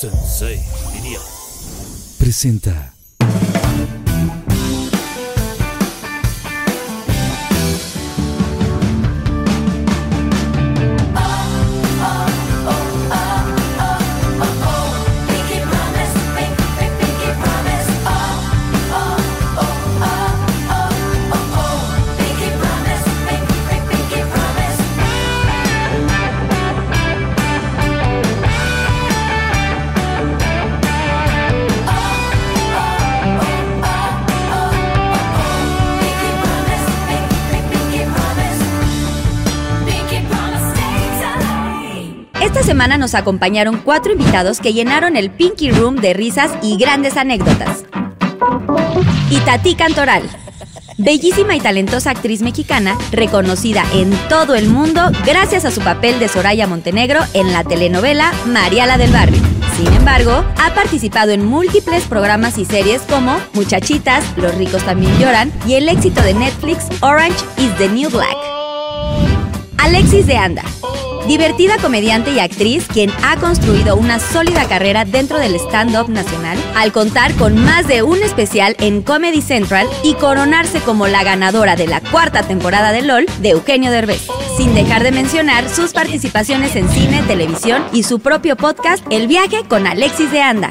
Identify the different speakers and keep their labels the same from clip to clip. Speaker 1: Sensei, diría. Presenta.
Speaker 2: Esta semana nos acompañaron cuatro invitados que llenaron el Pinky Room de risas y grandes anécdotas. Itatí Cantoral, bellísima y talentosa actriz mexicana, reconocida en todo el mundo gracias a su papel de Soraya Montenegro en la telenovela Mariala del Barrio. Sin embargo, ha participado en múltiples programas y series como Muchachitas, Los ricos también lloran y el éxito de Netflix Orange is the New Black. Alexis de Anda, Divertida comediante y actriz, quien ha construido una sólida carrera dentro del stand-up nacional, al contar con más de un especial en Comedy Central y coronarse como la ganadora de la cuarta temporada de LOL de Eugenio Derbez. Sin dejar de mencionar sus participaciones en cine, televisión y su propio podcast El viaje con Alexis de Anda.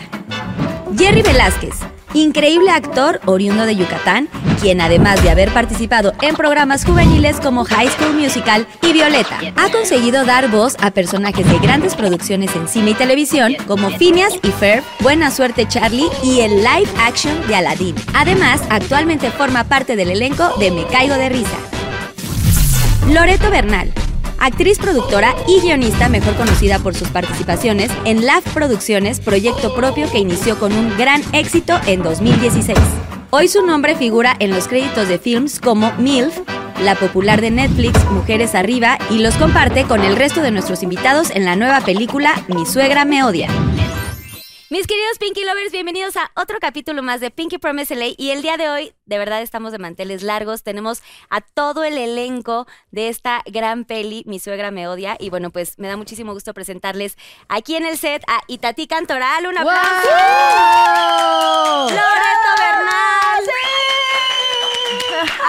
Speaker 2: Jerry Velázquez, increíble actor oriundo de Yucatán, quien además de haber participado en programas juveniles como High School Musical y Violeta, ha conseguido dar voz a personajes de grandes producciones en cine y televisión como Phineas y Ferb, Buena Suerte Charlie y el live action de Aladdin. Además, actualmente forma parte del elenco de Me Caigo de Risa. Loreto Bernal, actriz, productora y guionista mejor conocida por sus participaciones en LAF Producciones, proyecto propio que inició con un gran éxito en 2016. Hoy su nombre figura en los créditos de films como MILF, la popular de Netflix Mujeres Arriba y los comparte con el resto de nuestros invitados en la nueva película Mi suegra me odia. Mis queridos Pinky Lovers, bienvenidos a otro capítulo más de Pinky Promise LA. Y el día de hoy, de verdad, estamos de manteles largos. Tenemos a todo el elenco de esta gran peli, Mi suegra me odia. Y bueno, pues me da muchísimo gusto presentarles aquí en el set a Itatí Cantoral. ¡Un aplauso! ¡Loreto Bernal!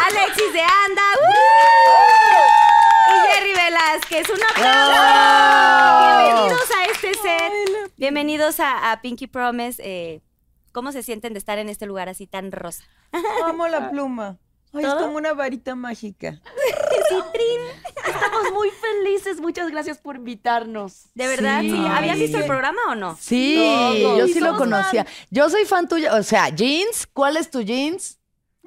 Speaker 2: ¡Alexis de Anda! ¡Uh! Y Jerry Velázquez. ¡Un aplauso! Bienvenidos a este set. Bienvenidos a, a Pinky Promise. eh, ¿Cómo se sienten de estar en este lugar así tan rosa?
Speaker 3: Amo la pluma. Ay, es
Speaker 2: Ah. ¿Todo?
Speaker 3: como una varita mágica.
Speaker 4: Estamos muy felices. Muchas gracias por invitarnos.
Speaker 2: ¿De verdad? Sí.
Speaker 4: Sí.
Speaker 2: ¿Habían
Speaker 4: Ay.
Speaker 2: visto el programa o no?
Speaker 5: Sí,
Speaker 4: Todos.
Speaker 5: yo
Speaker 4: Y
Speaker 5: sí lo
Speaker 4: somos
Speaker 5: conocía. Yo soy fan tuya, o sea, jeans, ¿cuál es tu jeans?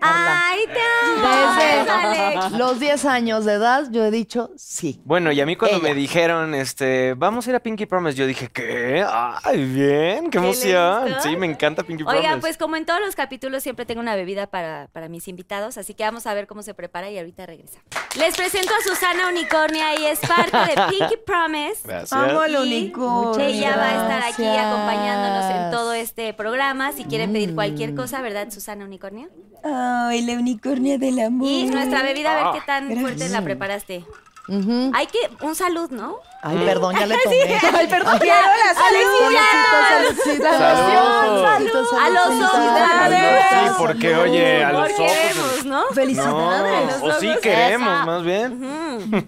Speaker 5: Habla.
Speaker 2: ¡Ay, te amo!
Speaker 5: Desde
Speaker 2: Alex.
Speaker 5: los 10 años de edad yo he dicho sí.
Speaker 6: Bueno, y a mí cuando me
Speaker 5: Ella.
Speaker 6: dijeron, este, vamos a ir a Pinky Promise, yo dije, ¿qué? ¡Ay, bien! ¡Qué
Speaker 2: le
Speaker 6: emoción!
Speaker 2: gustó?
Speaker 6: Sí, me encanta Pinky
Speaker 2: Oigan,
Speaker 6: Promise.
Speaker 2: pues como en todos los capítulos siempre tengo una bebida para, para mis invitados, así que vamos a ver cómo se prepara y ahorita regresa. Les presento a Susana Unicornia y es parte de Pinky Promise.
Speaker 6: Gracias.
Speaker 3: Amo al
Speaker 2: Y
Speaker 3: unicornio.
Speaker 2: Ella va a estar aquí
Speaker 5: Gracias.
Speaker 2: acompañándonos en todo este programa. Si quieren pedir cualquier cosa, ¿verdad, Susana Unicornio?
Speaker 3: Ay, la unicornia del amor.
Speaker 2: Y nuestra bebida,
Speaker 6: Ah.
Speaker 2: a ver qué tan
Speaker 3: Gracias.
Speaker 2: fuerte la preparaste.
Speaker 5: Ujú.
Speaker 2: Hay que, un salud, ¿no?
Speaker 5: Ay, perdón, ya le tomé. Ay, perdón.
Speaker 3: Quiero la
Speaker 2: ¡Felicidades!
Speaker 6: Salud.
Speaker 2: A los
Speaker 6: Ay, no, sí,
Speaker 2: ojos.
Speaker 6: porque, oye, Eh, a
Speaker 2: No
Speaker 6: los ojos.
Speaker 2: queremos, ¿no?
Speaker 3: Felicidades.
Speaker 6: No, o sí
Speaker 2: ojos.
Speaker 6: queremos,
Speaker 2: Esa.
Speaker 6: más bien.
Speaker 2: Mm.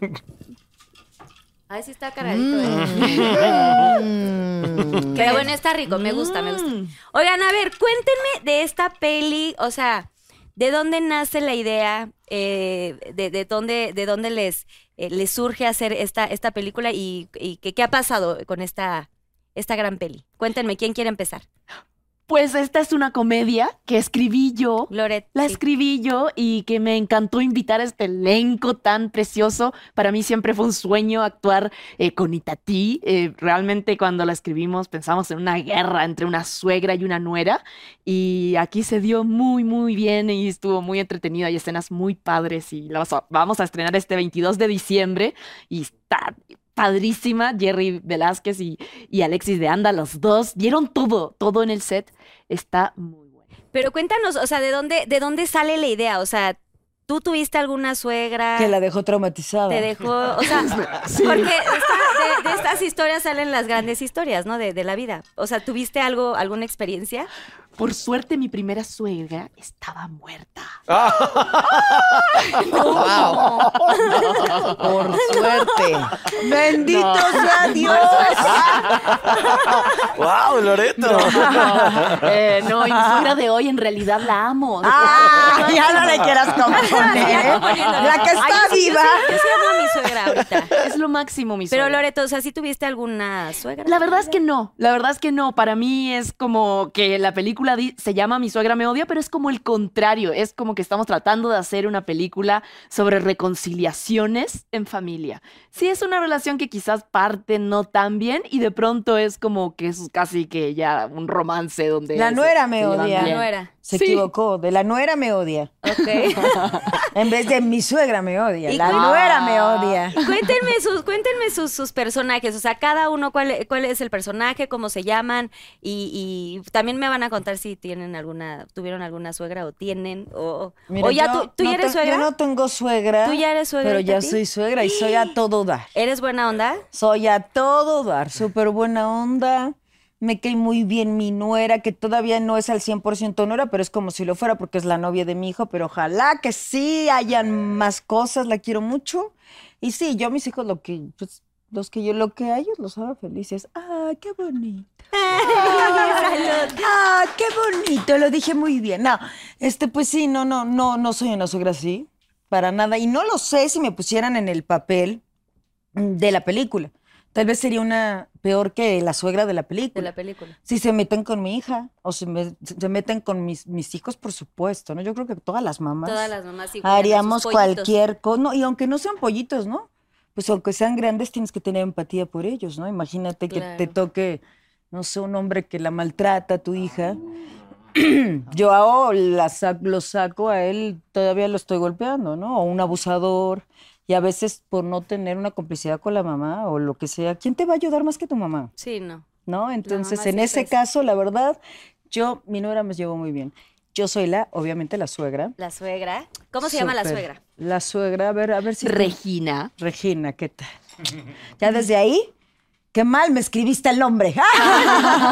Speaker 2: Ay, sí está cargadito, ¿eh?
Speaker 5: Mm.
Speaker 2: Pero bueno, está rico, me gusta, me gusta. Oigan, a ver, cuéntenme de esta peli, o sea, ¿de dónde nace la idea? Eh, de, de dónde, ¿De dónde les, eh, les surge hacer esta, esta película y, y qué, qué ha pasado con esta, esta gran peli? Cuéntenme, ¿quién quiere empezar?
Speaker 4: Pues esta es una comedia que escribí yo.
Speaker 2: Loret.
Speaker 4: La
Speaker 2: sí.
Speaker 4: escribí yo y que me encantó invitar a este elenco tan precioso. Para mí siempre fue un sueño actuar eh, con Itatí. Eh, realmente cuando la escribimos pensamos en una guerra entre una suegra y una nuera. Y aquí se dio muy, muy bien y estuvo muy entretenida. Hay escenas muy padres y la vas a- vamos a estrenar este 22 de diciembre. Y está padrísima. Jerry Velázquez y, y Alexis de Anda, los dos, dieron todo, todo en el set. Está muy bueno.
Speaker 2: Pero cuéntanos, o sea, ¿de dónde, ¿de dónde sale la idea? O sea, ¿Tú tuviste alguna suegra?
Speaker 5: Que la dejó traumatizada.
Speaker 2: te dejó, o sea, porque esta- de, de estas historias salen las grandes historias, ¿no? De, de la vida. O sea, ¿tuviste algo, alguna experiencia?
Speaker 4: Por suerte, mi primera suegra estaba muerta.
Speaker 5: Wow. Por suerte.
Speaker 3: ¡Bendito sea Dios!
Speaker 6: ¡Wow, Loreto!
Speaker 4: Eh, no, y mi suegra de hoy en realidad la amo.
Speaker 3: ¡Ah! Ya no le quieras
Speaker 2: Ya
Speaker 3: componer.
Speaker 2: componiéndole.
Speaker 3: ¿Eh? La que está
Speaker 2: Ay, yo sí- yo
Speaker 3: viva.
Speaker 2: sí- Yo sí amo a mi suegra ahorita.
Speaker 4: Es lo máximo, mi suegra.
Speaker 2: Pero Loreto, o sea, ¿sí tuviste alguna suegra?
Speaker 4: La verdad es que no, la verdad es que no. Para mí es como que la película di- se llama Mi suegra me odia, pero es como el contrario. Es como que estamos tratando de hacer una película sobre reconciliaciones en familia. Sí, es una relación que quizás parte no tan bien y de pronto es como que es casi que ya un romance donde...
Speaker 5: La
Speaker 4: se-
Speaker 5: nuera me
Speaker 4: se llevan
Speaker 5: odia.
Speaker 2: La
Speaker 4: bien.
Speaker 2: nuera.
Speaker 5: Se
Speaker 4: Sí.
Speaker 5: equivocó. De la nuera me odia.
Speaker 2: Ok.
Speaker 5: En vez de mi suegra me odia.
Speaker 2: ¿Y
Speaker 5: La
Speaker 2: cuál-
Speaker 5: nuera me odia.
Speaker 2: Cuéntenme sus, cuéntenme sus, sus personajes, o sea, cada uno cuál, cuál es el personaje, cómo se llaman y, y también me van a contar si tienen alguna, tuvieron alguna suegra o tienen o,
Speaker 5: Mira,
Speaker 2: o ya
Speaker 5: yo
Speaker 2: tú, tú
Speaker 5: no
Speaker 2: ya eres
Speaker 5: ten-
Speaker 2: suegra,
Speaker 5: Yo no tengo suegra.
Speaker 2: ¿Tú ya eres suegra,
Speaker 5: Pero ya
Speaker 2: Tati?
Speaker 5: soy suegra y soy a todo dar.
Speaker 2: eres buena onda.
Speaker 5: Soy a todo dar, súper buena onda. Me cae muy bien mi nuera, que todavía no es al 100% nuera, pero es como si lo fuera porque es la novia de mi hijo, pero ojalá que sí hayan más cosas, la quiero mucho. Y sí, yo a mis hijos lo que, pues, los que yo, lo que a ellos los haga felices. ¡Ah, qué bonito! ¡Ah, qué bonito! Lo dije muy bien. No, este, pues sí, no, no, no, no soy una suegra así, para nada. Y no lo sé si me pusieran en el papel de la película. Tal vez sería una peor que la suegra de la
Speaker 2: De
Speaker 5: película.
Speaker 2: la película.
Speaker 5: Si se meten con mi hija o se, me- se meten con mis, mis hijos, por supuesto, ¿no? Yo creo que todas las mamás
Speaker 2: Todas las mamás igual,
Speaker 5: haríamos
Speaker 2: sus pollitos.
Speaker 5: cualquier cosa. y aunque no sean pollitos, ¿no? Pues aunque sean grandes, tienes que tener empatía por ellos, ¿no? Imagínate que te
Speaker 2: Claro.
Speaker 5: toque, no sé, un hombre que la maltrata a tu hija. Yo hago, la sac- lo saco a él, todavía lo estoy golpeando, ¿no? O un abusador. Y a veces por no tener una complicidad con la mamá o lo que sea, ¿quién te va a ayudar más que tu mamá?
Speaker 2: Sí, no.
Speaker 5: ¿no? Entonces,
Speaker 2: mamá
Speaker 5: en
Speaker 2: siempre
Speaker 5: ese
Speaker 2: es-
Speaker 5: caso, la verdad, yo, mi nuera me llevó muy bien. Yo soy la, obviamente, la suegra.
Speaker 2: La suegra. ¿Cómo se llama la
Speaker 5: Súper.
Speaker 2: suegra?
Speaker 5: La suegra, a ver, a ver si.
Speaker 4: Regina.
Speaker 5: Regina, ¿qué tal? Ya desde ahí, qué mal me escribiste el nombre.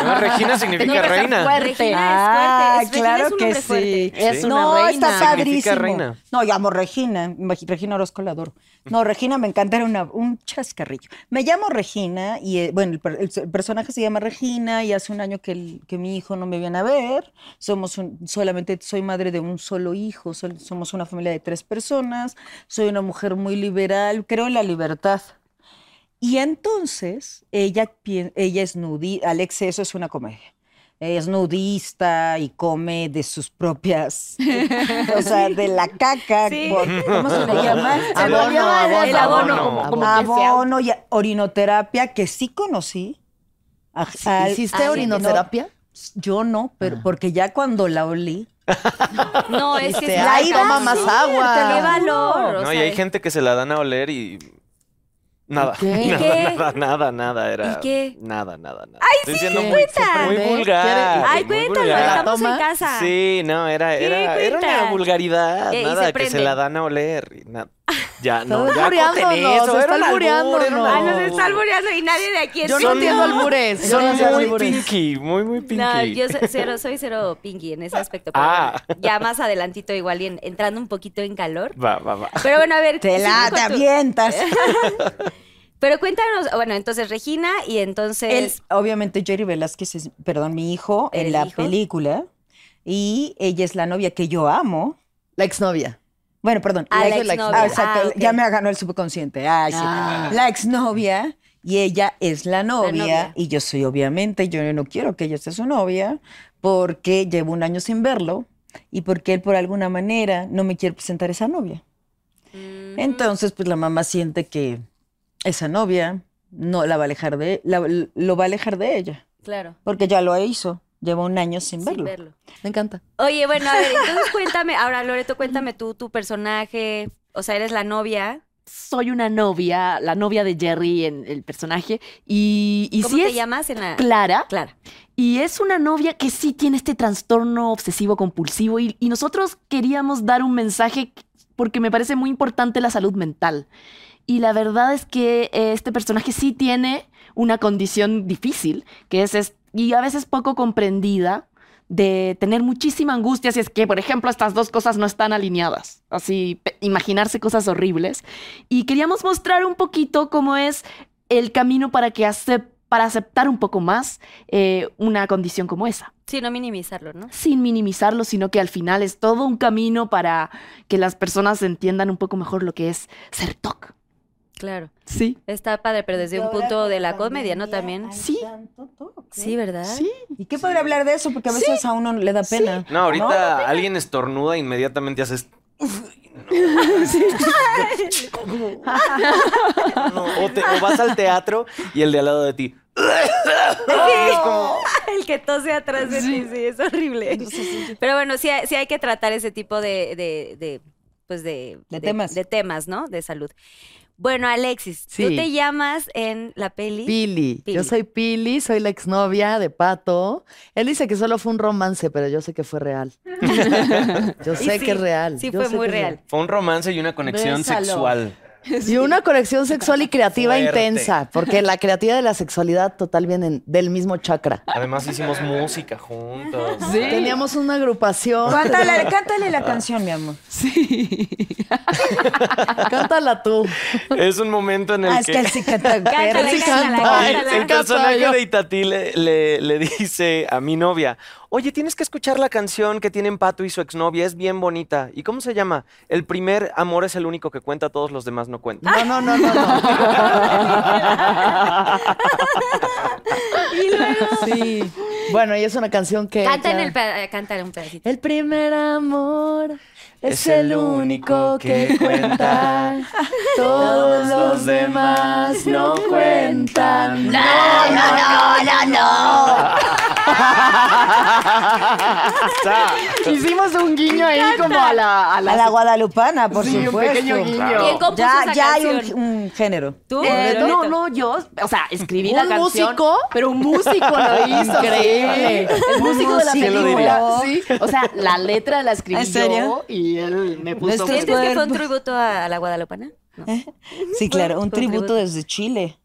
Speaker 6: No, Regina significa reina.
Speaker 2: Regina Ah, es fuerte, es- Regina
Speaker 5: Ah, claro
Speaker 2: es un
Speaker 5: que
Speaker 2: hombre
Speaker 5: sí.
Speaker 2: fuerte.
Speaker 4: Es una
Speaker 5: no,
Speaker 4: reina.
Speaker 5: está
Speaker 6: Significa
Speaker 5: padrísimo.
Speaker 6: reina.
Speaker 5: No, yo amo Regina. Imag- Regina Orozco la adoro. No, Regina me encanta, era una- un chascarrillo. Me llamo Regina y, eh, bueno, el, per- el- el personaje se llama Regina y hace un año que, el- que mi hijo no me viene a ver. Somos un- solamente, soy madre de un solo hijo, sol- somos una familia de tres personas. Soy una mujer muy liberal, creo en la libertad. Y entonces ella, pien- ella es nudista, Alex, eso es una comedia. Es nudista y come de sus propias, o sea, de la caca,
Speaker 2: Sí.
Speaker 5: por- ¿cómo se le llama?
Speaker 4: Se volvió el abono, como- como que se
Speaker 5: Abono y orinoterapia, que sí conocí. A- al-
Speaker 2: Ah,
Speaker 5: al-
Speaker 2: sí,
Speaker 5: no,
Speaker 2: orinoterapia?
Speaker 5: yo no, pero porque ya cuando la olí,
Speaker 2: No, es que
Speaker 5: Dijiste,
Speaker 2: sí,
Speaker 5: "Ay,
Speaker 2: sí,
Speaker 5: toma más
Speaker 2: sí,
Speaker 5: agua".
Speaker 2: Qué valor. o
Speaker 6: No, y
Speaker 2: sea,
Speaker 6: hay gente que se la dan a oler y. Nada.
Speaker 2: ¿Y
Speaker 6: Nada,
Speaker 2: qué?
Speaker 6: nada, nada, nada. Era.
Speaker 2: ¿Y qué?
Speaker 6: Nada, nada, nada. ¡Ay, Estoy diciendo muy,
Speaker 2: cuenta.
Speaker 6: muy vulgar.
Speaker 2: Ay,
Speaker 6: muy
Speaker 2: cuéntalo,
Speaker 6: vulgar.
Speaker 2: estamos en
Speaker 5: ¿Toma?
Speaker 2: casa.
Speaker 6: Sí, no, era,
Speaker 2: ¿Qué
Speaker 6: era, era una
Speaker 2: cuentas?
Speaker 6: vulgaridad,
Speaker 2: Eh, y
Speaker 6: nada,
Speaker 2: se
Speaker 6: que se
Speaker 2: prenden.
Speaker 6: la dan a oler. y na- ya, no,
Speaker 5: Estás
Speaker 6: ya corten
Speaker 5: albureándonos,
Speaker 6: eso, era
Speaker 5: estás
Speaker 6: un albur, era un
Speaker 5: albureándonos.
Speaker 2: Ay, nos
Speaker 6: albur.
Speaker 2: está alboreando y nadie de aquí es
Speaker 5: Yo
Speaker 6: Son
Speaker 5: no entiendo
Speaker 6: muy-
Speaker 5: albures. yo
Speaker 6: Son
Speaker 5: no sé
Speaker 6: muy
Speaker 5: albures.
Speaker 6: pinky, muy, muy pinky.
Speaker 2: No, yo so- cero, soy cero pinky en ese aspecto. pero
Speaker 6: Ah.
Speaker 2: bueno, ya más adelantito igual y en- entrando un poquito en calor.
Speaker 6: Va, va, va.
Speaker 2: Pero bueno, a ver.
Speaker 5: te
Speaker 2: sigue
Speaker 5: la
Speaker 2: con
Speaker 5: te
Speaker 2: tu-
Speaker 5: avientas.
Speaker 2: Pero cuéntanos, bueno, entonces Regina y
Speaker 5: Él,
Speaker 2: entonces...
Speaker 5: obviamente, Jerry Velázquez es, perdón, mi hijo en
Speaker 2: ¿El
Speaker 5: la
Speaker 2: hijo?
Speaker 5: película. Y ella es la novia que yo amo.
Speaker 7: La exnovia.
Speaker 5: Bueno, perdón.
Speaker 2: Ah, la
Speaker 5: ex-
Speaker 2: exnovia.
Speaker 5: ah, exacto,
Speaker 2: Ah, ok. Ah.
Speaker 5: Ya me ganó el subconsciente. Ay, sí. La exnovia. Y ella es la novia,
Speaker 2: novia.
Speaker 5: Y yo soy, obviamente, yo no quiero que ella sea su novia porque llevo un año sin verlo y porque él, por alguna manera, no me quiere presentar esa novia.
Speaker 2: mm,
Speaker 5: Entonces, pues la mamá siente que esa novia no la va a alejar de la- lo va a alejar de ella,
Speaker 2: claro,
Speaker 5: porque ya lo hizo, lleva un año sin
Speaker 2: sin
Speaker 5: verlo.
Speaker 2: verlo.
Speaker 7: Me encanta.
Speaker 2: Oye, bueno, a ver, entonces cuéntame, ahora Loreto, cuéntame tú, tu personaje, o sea, eres la novia.
Speaker 4: Soy una novia, la novia de Jerry en el personaje. Y, y
Speaker 2: ¿Cómo
Speaker 4: sí
Speaker 2: te
Speaker 4: es
Speaker 2: llamas en la...?
Speaker 4: Clara.
Speaker 2: Clara.
Speaker 4: Y es una novia que sí tiene este trastorno obsesivo compulsivo y, y nosotros queríamos dar un mensaje porque me parece muy importante la salud mental. Y la verdad es que eh, este personaje sí tiene una condición difícil, que es, es- y a veces poco comprendida, de tener muchísima angustia si es que, por ejemplo, estas dos cosas no están alineadas. Así, pe- imaginarse cosas horribles. Y queríamos mostrar un poquito cómo es el camino para que acep- para aceptar un poco más eh, una condición como esa
Speaker 2: Sí, no minimizarlo, ¿no?
Speaker 4: sin minimizarlo, sino que al final es todo un camino para que las personas entiendan un poco mejor lo que es ser TOC.
Speaker 2: Claro.
Speaker 4: Sí.
Speaker 2: Está padre, pero desde un punto de la comedia, ¿no? También.
Speaker 4: Sí.
Speaker 2: Sí, ¿verdad?
Speaker 4: Sí.
Speaker 5: ¿Y qué podría hablar de eso? Porque a veces a uno le da pena.
Speaker 6: No, ahorita alguien estornuda inmediatamente haces. No, o, te- o vas al teatro y el de al lado de ti.
Speaker 2: El que tose atrás de ti, sí, es horrible. Pero bueno, sí, hay- sí hay que tratar ese tipo de, de- de, pues de,
Speaker 5: De temas.
Speaker 2: de temas, ¿no? De salud. Bueno, Alexis, tú
Speaker 7: Sí.
Speaker 2: te llamas en la peli.
Speaker 7: Pili.
Speaker 2: Pili.
Speaker 7: Yo soy Pili, soy la exnovia de Pato. Él dice que solo fue un romance, pero yo sé que fue real. yo sé
Speaker 2: sí,
Speaker 7: que es real.
Speaker 2: sí
Speaker 7: yo
Speaker 2: fue
Speaker 7: sé
Speaker 2: muy
Speaker 7: que es
Speaker 2: real.
Speaker 6: Fue un romance y una conexión
Speaker 7: Bésalo.
Speaker 6: sexual.
Speaker 7: Y una conexión sexual y creativa
Speaker 6: Fuerte.
Speaker 7: intensa, porque la creatividad y la sexualidad total vienen del mismo chakra.
Speaker 6: Además hicimos música juntos.
Speaker 7: Teníamos una agrupación.
Speaker 5: Cántale, cántale la canción, mi amor.
Speaker 7: Cántala tú.
Speaker 6: Es un momento en el
Speaker 5: Ah, es
Speaker 6: que.
Speaker 5: que él sí canta.
Speaker 2: Cántala,
Speaker 5: perro.
Speaker 7: Sí,
Speaker 2: cántala,
Speaker 7: canta.
Speaker 6: Ay,
Speaker 2: cántala.
Speaker 6: el personaje de Itatí le, le- le dice a mi novia, oye, tienes que escuchar la canción que tienen Pato y su exnovia, es bien bonita. ¿Y cómo se llama? El primer amor es el único que cuenta, todos los demás no cuentan.
Speaker 7: No, no, no, no, no.
Speaker 2: Y luego,
Speaker 7: Sí. Bueno, y es una canción que.
Speaker 2: canta en
Speaker 7: ya-
Speaker 2: el pe- eh, cántale un pedacito.
Speaker 7: El primer amor es, el único que cuenta. Todos los demás no cuentan.
Speaker 3: No, no, no, no, no.
Speaker 4: Hicimos un guiño ahí como a la... A la-
Speaker 5: A la guadalupana, por
Speaker 4: Sí, un
Speaker 5: supuesto.
Speaker 4: pequeño guiño.
Speaker 2: ¿Quién compuso
Speaker 5: ya,
Speaker 2: esa
Speaker 5: ya hay
Speaker 2: canción?
Speaker 5: un, un género.
Speaker 2: ¿Tú?
Speaker 4: Eh,
Speaker 2: Roberto.
Speaker 4: no, no, yo, o sea, escribí la
Speaker 7: ¿Un
Speaker 4: canción.
Speaker 7: músico?
Speaker 4: Pero un músico lo hizo.
Speaker 7: Increíble.
Speaker 4: sí. El
Speaker 7: Un
Speaker 4: músico de la
Speaker 7: músico.
Speaker 4: película. Sí. O sea, la letra la escribí
Speaker 5: ¿En serio?
Speaker 4: yo y él me puso...
Speaker 5: Nuestros
Speaker 2: ¿Sientes que fue un
Speaker 5: cuerpos.
Speaker 2: tributo a, a la Guadalupana? No.
Speaker 5: Sí, claro, un
Speaker 2: Con tributo.
Speaker 5: tributo desde Chile.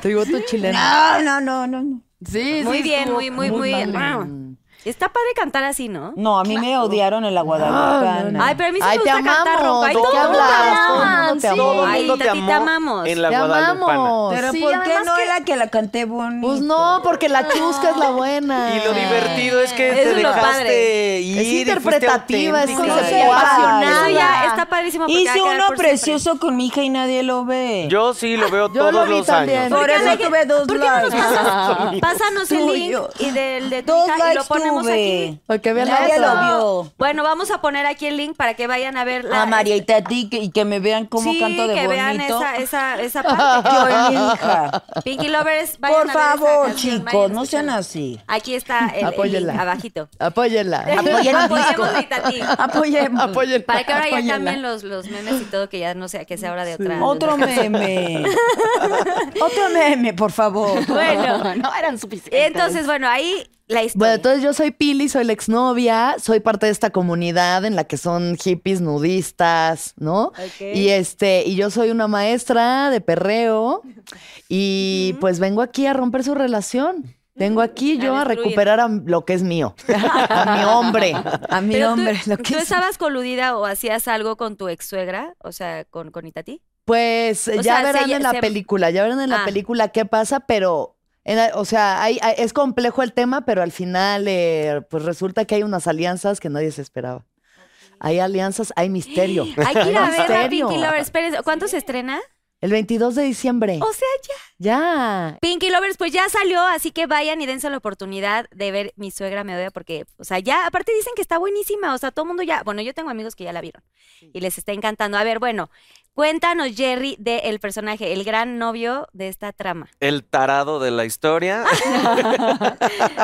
Speaker 7: Tributo chileno.
Speaker 5: No, no, no, no. no.
Speaker 7: Sí,
Speaker 2: Muy
Speaker 7: sí,
Speaker 2: bien,
Speaker 7: estuvo
Speaker 2: muy, muy, muy.
Speaker 7: padre.
Speaker 2: Está padre cantar así, ¿no?
Speaker 5: No, a mí me odiaron en la Guadalupana.
Speaker 2: Ay, pero a mí sí
Speaker 7: Ay,
Speaker 2: me
Speaker 7: te
Speaker 2: gusta cantar
Speaker 7: amamos,
Speaker 2: ropa. Ay,
Speaker 7: ¿de
Speaker 2: todo
Speaker 7: qué
Speaker 2: el mundo te
Speaker 7: hablas? Todo el
Speaker 2: aman,
Speaker 7: mundo te
Speaker 2: sí.
Speaker 7: amó.
Speaker 2: Ay,
Speaker 6: Todo el mundo te
Speaker 2: Tati, te
Speaker 6: amó
Speaker 2: amamos.
Speaker 6: en la
Speaker 7: Te
Speaker 6: Guadalupana.
Speaker 7: amamos.
Speaker 5: pero
Speaker 7: Sí,
Speaker 5: ¿por qué
Speaker 7: además
Speaker 5: no
Speaker 7: que-
Speaker 5: era que la canté bonito?
Speaker 7: Pues no, porque la chusca es la buena.
Speaker 6: Y lo divertido es que
Speaker 2: Eso
Speaker 6: te
Speaker 2: es lo
Speaker 6: dejaste
Speaker 2: padre.
Speaker 6: ir.
Speaker 7: Es
Speaker 6: y fuiste
Speaker 7: interpretativa, es
Speaker 6: auténtica.
Speaker 5: conceptual.
Speaker 6: Guau.
Speaker 2: Eso
Speaker 7: apasionada.
Speaker 2: ya está padrísimo. porque va a
Speaker 5: Hice
Speaker 2: quedar
Speaker 5: uno
Speaker 2: por siempre.
Speaker 5: precioso con mi hija y nadie lo ve.
Speaker 6: Yo sí lo veo
Speaker 7: Yo
Speaker 6: todos
Speaker 7: lo vi
Speaker 6: los
Speaker 7: también.
Speaker 6: años.
Speaker 5: Por
Speaker 2: qué no
Speaker 5: eso
Speaker 2: hay que-
Speaker 5: tuve dos
Speaker 2: ¿Por qué no nos
Speaker 5: likes.
Speaker 2: pasas? Ah, Pásanos el link
Speaker 5: Tuyos.
Speaker 2: y del de tu
Speaker 5: Dos
Speaker 2: hija y lo
Speaker 5: likes
Speaker 2: ponemos aquí.
Speaker 5: tuve.
Speaker 7: Para que vean la
Speaker 5: Nadie
Speaker 7: otra.
Speaker 5: lo vio.
Speaker 2: Bueno, vamos a poner aquí el link para que vayan a ver la.
Speaker 5: A Ah, María y Tati que- y que me vean cómo
Speaker 2: sí,
Speaker 5: canto de
Speaker 2: que
Speaker 5: bonito.
Speaker 2: vean esa, esa, esa parte.
Speaker 5: Yo y mi hija.
Speaker 2: Pinky Lovers, vayan
Speaker 5: Por
Speaker 2: a ver esa
Speaker 5: favor,
Speaker 2: canción,
Speaker 5: chicos,
Speaker 2: vayan a
Speaker 5: no sean
Speaker 2: escucharla.
Speaker 5: así.
Speaker 2: Aquí está el- el, link
Speaker 7: Apóyenla.
Speaker 2: abajito.
Speaker 7: Apóyenla.
Speaker 5: Apoyen el disco.
Speaker 2: Apoyemos a Itatí.
Speaker 5: Apoyemos.
Speaker 7: Apóyenla.
Speaker 2: Para que ahora ya
Speaker 7: apóyenla.
Speaker 2: cambien los, los memes y todo, que ya no sea, que sea ahora de otra. de
Speaker 5: Otro
Speaker 2: otra cosa.
Speaker 5: meme. Otro meme, por favor.
Speaker 2: Bueno,
Speaker 4: No, no eran suficientes.
Speaker 2: entonces, bueno, ahí la historia.
Speaker 7: Bueno, entonces yo soy Pili, soy la exnovia, soy parte de esta comunidad en la que son hippies nudistas, ¿no?
Speaker 2: Ok.
Speaker 7: Y este, y yo soy una maestra de perreo y pues vengo aquí a romper su relación. Vengo aquí
Speaker 2: Mm, A
Speaker 7: yo a,
Speaker 2: destruir.
Speaker 7: recuperar a m- lo que es mío, a mi hombre.
Speaker 5: A mi
Speaker 2: Pero tú-
Speaker 5: hombre, lo que
Speaker 2: ¿Tú
Speaker 5: es-
Speaker 2: estabas coludida o hacías algo con tu ex suegra? O sea, con, con Itati.
Speaker 7: Pues
Speaker 2: O
Speaker 7: ya
Speaker 2: sea,
Speaker 7: verán
Speaker 2: se-
Speaker 7: en la
Speaker 2: se-
Speaker 7: película, ya verán en la
Speaker 2: Ah.
Speaker 7: película qué pasa, pero en la- o sea, hay- hay- es complejo el tema, pero al final eh, pues resulta que hay unas alianzas que nadie se esperaba. Hay alianzas, hay misterio.
Speaker 2: Hay que ir a ver Oh. a
Speaker 7: misterio.
Speaker 2: Pinky Lovers. Espérense, ¿Cuándo se estrena?
Speaker 7: El 22 de diciembre.
Speaker 2: O sea, ya.
Speaker 7: Ya.
Speaker 2: Pinky Lovers, pues ya salió, así que vayan y dense la oportunidad de ver Mi suegra me odia porque, o sea, ya, aparte dicen que está buenísima, o sea, todo el mundo ya, bueno, yo tengo amigos que ya la vieron y les está encantando. A ver, bueno, Cuéntanos, Jerry, del personaje, el gran novio de esta trama.
Speaker 6: El tarado de la historia.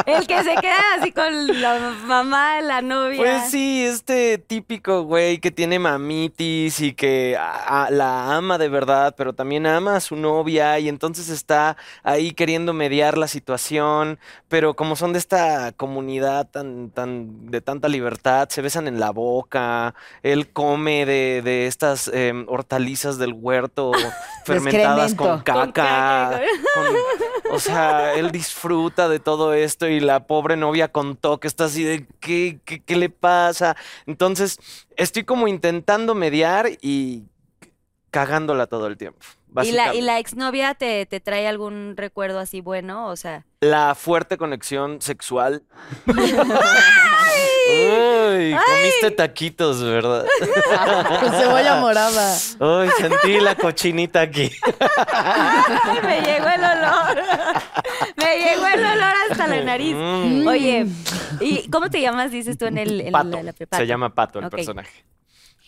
Speaker 2: El que se queda así con la mamá, la novia.
Speaker 6: Pues sí, este típico güey que tiene mamitis y que a- a- la ama de verdad, pero también ama a su novia y entonces está ahí queriendo mediar la situación, pero como son de esta comunidad tan, tan, de tanta libertad, se besan en la boca, él come de, de estas em, hortalizas del huerto fermentadas con
Speaker 5: Excremento.
Speaker 6: caca.
Speaker 2: Con caca,
Speaker 6: con- o sea, él disfruta de todo esto y la pobre novia contó que está así de ¿qué, qué, qué le pasa? Entonces, estoy como intentando mediar y cagándola todo el tiempo.
Speaker 2: ¿Y la,
Speaker 6: básicamente.
Speaker 2: ¿Y la exnovia te, te trae algún recuerdo así bueno? O sea,
Speaker 6: La fuerte conexión sexual. ¡Ay! Comiste taquitos, ¿verdad?
Speaker 7: Con cebolla morada.
Speaker 6: ¡Ay! Sentí la cochinita aquí.
Speaker 2: ¡ay, me llegó el olor! me llegó el olor hasta la nariz.
Speaker 6: Mm.
Speaker 2: Oye, ¿y cómo te llamas, dices tú, en el... en
Speaker 6: Pato.
Speaker 2: la- la- Pato.
Speaker 6: Se llama Pato el
Speaker 2: Ok.
Speaker 6: personaje.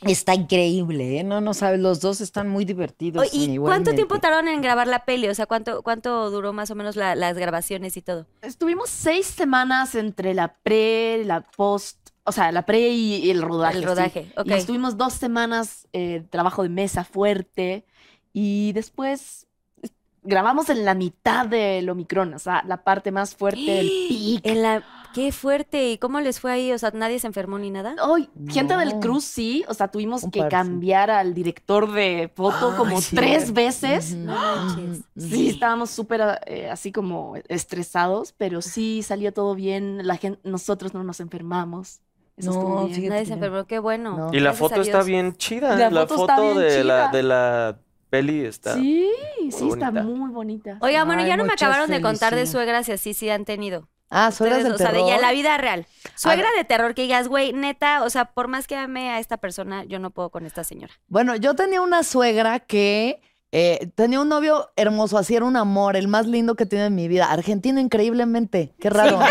Speaker 5: Está increíble, ¿eh? No, no sabes, los dos están muy divertidos.
Speaker 2: Oye, ¿Y cuánto tiempo tardaron en grabar la peli? O sea, ¿cuánto, cuánto duró más o menos la- las grabaciones y todo?
Speaker 4: Estuvimos seis semanas entre la pre, la post, o sea, la pre y el rodaje.
Speaker 2: El
Speaker 4: sí.
Speaker 2: rodaje, ok.
Speaker 4: Y estuvimos dos semanas eh, trabajo de mesa fuerte y después eh, grabamos en la mitad del Omicron, o sea, la parte más fuerte del pic.
Speaker 2: En la... ¡Qué fuerte! ¿Y cómo les fue ahí? O sea, ¿nadie se enfermó ni nada?
Speaker 4: Ay, gente del
Speaker 7: No.
Speaker 4: cruz sí, o sea, tuvimos
Speaker 7: Un
Speaker 4: que
Speaker 7: par, sí.
Speaker 4: cambiar al director de foto
Speaker 7: Ay,
Speaker 4: como
Speaker 7: sí. eh.
Speaker 4: tres veces.
Speaker 7: Ujú.
Speaker 2: No manches.
Speaker 4: Sí, estábamos súper eh, así como estresados, pero sí salió todo bien. La gente, nosotros no nos enfermamos. Eso
Speaker 5: No,
Speaker 4: estuvo bien.
Speaker 5: fíjate.
Speaker 2: Nadie se enfermó, qué bueno.
Speaker 7: No.
Speaker 6: Y la
Speaker 2: Gracias a
Speaker 6: foto está
Speaker 2: Dios.
Speaker 6: bien chida.
Speaker 4: La
Speaker 6: ¿eh? La
Speaker 4: foto está
Speaker 6: foto
Speaker 4: bien
Speaker 6: de la,
Speaker 4: chida.
Speaker 6: de la peli está.
Speaker 4: Sí, sí,
Speaker 6: bonita.
Speaker 4: está muy bonita.
Speaker 2: Oiga, bueno,
Speaker 5: Ay,
Speaker 2: ya no me
Speaker 5: muchas
Speaker 2: acabaron de contar de
Speaker 5: felicidades.
Speaker 2: suegras y así sí han tenido.
Speaker 7: Ah, suegras
Speaker 2: Ustedes,
Speaker 7: del
Speaker 2: o sea, de ya
Speaker 7: terror.
Speaker 2: la vida real. Suegra de terror que digas, güey, neta, o sea, por más que ame a esta persona, yo no puedo con esta señora.
Speaker 7: Bueno, yo tenía una suegra que eh, tenía un novio hermoso, así era un amor, el más lindo que tiene en mi vida. Argentino, increíblemente. Qué raro. ¿no?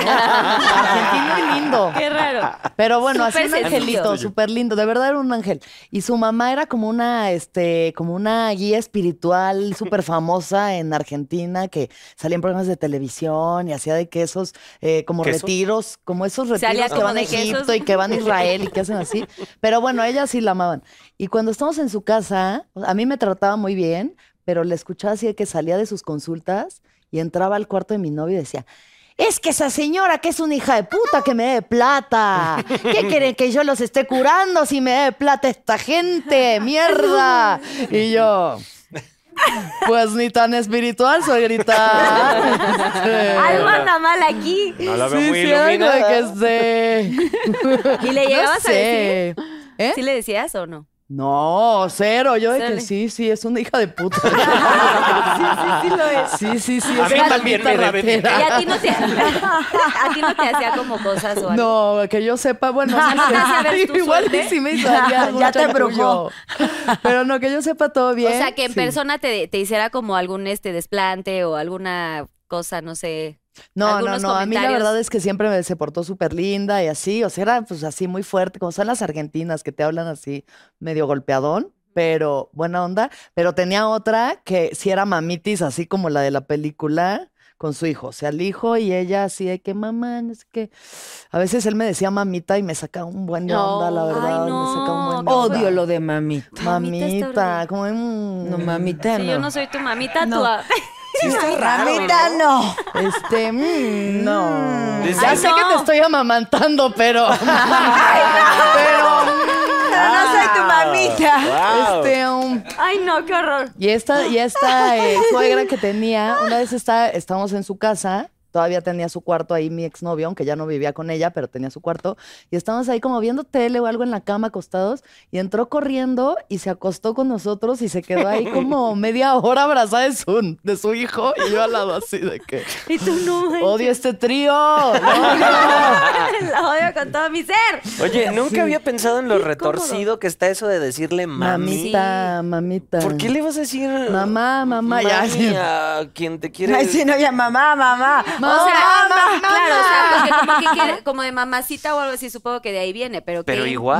Speaker 7: Argentino y lindo.
Speaker 2: Qué raro.
Speaker 7: Pero bueno, así
Speaker 2: Súper
Speaker 7: un
Speaker 2: sencillo.
Speaker 7: angelito, súper lindo. De verdad era un ángel. Y su mamá era como una, este, como una guía espiritual súper famosa en Argentina que salía en programas de televisión y hacía de que esos, eh, como
Speaker 6: ¿Quesos?
Speaker 7: retiros, como esos
Speaker 2: Salía
Speaker 7: retiros que
Speaker 2: como
Speaker 7: van a
Speaker 2: de quesos.
Speaker 7: Egipto y que van a Israel y que hacen así. Pero bueno, a ella sí la amaban. Y cuando estamos en su casa, a mí me trataba muy bien, pero le escuchaba así de que salía de sus consultas y entraba al cuarto de mi novio y decía, es que esa señora que es una hija de puta que me dé plata. ¿Qué quieren que yo los esté curando si me dé plata esta gente? ¡Mierda! Y yo... Pues ni tan espiritual, suegrita.
Speaker 2: Algo anda mal aquí.
Speaker 6: No la veo
Speaker 7: Sí,
Speaker 6: muy
Speaker 7: sí, algo de
Speaker 6: iluminada.
Speaker 7: que
Speaker 2: ¿Y le
Speaker 7: sé.
Speaker 2: llegabas
Speaker 7: No
Speaker 2: a decir?
Speaker 7: sé. ¿Eh?
Speaker 2: ¿Sí le decías o no?
Speaker 7: No, cero. Yo de
Speaker 2: Sale.
Speaker 7: que sí, sí, es una hija de puta. sí, sí, sí lo es. Sí, sí, sí.
Speaker 6: A
Speaker 7: es
Speaker 6: mí
Speaker 7: una
Speaker 6: también
Speaker 7: maldita
Speaker 6: me debe
Speaker 7: ratera.
Speaker 2: Y a ti no te, a ti no te hacía como cosas o algo.
Speaker 7: No, que yo sepa, bueno, no
Speaker 2: ¿Te hace ver tu
Speaker 7: sé. igual y
Speaker 2: suerte?
Speaker 7: sí me hizo algo
Speaker 5: Ya te
Speaker 7: chanchullo. Pero no, que yo sepa todo bien.
Speaker 2: o sea, que en
Speaker 7: sí.
Speaker 2: persona te, te hiciera como algún este desplante o alguna cosa, no sé.
Speaker 7: No, no,
Speaker 2: algunos
Speaker 7: no, a mí la
Speaker 2: comentarios.
Speaker 7: verdad es que siempre me, se portó súper linda y así, o sea, era pues así muy fuerte, como son las argentinas que te hablan así medio golpeadón, pero buena onda, pero tenía otra que sí era mamitis, así como la de la película, con su hijo, o sea, el hijo y ella así de que mamá, no sé qué, a veces él me decía mamita y me sacaba un buen de onda, la
Speaker 4: No, ay,
Speaker 7: verdad, me sacaba un buen de
Speaker 2: no,
Speaker 7: onda.
Speaker 5: Odio lo de mami.
Speaker 2: Mamita está
Speaker 7: Mamita,
Speaker 2: horrible.
Speaker 7: como mm,
Speaker 5: No, mamita,
Speaker 2: Si
Speaker 5: no.
Speaker 2: yo no soy tu mamita,
Speaker 5: No.
Speaker 2: tú... a-
Speaker 6: Sí, está raro, ¿no?
Speaker 5: Mamita, no.
Speaker 7: Este, mm, no.
Speaker 6: Desde-
Speaker 7: Ya
Speaker 6: Ay,
Speaker 7: sé
Speaker 2: no.
Speaker 7: que te estoy amamantando, pero.
Speaker 5: Pero no soy tu mamita.
Speaker 6: Wow.
Speaker 7: Pero. ah. Este, um,
Speaker 2: Ay, no, qué horror.
Speaker 7: y esta, y esta eh, suegra que tenía, una vez está, estábamos en su casa. Todavía tenía su cuarto ahí mi exnovio, aunque ya no vivía con ella, pero tenía su cuarto. Y estábamos ahí como viendo tele o algo en la cama acostados. Y entró corriendo y se acostó con nosotros y se quedó ahí como media hora abrazada de su, de su hijo. Y yo al lado así de que...
Speaker 2: Y tú no, ay,
Speaker 7: ¡Odio este trío! ¿no?
Speaker 2: la odio con todo mi ser.
Speaker 6: Oye, nunca había pensado en lo retorcido que está eso de decirle mami.
Speaker 7: Mamita, mamita.
Speaker 6: ¿Por qué le vas a decir
Speaker 7: Mamá, mamá, ya.
Speaker 6: mami a quien te quiere?
Speaker 5: Ay, sí, no, ya, mamá, Oh, mamá.
Speaker 7: Mamá,
Speaker 2: o sea,
Speaker 7: Oh, mamá,
Speaker 2: claro, o sea, porque como, que quiere- como de mamacita o algo así, supongo que de ahí viene, pero que...
Speaker 6: Pero igual.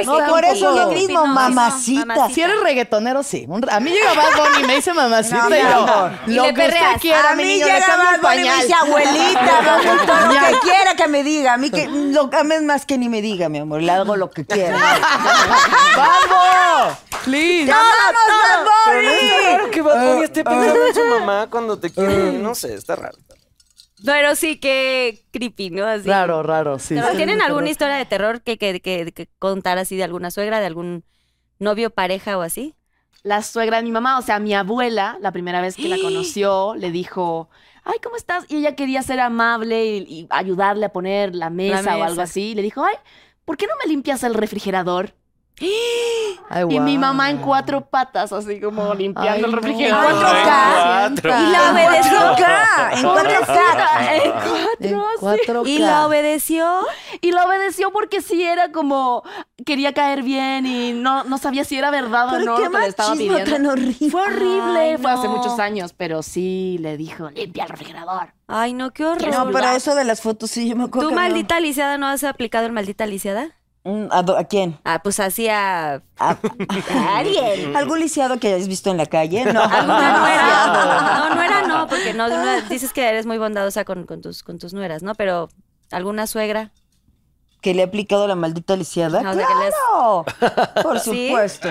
Speaker 2: está
Speaker 7: está
Speaker 5: No, por
Speaker 7: un
Speaker 5: eso
Speaker 7: poco-
Speaker 5: yo mismo, mamacita.
Speaker 7: Si eres reggaetonero, sí. Un- A mí llega Bad Bunny y me dice mamacita y yo,
Speaker 2: Y
Speaker 7: lo
Speaker 2: le
Speaker 7: que usted
Speaker 2: perreas.
Speaker 7: quiera,
Speaker 5: a
Speaker 7: mi
Speaker 5: mí
Speaker 7: niño, le
Speaker 5: llega
Speaker 7: cambio
Speaker 5: Bad
Speaker 7: un
Speaker 5: Bunny y me
Speaker 7: pañal.
Speaker 5: dice, abuelita, vamos, todo lo que quiera que me diga. A mí que lo ames más que ni me diga, mi amor. Le hago lo que quiera.
Speaker 7: ¡Vamos! ¡Please!
Speaker 5: ¡Vamos, Bad Bunny!
Speaker 6: Claro que Bad Bunny esté pensando este en su mamá cuando te quiere. No sé, está raro.
Speaker 2: Pero sí que creepy, ¿no? Así.
Speaker 7: Raro, raro, sí.
Speaker 2: Pero,
Speaker 7: sí.
Speaker 2: ¿Tienen alguna historia de terror que, que, que- que contar así de alguna suegra, de algún novio, pareja o así?
Speaker 4: la suegra de mi mamá, o sea, mi abuela, la primera vez que la conoció, le dijo, ay, ¿cómo estás? Y ella quería ser amable y, y ayudarle a poner la mesa, o
Speaker 2: mesa.
Speaker 4: algo así. Y le dijo, ay, ¿por qué no me limpias el refrigerador?
Speaker 7: Ay,
Speaker 4: Y mi
Speaker 7: guau.
Speaker 4: mamá en cuatro patas, así como limpiando el
Speaker 7: no.
Speaker 5: En
Speaker 4: refrigerador.
Speaker 5: 4K. Y
Speaker 6: En
Speaker 5: la
Speaker 2: obedeció.
Speaker 5: En 4K. En 4K.
Speaker 7: En
Speaker 4: Cuatro, así.
Speaker 7: 4K.
Speaker 2: Y la obedeció.
Speaker 4: Y la obedeció porque sí era como, quería caer bien y no, no sabía si era verdad o
Speaker 5: Pero
Speaker 4: no
Speaker 5: qué
Speaker 4: lo que le estaba
Speaker 5: machismo
Speaker 4: pidiendo.
Speaker 5: tan horrible.
Speaker 4: Fue horrible,
Speaker 2: Ay,
Speaker 4: fue hace
Speaker 2: no.
Speaker 4: muchos años, pero sí le dijo, limpia el refrigerador.
Speaker 2: Ay, no, qué horror.
Speaker 5: No, pero eso de las fotos sí, yo me acuerdo.
Speaker 2: ¿Tú,
Speaker 5: que me-
Speaker 2: maldita lisiada, no has aplicado el maldita lisiada?
Speaker 5: Mm, ¿A, do- a quién?
Speaker 2: Ah, pues así a...
Speaker 5: ¿A,
Speaker 2: a alguien.
Speaker 5: ¿Algún lisiado que hayas visto en la calle? No.
Speaker 2: Alguna nuera. No, nuera no, porque no, no, dices que eres muy bondadosa con, con tus, con tus nueras, ¿no? Pero alguna suegra.
Speaker 5: ¿Que le ha aplicado la maldita lisiada?
Speaker 2: No, o sea, que le has-
Speaker 5: ¡Claro! Por
Speaker 2: ¿Sí?
Speaker 5: supuesto.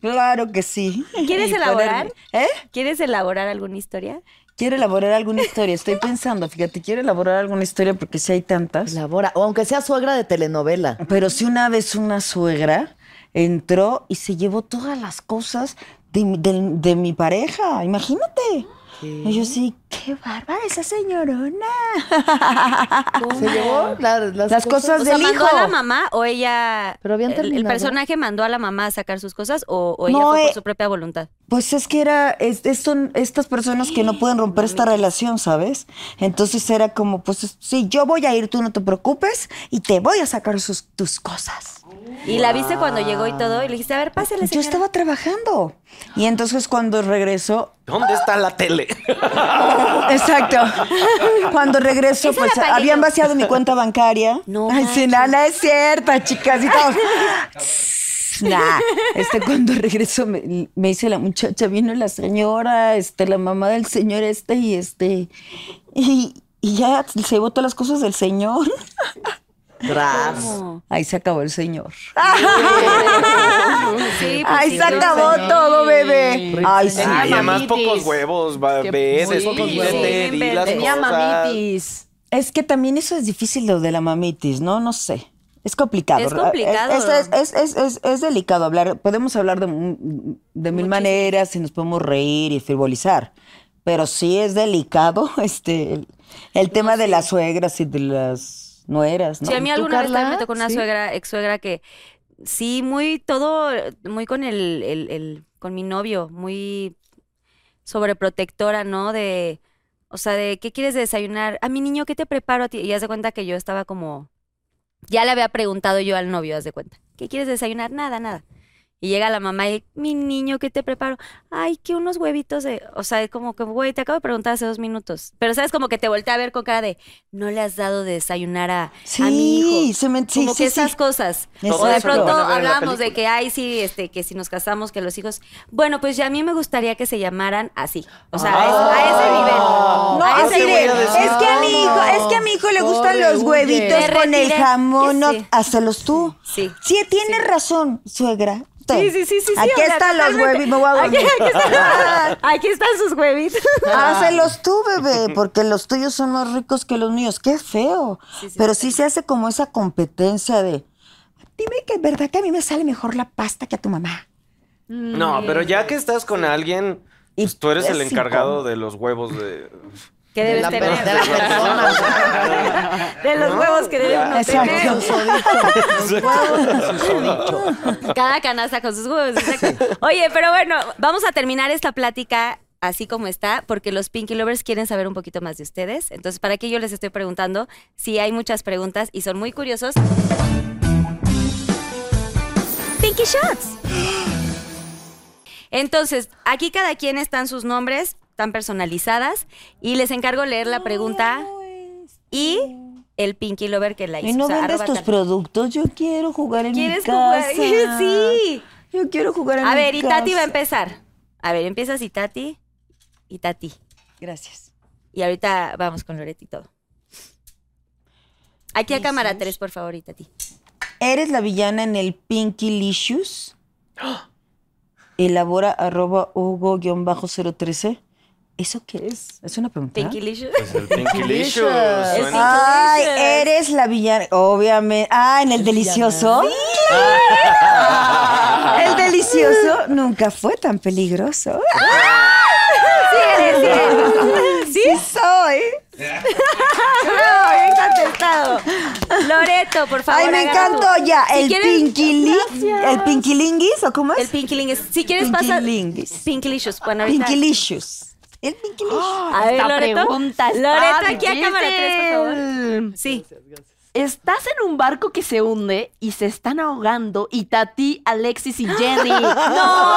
Speaker 5: Claro que sí.
Speaker 2: ¿Quieres
Speaker 5: Y
Speaker 2: elaborar?
Speaker 5: ponerme- ¿Eh?
Speaker 2: ¿Quieres elaborar alguna historia?
Speaker 5: Quiero elaborar alguna historia. Estoy pensando, fíjate, quiero elaborar alguna historia porque sí hay tantas.
Speaker 7: Elabora, o aunque sea suegra de telenovela.
Speaker 5: Pero si una vez una suegra entró y se llevó todas las cosas de, mi- del- de mi pareja, imagínate. Y yo sí, qué bárbara esa señorona.
Speaker 7: ¿Se llevó la- las,
Speaker 5: Las cosas
Speaker 2: O
Speaker 5: Pues
Speaker 2: sea,
Speaker 5: del
Speaker 2: ¿mandó
Speaker 5: hijo.
Speaker 2: a la mamá o ella...
Speaker 7: Pero habían
Speaker 2: el- el,
Speaker 7: terminado.
Speaker 2: personaje mandó a la mamá a sacar sus cosas o, o ella
Speaker 5: No,
Speaker 2: fue por
Speaker 5: eh.
Speaker 2: su propia voluntad?
Speaker 5: Pues es que era, es- es- son estas personas que no pueden romper esta relación, ¿sabes? Entonces era como, pues sí, yo voy a ir, tú no te preocupes y te voy a sacar sus, tus cosas.
Speaker 2: Y la viste cuando llegó y todo y le dijiste, a ver, pásale,
Speaker 5: Yo
Speaker 2: señora.
Speaker 5: estaba trabajando. Y entonces cuando regresó,
Speaker 6: ¿Dónde está la tele?
Speaker 5: Exacto. Cuando regreso,
Speaker 2: Esa
Speaker 5: pues
Speaker 2: la pagué
Speaker 5: habían
Speaker 2: yo.
Speaker 5: vaciado mi cuenta bancaria.
Speaker 2: No
Speaker 5: Ay, sí,
Speaker 2: manches.
Speaker 5: nada, nada es cierta, chicas. Y todos. "Tss, Nah. Este, cuando regreso, me, me dice la muchacha, vino la señora, este, la mamá del señor este, y este. Y, y ya se llevó todas las cosas del señor.
Speaker 7: Tras.
Speaker 5: Ahí se acabó el señor.
Speaker 2: Sí, pues
Speaker 5: Ah, Ahí
Speaker 2: sí,
Speaker 5: se
Speaker 2: yo-
Speaker 5: acabó todo, bebé. Ay, sí.
Speaker 6: Tenía
Speaker 4: Tenía
Speaker 6: más
Speaker 4: mamitis.
Speaker 6: pocos huevos, va,
Speaker 4: Qué
Speaker 6: ves,
Speaker 4: muy-
Speaker 6: despídete,
Speaker 2: Sí,
Speaker 6: di las
Speaker 4: Tenía
Speaker 6: cosas.
Speaker 4: mamitis.
Speaker 5: Es que también eso es difícil lo de la mamitis, ¿no? No sé. Es complicado.
Speaker 2: Es complicado.
Speaker 5: Es, es- es- es- es- es delicado hablar. Podemos hablar de, mu- de mil maneras y nos podemos reír y frivolizar. Pero sí es delicado este el, el tema de las suegras y de las nueras, ¿no?
Speaker 2: Sí, a mí alguna vez también
Speaker 7: Carla?
Speaker 2: me tocó una
Speaker 7: Sí.
Speaker 2: suegra, ex suegra que sí, muy todo, muy con el, el- el- con mi novio, muy sobreprotectora, ¿no? De, o sea, de ¿qué quieres de desayunar? A mi niño, ¿qué te preparo a ti? Y haz de cuenta que yo estaba como, ya le había preguntado yo al novio, haz de cuenta, ¿qué quieres de desayunar? Nada, nada. Y llega la mamá y, mi niño, ¿qué te preparo? Ay, que unos huevitos de. O sea, es como que, güey, te acabo de preguntar hace dos minutos. Pero sabes, como que te volteé a ver con cara de, no le has dado de desayunar a,
Speaker 5: Sí,
Speaker 2: a mi hijo.
Speaker 5: se me- sí,
Speaker 2: como
Speaker 5: sí,
Speaker 2: que
Speaker 5: sí.
Speaker 2: esas cosas.
Speaker 5: Todo
Speaker 2: O de
Speaker 5: eso lo
Speaker 2: pronto
Speaker 6: van a ver en la
Speaker 2: hablábamos de
Speaker 6: película.
Speaker 2: que, ay, sí, este, que si nos casamos, que los hijos. Bueno, pues ya a mí me gustaría que se llamaran así. O sea, a ese- a, ese,
Speaker 6: Ah.
Speaker 2: nivel.
Speaker 5: No,
Speaker 2: a ese
Speaker 5: así de,
Speaker 2: nivel.
Speaker 5: es que a mi hijo, es que a mi hijo le gustan los huevitos
Speaker 2: Te
Speaker 5: con el
Speaker 2: retiré.
Speaker 5: jamón, no,
Speaker 2: Sí.
Speaker 5: hácelos tú.
Speaker 2: Sí.
Speaker 5: Sí, tienes razón, suegra. Ten.
Speaker 2: Sí, sí, sí, sí. sí,
Speaker 5: Aquí
Speaker 2: o sea,
Speaker 5: están los
Speaker 2: totalmente.
Speaker 5: huevitos, me voy a
Speaker 2: Aquí,
Speaker 5: dormir.
Speaker 2: aquí están, aquí están sus huevitos.
Speaker 5: Hácelos tú, bebé, porque los tuyos son más ricos que los míos. Qué feo. Pero sí se hace como esa competencia de, dime que es verdad que a mí me sale mejor la pasta que a tu mamá.
Speaker 6: No, pero ya que estás con
Speaker 5: Mm.
Speaker 6: alguien,
Speaker 5: Y
Speaker 6: pues tú eres el
Speaker 5: es
Speaker 6: encargado de los huevos de.
Speaker 2: Que debes
Speaker 7: la
Speaker 2: tener.
Speaker 7: per- de la
Speaker 2: De los huevos que debe uno tener. Cada canasta con sus huevos. exacto. Oye, pero bueno, vamos a terminar esta plática así como está, porque los Pinky Lovers quieren saber un poquito más de ustedes. Entonces, ¿para qué yo les estoy preguntando? Sí, hay muchas preguntas y son muy curiosos. Pinky Shots. Entonces, aquí cada quien están sus nombres, están personalizadas, y les encargo leer la pregunta Y el Pinky Lover que la hizo.
Speaker 5: Y no
Speaker 2: o sea,
Speaker 5: vendes
Speaker 2: arroba
Speaker 5: tus
Speaker 2: tal-
Speaker 5: productos. Yo quiero jugar en mi
Speaker 2: ¿Quieres
Speaker 5: casa.
Speaker 2: jugar? sí.
Speaker 5: Yo quiero jugar en
Speaker 2: A
Speaker 5: mi
Speaker 2: ver, y
Speaker 5: casa.
Speaker 2: Tati va a empezar. A ver, empiezas y Tati. Y Tati.
Speaker 5: Gracias.
Speaker 2: Y ahorita vamos con Loretti y todo. Aquí a cámara 3, por favor, y Tati.
Speaker 5: ¿Eres la villana en el Pinky Licious? Elabora arroba Hugo-013. ¿Eso qué es? Es una pregunta.
Speaker 2: Pinky Licious.
Speaker 6: Es el Pinkylicious. Suena-
Speaker 5: Ay, eres la villana. Obviamente. Ah, en el delicioso. Ah, El delicioso nunca fue tan peligroso.
Speaker 2: ¡Ah!
Speaker 5: Sí, soy.
Speaker 2: bien contestado. Loreto, por favor.
Speaker 5: Ay, me
Speaker 2: agarra
Speaker 5: encantó
Speaker 2: tu-
Speaker 5: ya.
Speaker 2: Si
Speaker 5: El
Speaker 2: quieres-
Speaker 5: pinquili. ¿El pinquilinguis o cómo
Speaker 2: El
Speaker 5: es?
Speaker 2: Pinky Ling es- Si quieres pasar.
Speaker 5: Pinkilinguis.
Speaker 2: Pinky Licious. Bueno, ahorita.
Speaker 5: Pinquilicious. El pinquilicious.
Speaker 2: A ver,
Speaker 4: Esta
Speaker 2: Loreto.
Speaker 4: pregunta está
Speaker 2: Loreto, aquí a
Speaker 4: difícil.
Speaker 2: cámara 3, por favor. Sí.
Speaker 4: Estás en un barco que se hunde y se están ahogando y Tati, Alexis y Jenny. ¡No!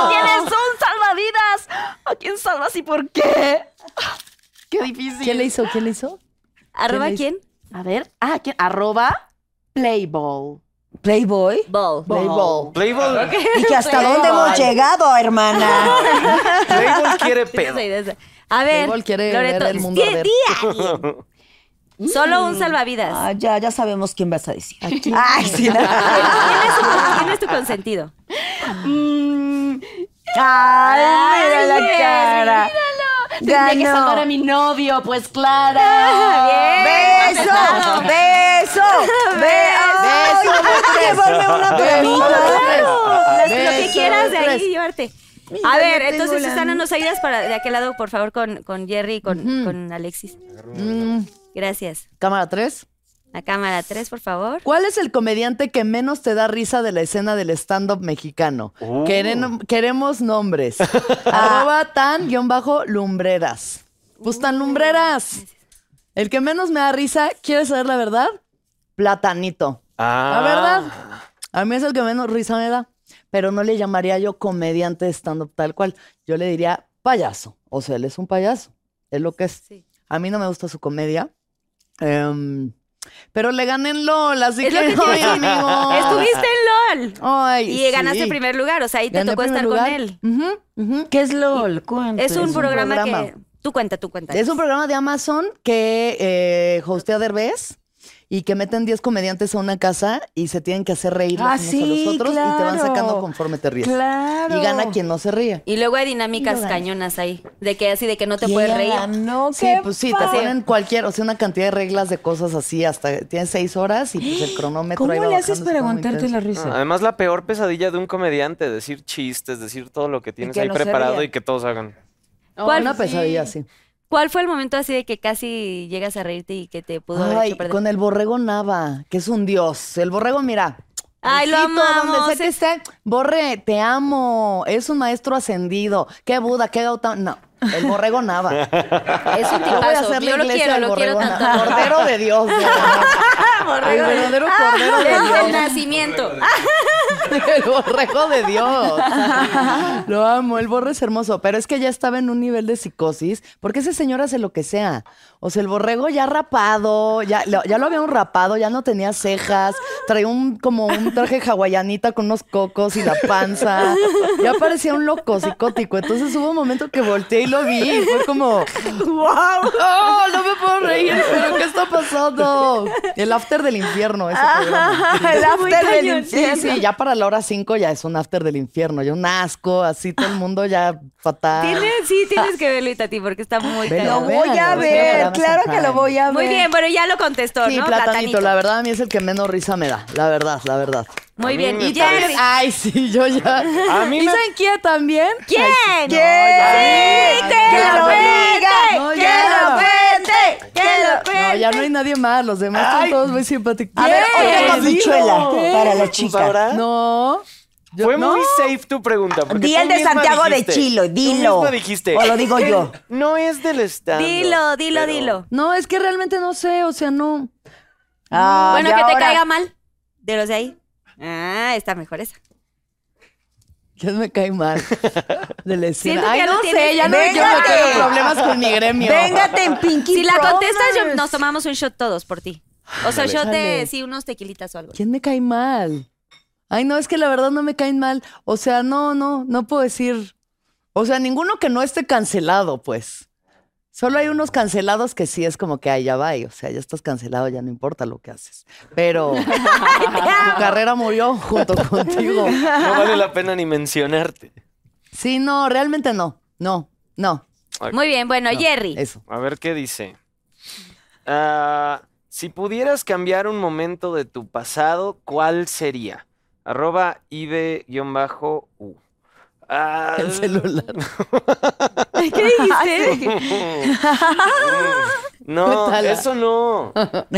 Speaker 4: ¡Tienes un salvavidas! ¿A quién salvas y por qué? ¡Qué difícil!
Speaker 7: ¿Quién le hizo? ¿Quién le hizo?
Speaker 2: ¿Arroba
Speaker 7: le hizo?
Speaker 2: quién?
Speaker 4: A ver, ah, ¿quién? Arroba Playball.
Speaker 5: Playboy.
Speaker 2: Ball.
Speaker 7: Playball.
Speaker 6: Playboy,
Speaker 5: ¿Y que hasta dónde hemos llegado, hermana?
Speaker 6: Playboy quiere pedo.
Speaker 2: Soy de esa. A ver,
Speaker 7: Playboy quiere
Speaker 2: Loreto,
Speaker 7: ver el mundo
Speaker 2: di-
Speaker 7: arder.
Speaker 2: di a alguien. Solo un salvavidas.
Speaker 5: Ah, ya, ya sabemos quién vas a decir. Ay, sí.
Speaker 2: ¿Quién es, tu, quién es tu consentido?
Speaker 5: Ay, mira la
Speaker 2: Ay,
Speaker 5: cara.
Speaker 4: Tendría que salvar a
Speaker 5: Ganó.
Speaker 4: mi novio, pues Clara.
Speaker 5: Beso, beso, beso. Beso, llevarme una para mí.
Speaker 2: Las- lo que
Speaker 7: Beso,
Speaker 2: quieras de ahí
Speaker 7: tres.
Speaker 2: llevarte. A ver,
Speaker 5: yo tengo
Speaker 2: entonces
Speaker 5: la
Speaker 2: Susana, ¿nos ayudas para de aquel lado, por favor, con, con Jerry y con, con Alexis?
Speaker 7: Mm,
Speaker 2: Gracias.
Speaker 7: Cámara 3.
Speaker 2: La cámara 3, por favor.
Speaker 7: ¿Cuál es el comediante que menos te da risa de la escena del stand-up mexicano? Queren- queremos nombres. Arroba tan guión bajo lumbreras. Pues tan lumbreras. El que menos me da risa, ¿quieres saber la verdad? Platanito.
Speaker 6: Ah.
Speaker 7: La verdad, a mí es el que menos risa me da. Pero no le llamaría yo comediante de stand-up tal cual. Yo le diría payaso. O sea, él es un payaso. Es lo que es.
Speaker 2: Sí.
Speaker 7: A mí no me gusta su comedia. Em, pero le gané en LOL, así
Speaker 2: Es
Speaker 7: que,
Speaker 2: lo que te iba a
Speaker 7: ay,
Speaker 2: decir.
Speaker 7: amigo.
Speaker 2: Estuviste en LOL.
Speaker 7: Ay,
Speaker 2: Y ganaste
Speaker 7: sí.
Speaker 2: primer lugar, o sea, ahí te
Speaker 7: Gané
Speaker 2: tocó
Speaker 7: primer
Speaker 2: estar
Speaker 7: lugar.
Speaker 2: con él.
Speaker 7: Ujú, ujú.
Speaker 5: ¿Qué es LOL? Cuéntame.
Speaker 2: Es un, programa,
Speaker 7: programa.
Speaker 2: que... Tú cuenta, tú cuenta.
Speaker 7: Es un programa de Amazon que eh, hostea Derbez y que meten 10 comediantes a una casa y se tienen que hacer reír los
Speaker 5: Ah,
Speaker 7: unos a
Speaker 5: sí,
Speaker 7: los otros y te van
Speaker 5: claro.
Speaker 7: sacando conforme te ríes.
Speaker 5: Claro.
Speaker 7: Y gana quien no se ríe.
Speaker 2: Y luego hay dinámicas cañonas ahí, de que así, de que no te puedes reír.
Speaker 5: No,
Speaker 7: Sí, pues sí, te ponen cualquier, o sea, una cantidad de reglas de cosas así, hasta tienes seis horas y pues el cronómetro
Speaker 5: ¿Cómo
Speaker 7: ahí va
Speaker 5: le haces
Speaker 7: bajando,
Speaker 5: para
Speaker 7: está muy
Speaker 5: aguantarte
Speaker 7: intenso.
Speaker 5: la risa?
Speaker 6: Además, la peor pesadilla de un comediante, decir chistes, decir todo lo que tienes
Speaker 5: que
Speaker 6: ahí
Speaker 5: no se
Speaker 6: preparado
Speaker 5: rían.
Speaker 6: y que todos hagan.
Speaker 2: ¿Cuál?
Speaker 7: Una pesadilla, sí.
Speaker 2: ¿Cuál fue el momento así de que casi llegas a reírte y que te pudo haber
Speaker 7: Ay,
Speaker 2: hecho perder?
Speaker 7: con el borrego Nava, que es un dios. El borrego, mira.
Speaker 2: Ay, lo
Speaker 7: besito,
Speaker 2: amamos.
Speaker 7: Donde sea que esté, borre, te amo. Es un maestro ascendido. Qué Buda, qué Gautama. No, el borrego Nava.
Speaker 2: Es un
Speaker 7: Yo voy a
Speaker 2: tipazo.
Speaker 7: hacer la
Speaker 2: Yo lo
Speaker 7: iglesia
Speaker 2: quiero,
Speaker 7: del
Speaker 2: lo quiero
Speaker 7: borrego
Speaker 2: tanto.
Speaker 7: Nava. Cordero de Dios. de verdad. el verdadero cordero de Dios.
Speaker 2: Desde el nacimiento.
Speaker 7: El borrego de Dios. Lo amo, el borre es hermoso, pero es que ya estaba en un nivel de psicosis, porque ese señor hace lo que sea. O sea, el borrego ya rapado, ya, lo- ya lo habían rapado, ya no tenía cejas, traía un, como un traje hawaianita con unos cocos y la panza. Ya parecía un loco psicótico. Entonces hubo un momento que volteé y lo vi y fue como, ¡Wow! ¡Oh, no me puedo reír! ¿Pero qué está pasando? El after del infierno, ese programa.
Speaker 5: El after del
Speaker 7: Sí,
Speaker 5: infierno.
Speaker 7: sí, ya para la hora 5 ya es un after del infierno, ya un asco, así todo el mundo ya fatal.
Speaker 2: Tienes- Ah, sí, tienes que verlo, Itati, porque está muy
Speaker 5: Lo
Speaker 7: Velo,
Speaker 2: cagado.
Speaker 7: velo.
Speaker 5: voy a
Speaker 7: Véanlo, véanlo,
Speaker 5: ver,
Speaker 7: vamos a
Speaker 5: claro que lo
Speaker 7: ver.
Speaker 5: voy a ver.
Speaker 2: Muy bien, bueno, ya lo contestó,
Speaker 7: Sí,
Speaker 2: ¿no?
Speaker 7: platanito, la verdad a mí es el que menos risa me da, la verdad, la verdad.
Speaker 2: Muy
Speaker 6: A mí
Speaker 2: bien.
Speaker 6: me
Speaker 2: Y Jerry.
Speaker 7: Ay, sí, yo ya.
Speaker 6: A mí
Speaker 7: ¿Y
Speaker 6: me-
Speaker 7: saben quién también?
Speaker 2: ¿Quién?
Speaker 5: ¿Quién?
Speaker 2: Sí,
Speaker 5: ¡Que
Speaker 2: que
Speaker 5: lo
Speaker 2: lo
Speaker 5: diga!
Speaker 7: No,
Speaker 5: ¡Que
Speaker 7: ya.
Speaker 5: lo cuente! ¡Que lo
Speaker 7: No,
Speaker 5: cuente!
Speaker 7: ya no hay nadie más, los demás son todos muy simpáticos.
Speaker 5: A ver,
Speaker 7: ¿Quién?
Speaker 5: otra
Speaker 7: Digo.
Speaker 5: comichuela para la chica.
Speaker 6: Pues Ahora,
Speaker 7: No. Yo-
Speaker 6: fue
Speaker 7: no.
Speaker 6: muy safe tu pregunta. porque
Speaker 5: Di
Speaker 6: tú
Speaker 5: el de
Speaker 6: misma
Speaker 5: Santiago
Speaker 6: dijiste-
Speaker 5: de Chilo,
Speaker 6: tú
Speaker 5: dilo.
Speaker 6: misma dijiste.
Speaker 5: O lo digo yo.
Speaker 6: No es del stand.
Speaker 2: Dilo, dilo, dilo.
Speaker 7: No, es que realmente no sé, o sea, no.
Speaker 5: Ah,
Speaker 2: Bueno,
Speaker 5: ya
Speaker 2: que te
Speaker 5: ahora-
Speaker 2: caiga mal. De los de ahí. Ah, está mejor esa.
Speaker 7: ¿Quién me cae mal? De la escena.
Speaker 2: Siento que
Speaker 7: Ay,
Speaker 2: ya
Speaker 7: no
Speaker 2: lo
Speaker 7: sé,
Speaker 2: tienes.
Speaker 7: ya no, yo no
Speaker 5: Véngate.
Speaker 7: quiero problemas con mi gremio.
Speaker 5: Véngate en Pinky
Speaker 2: Si la contestas, yo-
Speaker 5: Promise.
Speaker 2: nos tomamos un shot todos por ti. O sea, shot
Speaker 7: Chale.
Speaker 2: de, sí, unos tequilitas o algo.
Speaker 7: ¿Quién me cae mal? Ay, no, es que la verdad no me caen mal. O sea, no, no, no puedo decir. O sea, ninguno que no esté cancelado, pues. Solo hay unos cancelados que sí es como que ahí ya va, y, o sea, ya estás cancelado, ya no importa lo que haces. Pero tu carrera murió junto contigo.
Speaker 6: No vale la pena ni mencionarte.
Speaker 7: Sí, no, realmente no. No, no.
Speaker 2: Muy bien, bueno,
Speaker 7: no,
Speaker 2: Jerry.
Speaker 7: Eso.
Speaker 6: A ver qué dice. Ah, si pudieras cambiar un momento de tu pasado, ¿cuál sería? Arroba ibe-u. Ah,
Speaker 7: El celular.
Speaker 2: ¿Qué dijiste?
Speaker 6: mm, No,
Speaker 7: Cuéntala.
Speaker 6: eso no. No,
Speaker 5: Cuéntales.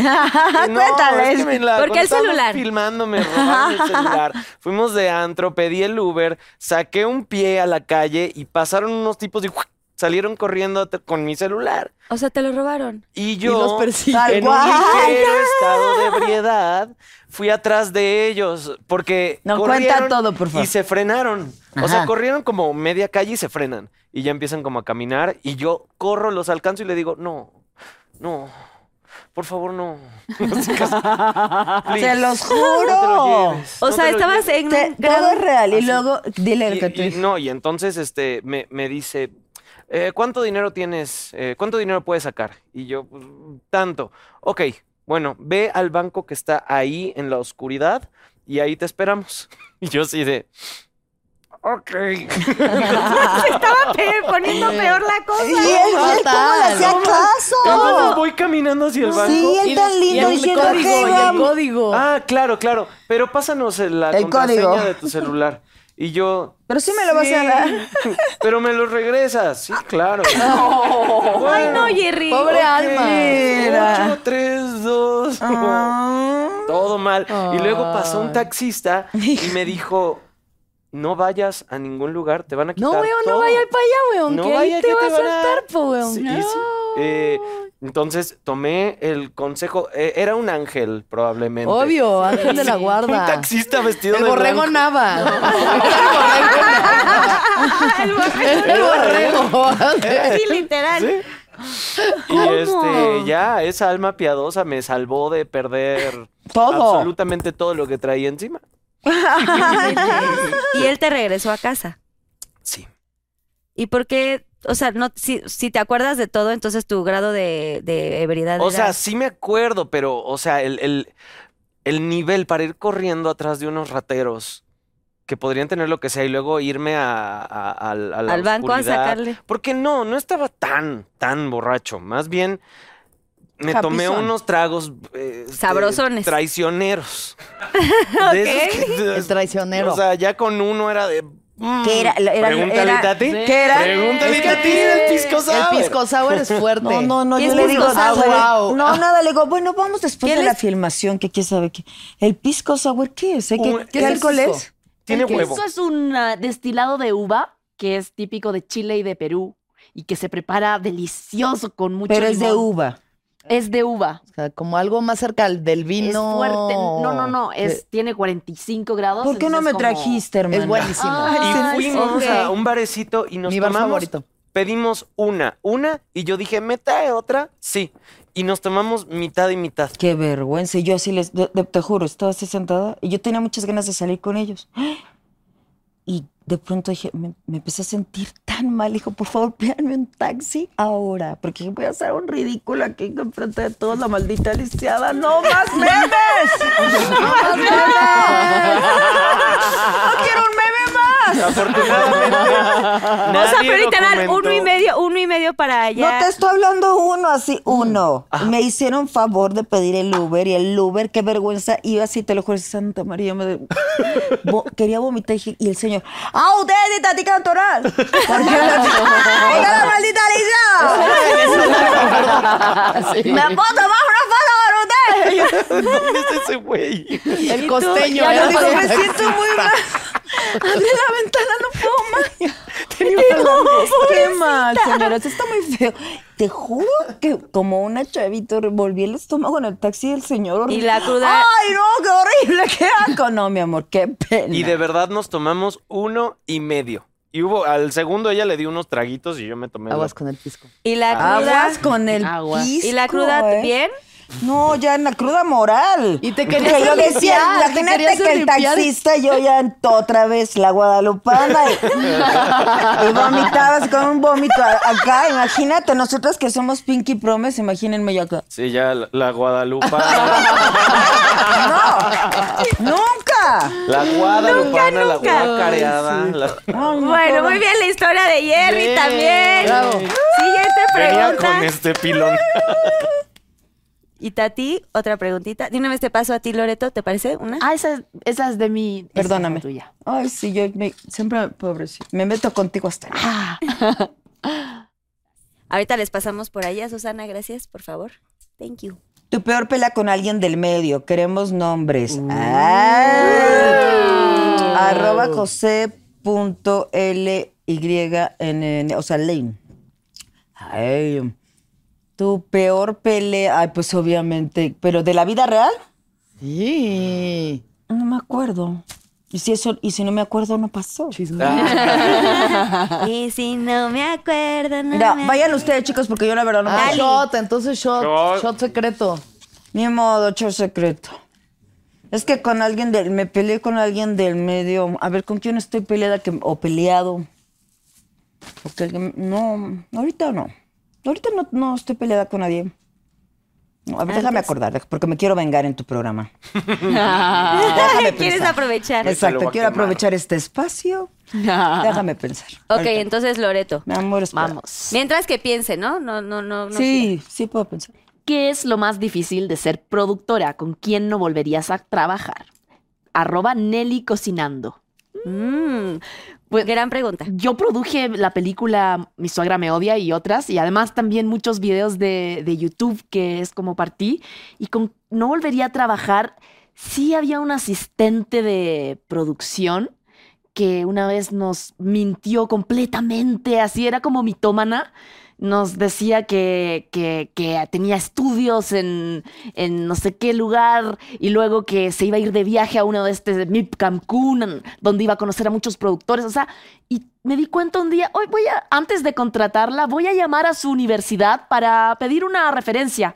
Speaker 6: es que me la-
Speaker 2: ¿Por qué el
Speaker 6: cuando estábamos
Speaker 2: celular?
Speaker 6: Filmando, me robaron el celular. Fuimos de antro, pedí el Uber, saqué un pie a la calle y pasaron unos tipos y ¡juac! salieron corriendo a- con mi celular.
Speaker 2: O sea, te lo robaron.
Speaker 6: Y
Speaker 7: y los
Speaker 6: yo,
Speaker 7: persigue.
Speaker 6: en un ligero estado de ebriedad, fui atrás de ellos porque
Speaker 5: No,
Speaker 6: corrieron
Speaker 5: cuenta todo, por favor.
Speaker 6: y se frenaron. O sea,
Speaker 5: Ajá.
Speaker 6: corrieron como media calle y se frenan. Y ya empiezan como a caminar y yo corro, los alcanzo y le digo, no, no, por favor, no. Así que,
Speaker 5: Se
Speaker 6: please,
Speaker 5: los
Speaker 6: no te lo
Speaker 5: juro.
Speaker 6: lleves,
Speaker 2: O
Speaker 6: no
Speaker 2: sea,
Speaker 6: te lo
Speaker 2: estabas
Speaker 6: lleves.
Speaker 2: en
Speaker 5: Te-
Speaker 2: un
Speaker 5: todo es
Speaker 2: grado...
Speaker 5: real. Y luego, dile
Speaker 6: Y-
Speaker 5: que
Speaker 6: y-
Speaker 5: tú.
Speaker 6: no, y entonces este, me, me dice, "Eh, ¿cuánto dinero tienes? Eh, ¿Cuánto dinero puedes sacar? Y yo, "Pues, tanto. Ok, bueno, ve al banco que está ahí en la oscuridad y ahí te esperamos. Y yo así de, ok.
Speaker 2: Pe- poniendo peor la
Speaker 5: Y
Speaker 2: cosa.
Speaker 5: él, y él cómo le hacía
Speaker 6: Entonces
Speaker 5: caso.
Speaker 6: voy caminando hacia el banco.
Speaker 5: Sí, él tan lindo
Speaker 7: y el
Speaker 5: diciendo
Speaker 7: código,
Speaker 5: que
Speaker 7: y el
Speaker 5: vamos.
Speaker 7: código.
Speaker 6: Ah, claro, claro. Pero pásanos el- la
Speaker 5: El
Speaker 6: contraseña
Speaker 5: código.
Speaker 6: de tu celular. Y yo.
Speaker 5: Pero sí me lo vas a
Speaker 6: "Sí,
Speaker 5: dar".
Speaker 6: Pero me lo regresas. Sí, claro.
Speaker 2: No,
Speaker 6: Bueno.
Speaker 2: Jerry.
Speaker 7: Pobre alma.
Speaker 5: Mira.
Speaker 6: 8, 3, 2.
Speaker 5: Ah.
Speaker 6: Todo mal. Y luego pasó un
Speaker 7: Ay.
Speaker 6: taxista y me dijo: No vayas a ningún lugar, te van a quitar.
Speaker 7: No, weón,
Speaker 6: todo".
Speaker 7: no vaya para allá, weón.
Speaker 6: No
Speaker 7: que
Speaker 6: vaya,
Speaker 7: ahí te
Speaker 6: ¿qué
Speaker 7: va
Speaker 6: te
Speaker 7: a
Speaker 6: van a dar?
Speaker 7: soltar, po, weón.
Speaker 6: Sí, y sí. Eh, entonces tomé el consejo. eh, era un ángel, probablemente.
Speaker 7: Obvio, Ángel de la
Speaker 6: Un
Speaker 7: Guarda.
Speaker 6: taxista vestido
Speaker 7: El
Speaker 6: de
Speaker 7: borrego
Speaker 6: blanco.
Speaker 7: Nava. El borrego.
Speaker 2: Sí, literal.
Speaker 6: Y este, ya, esa alma piadosa me salvó de perder
Speaker 5: Todo.
Speaker 6: absolutamente todo lo que traía encima.
Speaker 2: Y él te regresó a casa.
Speaker 6: Sí.
Speaker 2: ¿Y por qué? O sea, no, si, si te acuerdas de todo, entonces tu grado de, de ebriedad
Speaker 6: O sea,
Speaker 2: era-
Speaker 6: sí me acuerdo, pero, o sea, el, el- el nivel para ir corriendo atrás de unos rateros que podrían tener lo que sea y luego irme a, a- a la- a la
Speaker 2: al banco a
Speaker 6: oscuridad.
Speaker 2: sacarle.
Speaker 6: Porque no, no estaba tan, tan borracho. Más bien, me tomé
Speaker 5: Japizón.
Speaker 6: unos tragos... eh, este,
Speaker 2: Sabrosones.
Speaker 6: Traicioneros. De esos que-
Speaker 7: El traicionero.
Speaker 6: O sea, ya con uno era de... mm,
Speaker 5: Que era- era-
Speaker 6: pregúntale
Speaker 5: era-
Speaker 6: a ti.
Speaker 5: ¿Qué era?
Speaker 6: Pregúntale a ti del pisco sour.
Speaker 7: El pisco sour es fuerte.
Speaker 5: No, no, no,
Speaker 2: ¿Qué
Speaker 5: yo
Speaker 2: es
Speaker 5: le
Speaker 2: pisco
Speaker 5: digo,
Speaker 2: sour?
Speaker 5: nada,
Speaker 7: Wow.
Speaker 5: no, nada, le digo, bueno, vamos después
Speaker 2: ¿Qué
Speaker 5: de
Speaker 2: les-
Speaker 5: la filmación, que quién sabe qué. El pisco sour, ¿qué es? eh? ¿Qué,
Speaker 6: Un-
Speaker 5: qué
Speaker 6: es
Speaker 5: alcohol
Speaker 7: pisco.
Speaker 5: es?
Speaker 6: mm, Tiene
Speaker 7: ¿Qué?
Speaker 6: huevo.
Speaker 4: Eso es un ah, destilado de uva que es típico de Chile y de Perú y que se prepara delicioso con mucho
Speaker 5: Pero es de
Speaker 4: limón.
Speaker 5: uva.
Speaker 4: Es de uva.
Speaker 7: O sea, como algo más cerca al del vino.
Speaker 4: Es fuerte. No, no, no. Es, tiene 45 grados.
Speaker 5: ¿Por qué no me
Speaker 4: entonces como-
Speaker 5: trajiste, hermano?
Speaker 7: Es buenísimo.
Speaker 4: Ah,
Speaker 6: Y
Speaker 4: sí,
Speaker 6: fuimos
Speaker 2: ok.
Speaker 6: a un barecito y nos
Speaker 7: Mi bar
Speaker 6: tomamos,
Speaker 7: favorito.
Speaker 6: pedimos una, una, y yo dije, ¿me trae otra? Sí. Y nos tomamos mitad y mitad.
Speaker 5: Qué vergüenza. Y yo así les, de- de- te juro, estaba así sentada y yo tenía muchas ganas de salir con ellos. Y de pronto dije, me, me empecé a sentir tan mal. Dijo, por favor, pídanme un taxi ahora, porque voy a hacer un ridículo aquí enfrente de todos, la maldita lisiada. ¡No más memes! ¡No más memes! ¡No quiero un meme más!
Speaker 6: Afortunadamente.
Speaker 2: o sea,
Speaker 6: nadie
Speaker 2: pero literal,
Speaker 6: documentó.
Speaker 2: uno y medio, uno y medio para allá.
Speaker 5: No te estoy hablando uno así, uno. Me hicieron favor de pedir el Uber y el Uber, qué vergüenza, iba así, te lo juro, Santa María, me de- Vo- quería vomitar y dije- y el señor, ¡ah, usted es de Tati Cantoral! ¿Por qué no- ¡Oiga la maldita lisa! ¡Me puedo tomar una foto con usted!
Speaker 6: ¿Dónde es ese güey?
Speaker 7: El costeño. ¿eh?
Speaker 5: Yo
Speaker 7: era
Speaker 5: digo,
Speaker 7: para-
Speaker 5: me siento muy mal. Abrí la ventana, no puedo más.
Speaker 6: Tenía una-
Speaker 5: Qué mal, señora, esto está muy feo. Te juro que como una chavito revolví el estómago en el taxi del señor.
Speaker 2: Y
Speaker 5: horrible.
Speaker 2: la cruda.
Speaker 5: ¡Ay, no! ¡Qué horrible! ¡Qué asco! No, mi amor, qué pena.
Speaker 6: Y de verdad nos tomamos uno y medio. Y hubo, al segundo ella le di unos traguitos y yo me tomé.
Speaker 7: Aguas con el pisco.
Speaker 2: Y la
Speaker 6: Ah,
Speaker 2: cruda.
Speaker 5: Aguas con el
Speaker 4: Aguas.
Speaker 5: pisco,
Speaker 2: Y la cruda,
Speaker 5: ¿eh?
Speaker 2: ¿bien?
Speaker 5: No, ya en la cruda moral.
Speaker 7: Y te querías
Speaker 5: Que yo
Speaker 7: limpiar,
Speaker 5: decía,
Speaker 7: te
Speaker 5: imagínate
Speaker 7: querías
Speaker 5: que el
Speaker 7: limpiar.
Speaker 5: taxista, yo ya en- otra vez la guadalupana y, y vomitabas con un vómito a- acá. Imagínate, nosotras que somos Pinky Promise, imagínenme yo acá.
Speaker 6: Sí, ya la, la Guadalupana.
Speaker 5: ¡No! ¡Nunca!
Speaker 6: la Guadalupana, la Guacareada. la-
Speaker 5: No, no,
Speaker 2: Bueno,
Speaker 5: todo.
Speaker 2: muy bien la historia de Jerry
Speaker 6: Bien.
Speaker 2: también.
Speaker 6: Bravo.
Speaker 2: Siguiente
Speaker 6: Venía
Speaker 2: pregunta.
Speaker 6: con este pilón.
Speaker 2: Y Tati, otra preguntita. De una vez te paso a ti, Loreto, ¿te parece? Una.
Speaker 4: Ah, esa, esa es de mi. esa es
Speaker 5: Perdóname.
Speaker 4: tuya.
Speaker 5: Ay, sí, yo me- siempre, pobrecito, me meto contigo hasta el-
Speaker 2: Ahorita les pasamos por allá, Susana, gracias, por favor. Thank you.
Speaker 5: Tu peor pelea con alguien del medio. Queremos nombres. Ah. Arroba José.lynn. O sea, Lane. Ay. Tu peor pelea. Ay, pues obviamente. ¿Pero de la vida real?
Speaker 7: Sí.
Speaker 5: No me acuerdo. Y si eso, y si no me acuerdo, no pasó.
Speaker 2: Y si no me acuerdo, no
Speaker 5: Mira,
Speaker 2: me
Speaker 5: vayan ustedes, chicos, porque yo la verdad no me
Speaker 7: Ah,
Speaker 5: acuerdo.
Speaker 7: shot, entonces shot,
Speaker 6: Shot.
Speaker 7: shot. secreto.
Speaker 5: Ni modo, hecho secreto. Es que con alguien del, me peleé con alguien del medio. A ver, ¿con quién estoy peleada que, o peleado? Porque alguien- no, ahorita no. Ahorita no, no estoy peleada con nadie. No, a ver, déjame acordar, deja- porque me quiero vengar en tu programa. Déjame
Speaker 2: ¿Quieres
Speaker 5: pensar.
Speaker 2: aprovechar?
Speaker 6: Ahorita lo voy
Speaker 5: Exacto,
Speaker 6: a
Speaker 5: quiero
Speaker 6: quemar.
Speaker 5: aprovechar este espacio. Déjame pensar.
Speaker 2: Ok,
Speaker 5: Ahorita.
Speaker 2: entonces Loreto.
Speaker 5: Mi amor, espera.
Speaker 4: Vamos.
Speaker 2: Mientras que piense, ¿no? No, no, no. no
Speaker 5: Sí, sí puedo pensar.
Speaker 4: ¿Qué es lo más difícil de ser productora? ¿Con quién no volverías a trabajar? Arroba Nelly Cocinando.
Speaker 2: Mm,
Speaker 4: Pues,
Speaker 2: gran pregunta.
Speaker 4: Yo produje la película Mi suegra me odia y otras, y además también muchos videos de, de YouTube, que es como partí, y con No Volvería a Trabajar, sí había un asistente de producción que una vez nos mintió completamente, así era como mitómana, nos decía que, que- que tenía estudios en, en no sé qué lugar y luego que se iba a ir de viaje a uno de este MIP Cancún, donde iba a conocer a muchos productores, o sea, y me di cuenta un día, hoy voy a, antes de contratarla, voy a llamar a su universidad para pedir una referencia.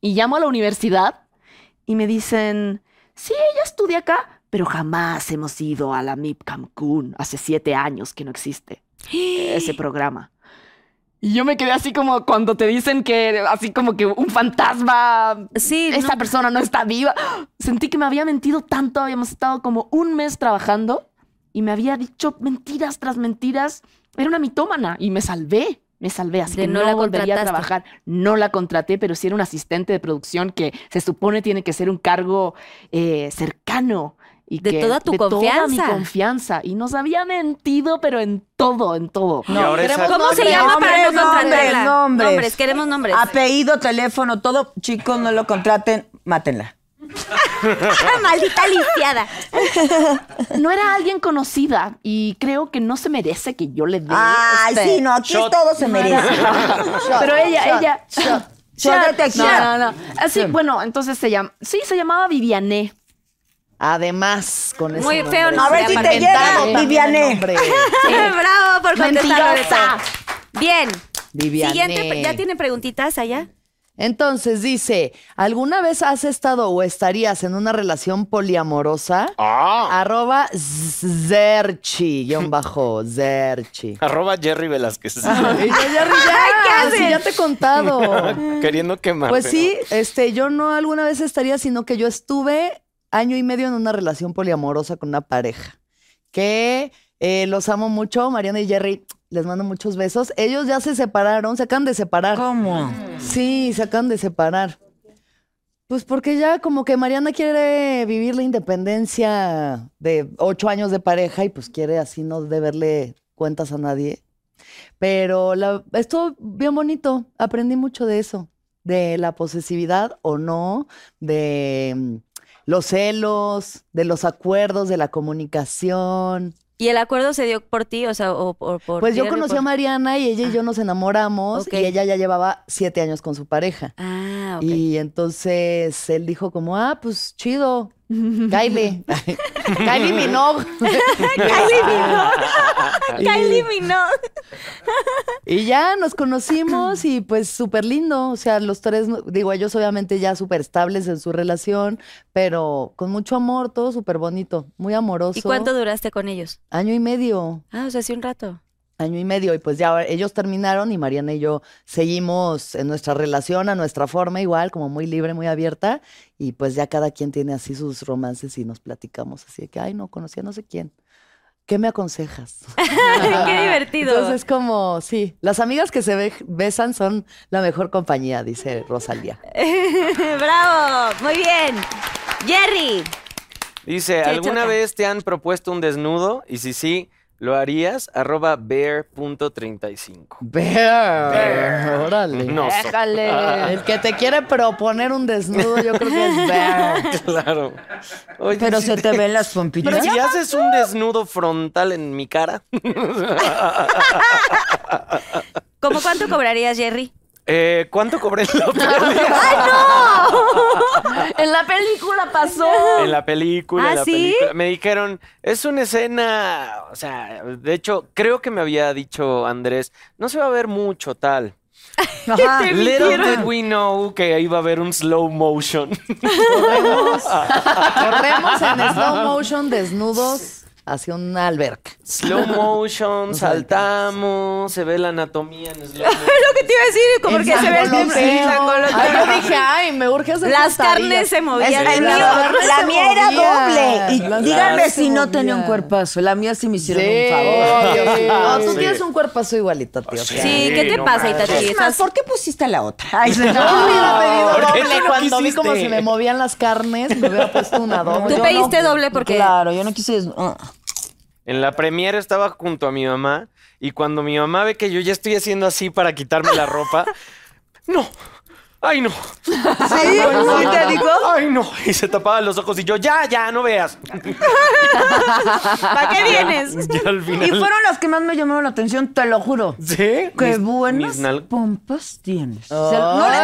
Speaker 4: Y llamo a la universidad y me dicen, sí, ella estudia acá, pero jamás hemos ido a la MIP Cancún. Hace siete años que no existe ese programa. Y yo me quedé así como cuando te dicen que, así como que un fantasma
Speaker 2: Sí, no.
Speaker 4: esta persona no está viva. Sentí que me había mentido tanto, habíamos estado como un mes trabajando y me había dicho mentiras tras mentiras. Era una mitómana y me salvé, me salvé, así
Speaker 2: De
Speaker 4: que
Speaker 2: no la
Speaker 4: no, la volvería a
Speaker 2: contrataste.
Speaker 4: trabajar. No la contraté, pero sí era un asistente de producción que se supone tiene que ser un cargo eh, cercano. Y
Speaker 2: De
Speaker 4: que-
Speaker 2: toda tu
Speaker 4: de Toda mi
Speaker 2: confianza.
Speaker 4: confianza. Y nos había mentido, pero en todo, en todo.
Speaker 6: y ahora esa-
Speaker 2: ¿Cómo se
Speaker 5: nombres,
Speaker 2: llama para no
Speaker 5: nombres,
Speaker 2: contratarla?
Speaker 5: nombres, nombres. Ah,
Speaker 2: queremos nombres.
Speaker 5: Apellido, teléfono, todo. Chicos, no lo contraten, mátenla.
Speaker 2: Maldita lisiada.
Speaker 4: No era alguien conocida y creo que no se merece que yo le dé.
Speaker 5: Ay,
Speaker 4: este-
Speaker 5: sí, no, aquí
Speaker 6: shot.
Speaker 5: todo se merece.
Speaker 4: Pero ella,
Speaker 7: shot,
Speaker 4: ella.
Speaker 7: shot,
Speaker 5: shot de tequila.
Speaker 4: No, no, no. Así, bueno, entonces se llama. Sí, se llamaba Viviané.
Speaker 7: Además, con ese
Speaker 2: Muy
Speaker 7: nombre.
Speaker 2: feo, no
Speaker 5: A ver
Speaker 2: se
Speaker 5: si
Speaker 2: llama.
Speaker 5: te llega,
Speaker 7: También el
Speaker 5: Viviané.
Speaker 7: nombre.
Speaker 2: Bravo por contestar. Loreto.
Speaker 4: Mentirosa.
Speaker 2: Bien.
Speaker 7: Viviane.
Speaker 2: Siguiente, pre- ¿ya tiene preguntitas allá?
Speaker 7: Entonces dice, ¿alguna vez has estado o estarías en una relación poliamorosa?
Speaker 6: Ah.
Speaker 7: Arroba Zerchi, guión bajo, Zerchi.
Speaker 6: Arroba Jerry Velázquez.
Speaker 7: Y yo, Jerry, ya, sí, ya te he contado.
Speaker 6: Queriendo quemar.
Speaker 7: Pues sí, este, yo no alguna vez estaría, sino que yo estuve año y medio en una relación poliamorosa con una pareja. Que eh, los amo mucho, Mariana y Jerry, les mando muchos besos. Ellos ya se separaron, se acaban de separar.
Speaker 5: ¿Cómo?
Speaker 7: Sí, se acaban de separar. Pues porque ya como que Mariana quiere vivir la independencia de ocho años de pareja y pues quiere así no deberle cuentas a nadie. Pero la, estuvo bien bonito, aprendí mucho de eso, de la posesividad o no, de mm, los celos, de los acuerdos, de la comunicación.
Speaker 2: ¿Y el acuerdo se dio por ti? O sea, o, o por.
Speaker 7: Pues yo
Speaker 2: Jerry,
Speaker 7: conocí
Speaker 2: por- Ah,
Speaker 7: a Mariana y ella y yo nos enamoramos
Speaker 2: ok.
Speaker 7: y ella ya llevaba siete años con su pareja.
Speaker 2: Ah, ok.
Speaker 7: Y entonces él dijo como, ah, pues chido, Kylie. Kylie Minogue.
Speaker 2: Kylie Minogue. Kylie Minogue.
Speaker 7: Y ya nos conocimos y pues súper lindo. O sea, los tres, no- digo, ellos obviamente ya súper estables en su relación, pero con mucho amor, todo súper bonito, muy amoroso.
Speaker 2: ¿Y cuánto duraste con ellos?
Speaker 7: Año y medio,
Speaker 2: Ah, o sea, sí, un rato.
Speaker 7: año y medio. Y pues ya ahora ellos terminaron y Mariana y yo seguimos en nuestra relación, a nuestra forma igual, como muy libre, muy abierta. Y pues ya cada quien tiene así sus romances y nos platicamos. Así de que, ay, no, conocí a no sé quién. ¿Qué me aconsejas?
Speaker 2: Qué divertido.
Speaker 7: Entonces es como, sí, las amigas que se be- besan son la mejor compañía, dice Rosalía.
Speaker 2: Bravo, muy bien. Jerry,
Speaker 6: Dice,
Speaker 2: Qué
Speaker 6: ¿alguna
Speaker 2: choca.
Speaker 6: vez te han propuesto un desnudo? Y si sí, ¿lo harías? Arroba bear.35.
Speaker 7: Bear.
Speaker 6: Bear.
Speaker 7: Órale.
Speaker 6: No, so-
Speaker 4: Déjale.
Speaker 7: El que te quiere proponer un desnudo, yo creo que es Bear.
Speaker 6: claro. Oye,
Speaker 5: Pero
Speaker 6: si
Speaker 5: se te ven las
Speaker 6: Pero
Speaker 5: pompillas.
Speaker 6: si haces un desnudo frontal en mi cara,
Speaker 2: ¿cómo cuánto cobrarías, Jerry?
Speaker 6: eh, ¿cuánto cobré la peli-
Speaker 4: En la película pasó.
Speaker 6: en la película? en
Speaker 2: ¿Ah,
Speaker 6: la
Speaker 2: sí?
Speaker 6: película? Me dijeron, es una escena, o sea, de hecho, creo que me había dicho Andrés, no se va a ver mucho tal.
Speaker 7: Ah,
Speaker 5: Ajá.
Speaker 6: Little did we know que iba a haber un slow motion.
Speaker 7: Corremos, corremos en slow motion desnudos hacia una alberca.
Speaker 6: Slow motion,
Speaker 7: Nos
Speaker 6: saltamos, se ve la anatomía en slow motion.
Speaker 2: ¿Qué te iba a decir? Como
Speaker 7: El
Speaker 2: que se ve el
Speaker 7: sangoloteo. Ay, Ah, yo dije, ay, me urge hacer
Speaker 2: Las
Speaker 7: sentadillas.
Speaker 2: carnes se movían.
Speaker 7: Es que
Speaker 2: El
Speaker 7: la
Speaker 2: mío-
Speaker 7: carne
Speaker 5: La
Speaker 7: se
Speaker 5: mía era
Speaker 7: movía.
Speaker 5: doble. Y
Speaker 7: Las
Speaker 5: díganme
Speaker 7: carnes se
Speaker 5: si no tenía un
Speaker 7: movían.
Speaker 5: cuerpazo. La mía sí me
Speaker 7: Sí.
Speaker 5: hicieron un favor.
Speaker 7: No, tú
Speaker 6: Sí.
Speaker 7: tienes un cuerpazo igualito, tío. o sea.
Speaker 2: Sí, ¿qué te
Speaker 6: no
Speaker 2: pasa,
Speaker 6: manches.
Speaker 2: Itati?
Speaker 5: Es más,
Speaker 2: Estás-
Speaker 5: ¿por qué pusiste a la otra? Ay, sí.
Speaker 7: Yo hubiera pedido
Speaker 6: ¿Por qué
Speaker 7: doble
Speaker 6: no
Speaker 7: cuando vi cómo
Speaker 6: quisiste?
Speaker 7: se me movían las carnes, me hubiera puesto una doble.
Speaker 2: Tú
Speaker 5: yo
Speaker 2: pediste
Speaker 5: no.
Speaker 2: doble porque.
Speaker 5: Claro, yo no quise. des- ah.
Speaker 6: En la premiere estaba junto a mi mamá y cuando mi mamá ve que yo ya estoy haciendo así para quitarme la ropa, no. Ay, no.
Speaker 5: ¿Sí? ¿Sí te digo?
Speaker 6: Ay, no. Y se tapaba los ojos y yo, ya, ya, no veas.
Speaker 2: ¿Para qué vienes?
Speaker 6: Y al final.
Speaker 5: Y fueron las que más me llamaron la atención, te lo juro.
Speaker 6: ¿Sí?
Speaker 5: Qué
Speaker 6: Mis-
Speaker 5: buenas
Speaker 6: mis nal-
Speaker 5: pompas tienes. O sea, no le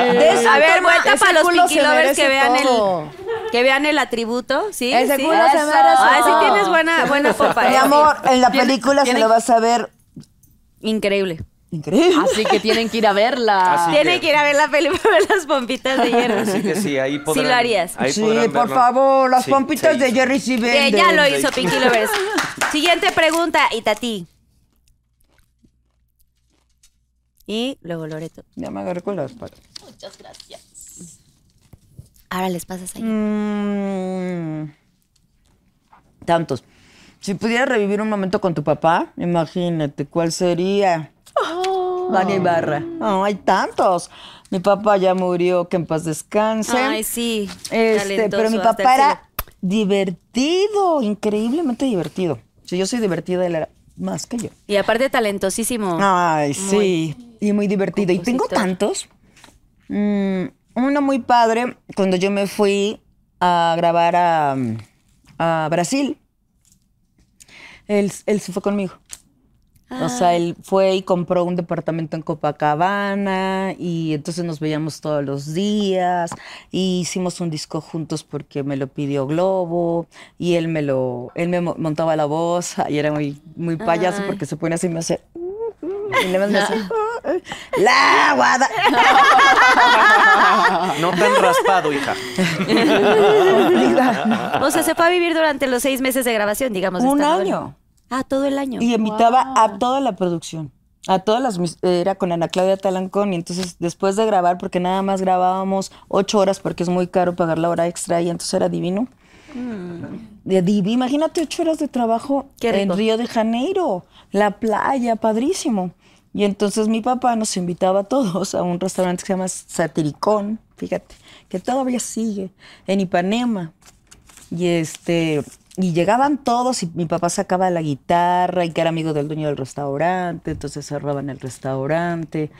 Speaker 7: Ay.
Speaker 5: des- De eso
Speaker 2: A ver,
Speaker 5: toma-
Speaker 2: vuelta
Speaker 7: Ese
Speaker 2: para los
Speaker 7: culo
Speaker 2: Pinky
Speaker 7: se
Speaker 2: Lovers que
Speaker 7: merece
Speaker 2: vean el.
Speaker 7: todo.
Speaker 2: Que vean el atributo, ¿sí?
Speaker 7: Ese
Speaker 2: sí.
Speaker 7: culo se
Speaker 2: Eso.
Speaker 7: merece
Speaker 2: Ay, sí
Speaker 7: todo.
Speaker 2: tienes buena, buena popa.
Speaker 5: Mi
Speaker 2: eh.
Speaker 5: amor, en la película se
Speaker 4: tiene-
Speaker 5: lo vas a ver
Speaker 2: Increíble.
Speaker 5: increíble.
Speaker 4: Así que tienen que ir a verla.
Speaker 6: Así
Speaker 2: Tiene que ir a ver la peli para ver las pompitas de hierro.
Speaker 6: Así que sí, ahí podrán.
Speaker 2: lo harías.
Speaker 6: ahí
Speaker 5: Sí,
Speaker 6: podrán
Speaker 5: por
Speaker 6: verlo.
Speaker 5: favor, las
Speaker 6: Sí,
Speaker 5: pompitas
Speaker 6: sí.
Speaker 5: de Jerry sí
Speaker 2: Que
Speaker 5: venden.
Speaker 2: ya lo hizo Pinky Lovers. Siguiente pregunta, Itati. Y luego Loreto.
Speaker 5: Ya me agarré con las patas.
Speaker 2: Ahora les pasas ahí.
Speaker 5: Mm. Tantos. Si pudieras revivir un momento con tu papá, imagínate, ¿cuál sería?
Speaker 2: Oh.
Speaker 5: Dani Barra. hay tantos. Mi papá ya murió, que en paz descanse.
Speaker 2: Ay, sí.
Speaker 5: Este,
Speaker 2: talentoso,
Speaker 5: pero mi
Speaker 2: hasta
Speaker 5: papá
Speaker 2: el
Speaker 5: era divertido, increíblemente divertido. Si yo soy divertida, él era más que yo.
Speaker 2: cielo. Y aparte talentosísimo.
Speaker 5: Ay, sí. Y muy divertido. Y tengo
Speaker 2: compositor.
Speaker 5: tantos. Mm, uno muy padre, cuando yo me fui a grabar a, a Brasil, él, él se fue conmigo. O sea, él fue y compró un departamento en Copacabana y entonces nos veíamos todos los días y e hicimos un disco juntos porque me lo pidió Globo y él me lo él me mo- montaba la voz y era muy muy payaso porque se pone así y me hace y nada más me hace, la guada.
Speaker 6: Ah, No tan raspado, hija.
Speaker 2: O sea, se fue a vivir durante los seis meses de grabación, digamos. de
Speaker 5: Ah. Un
Speaker 2: esta novela.
Speaker 5: año.
Speaker 2: Ah, todo el año.
Speaker 5: Y invitaba a toda la producción. A todas las. mis- Era con Ana Claudia Talancón. Y entonces, después de grabar, porque nada más grabábamos ocho horas, porque es muy caro pagar la hora extra, y entonces era divino. De divi- Imagínate ocho horas de trabajo
Speaker 2: Qué rico.
Speaker 5: en Río de Janeiro, la playa, padrísimo. Y entonces mi papá nos invitaba a todos a un restaurante que se llama Satiricón, fíjate, que todavía sigue, en Ipanema. Y este, y llegaban todos y mi papá sacaba la guitarra y que era amigo del dueño del restaurante, entonces cerraban el restaurante.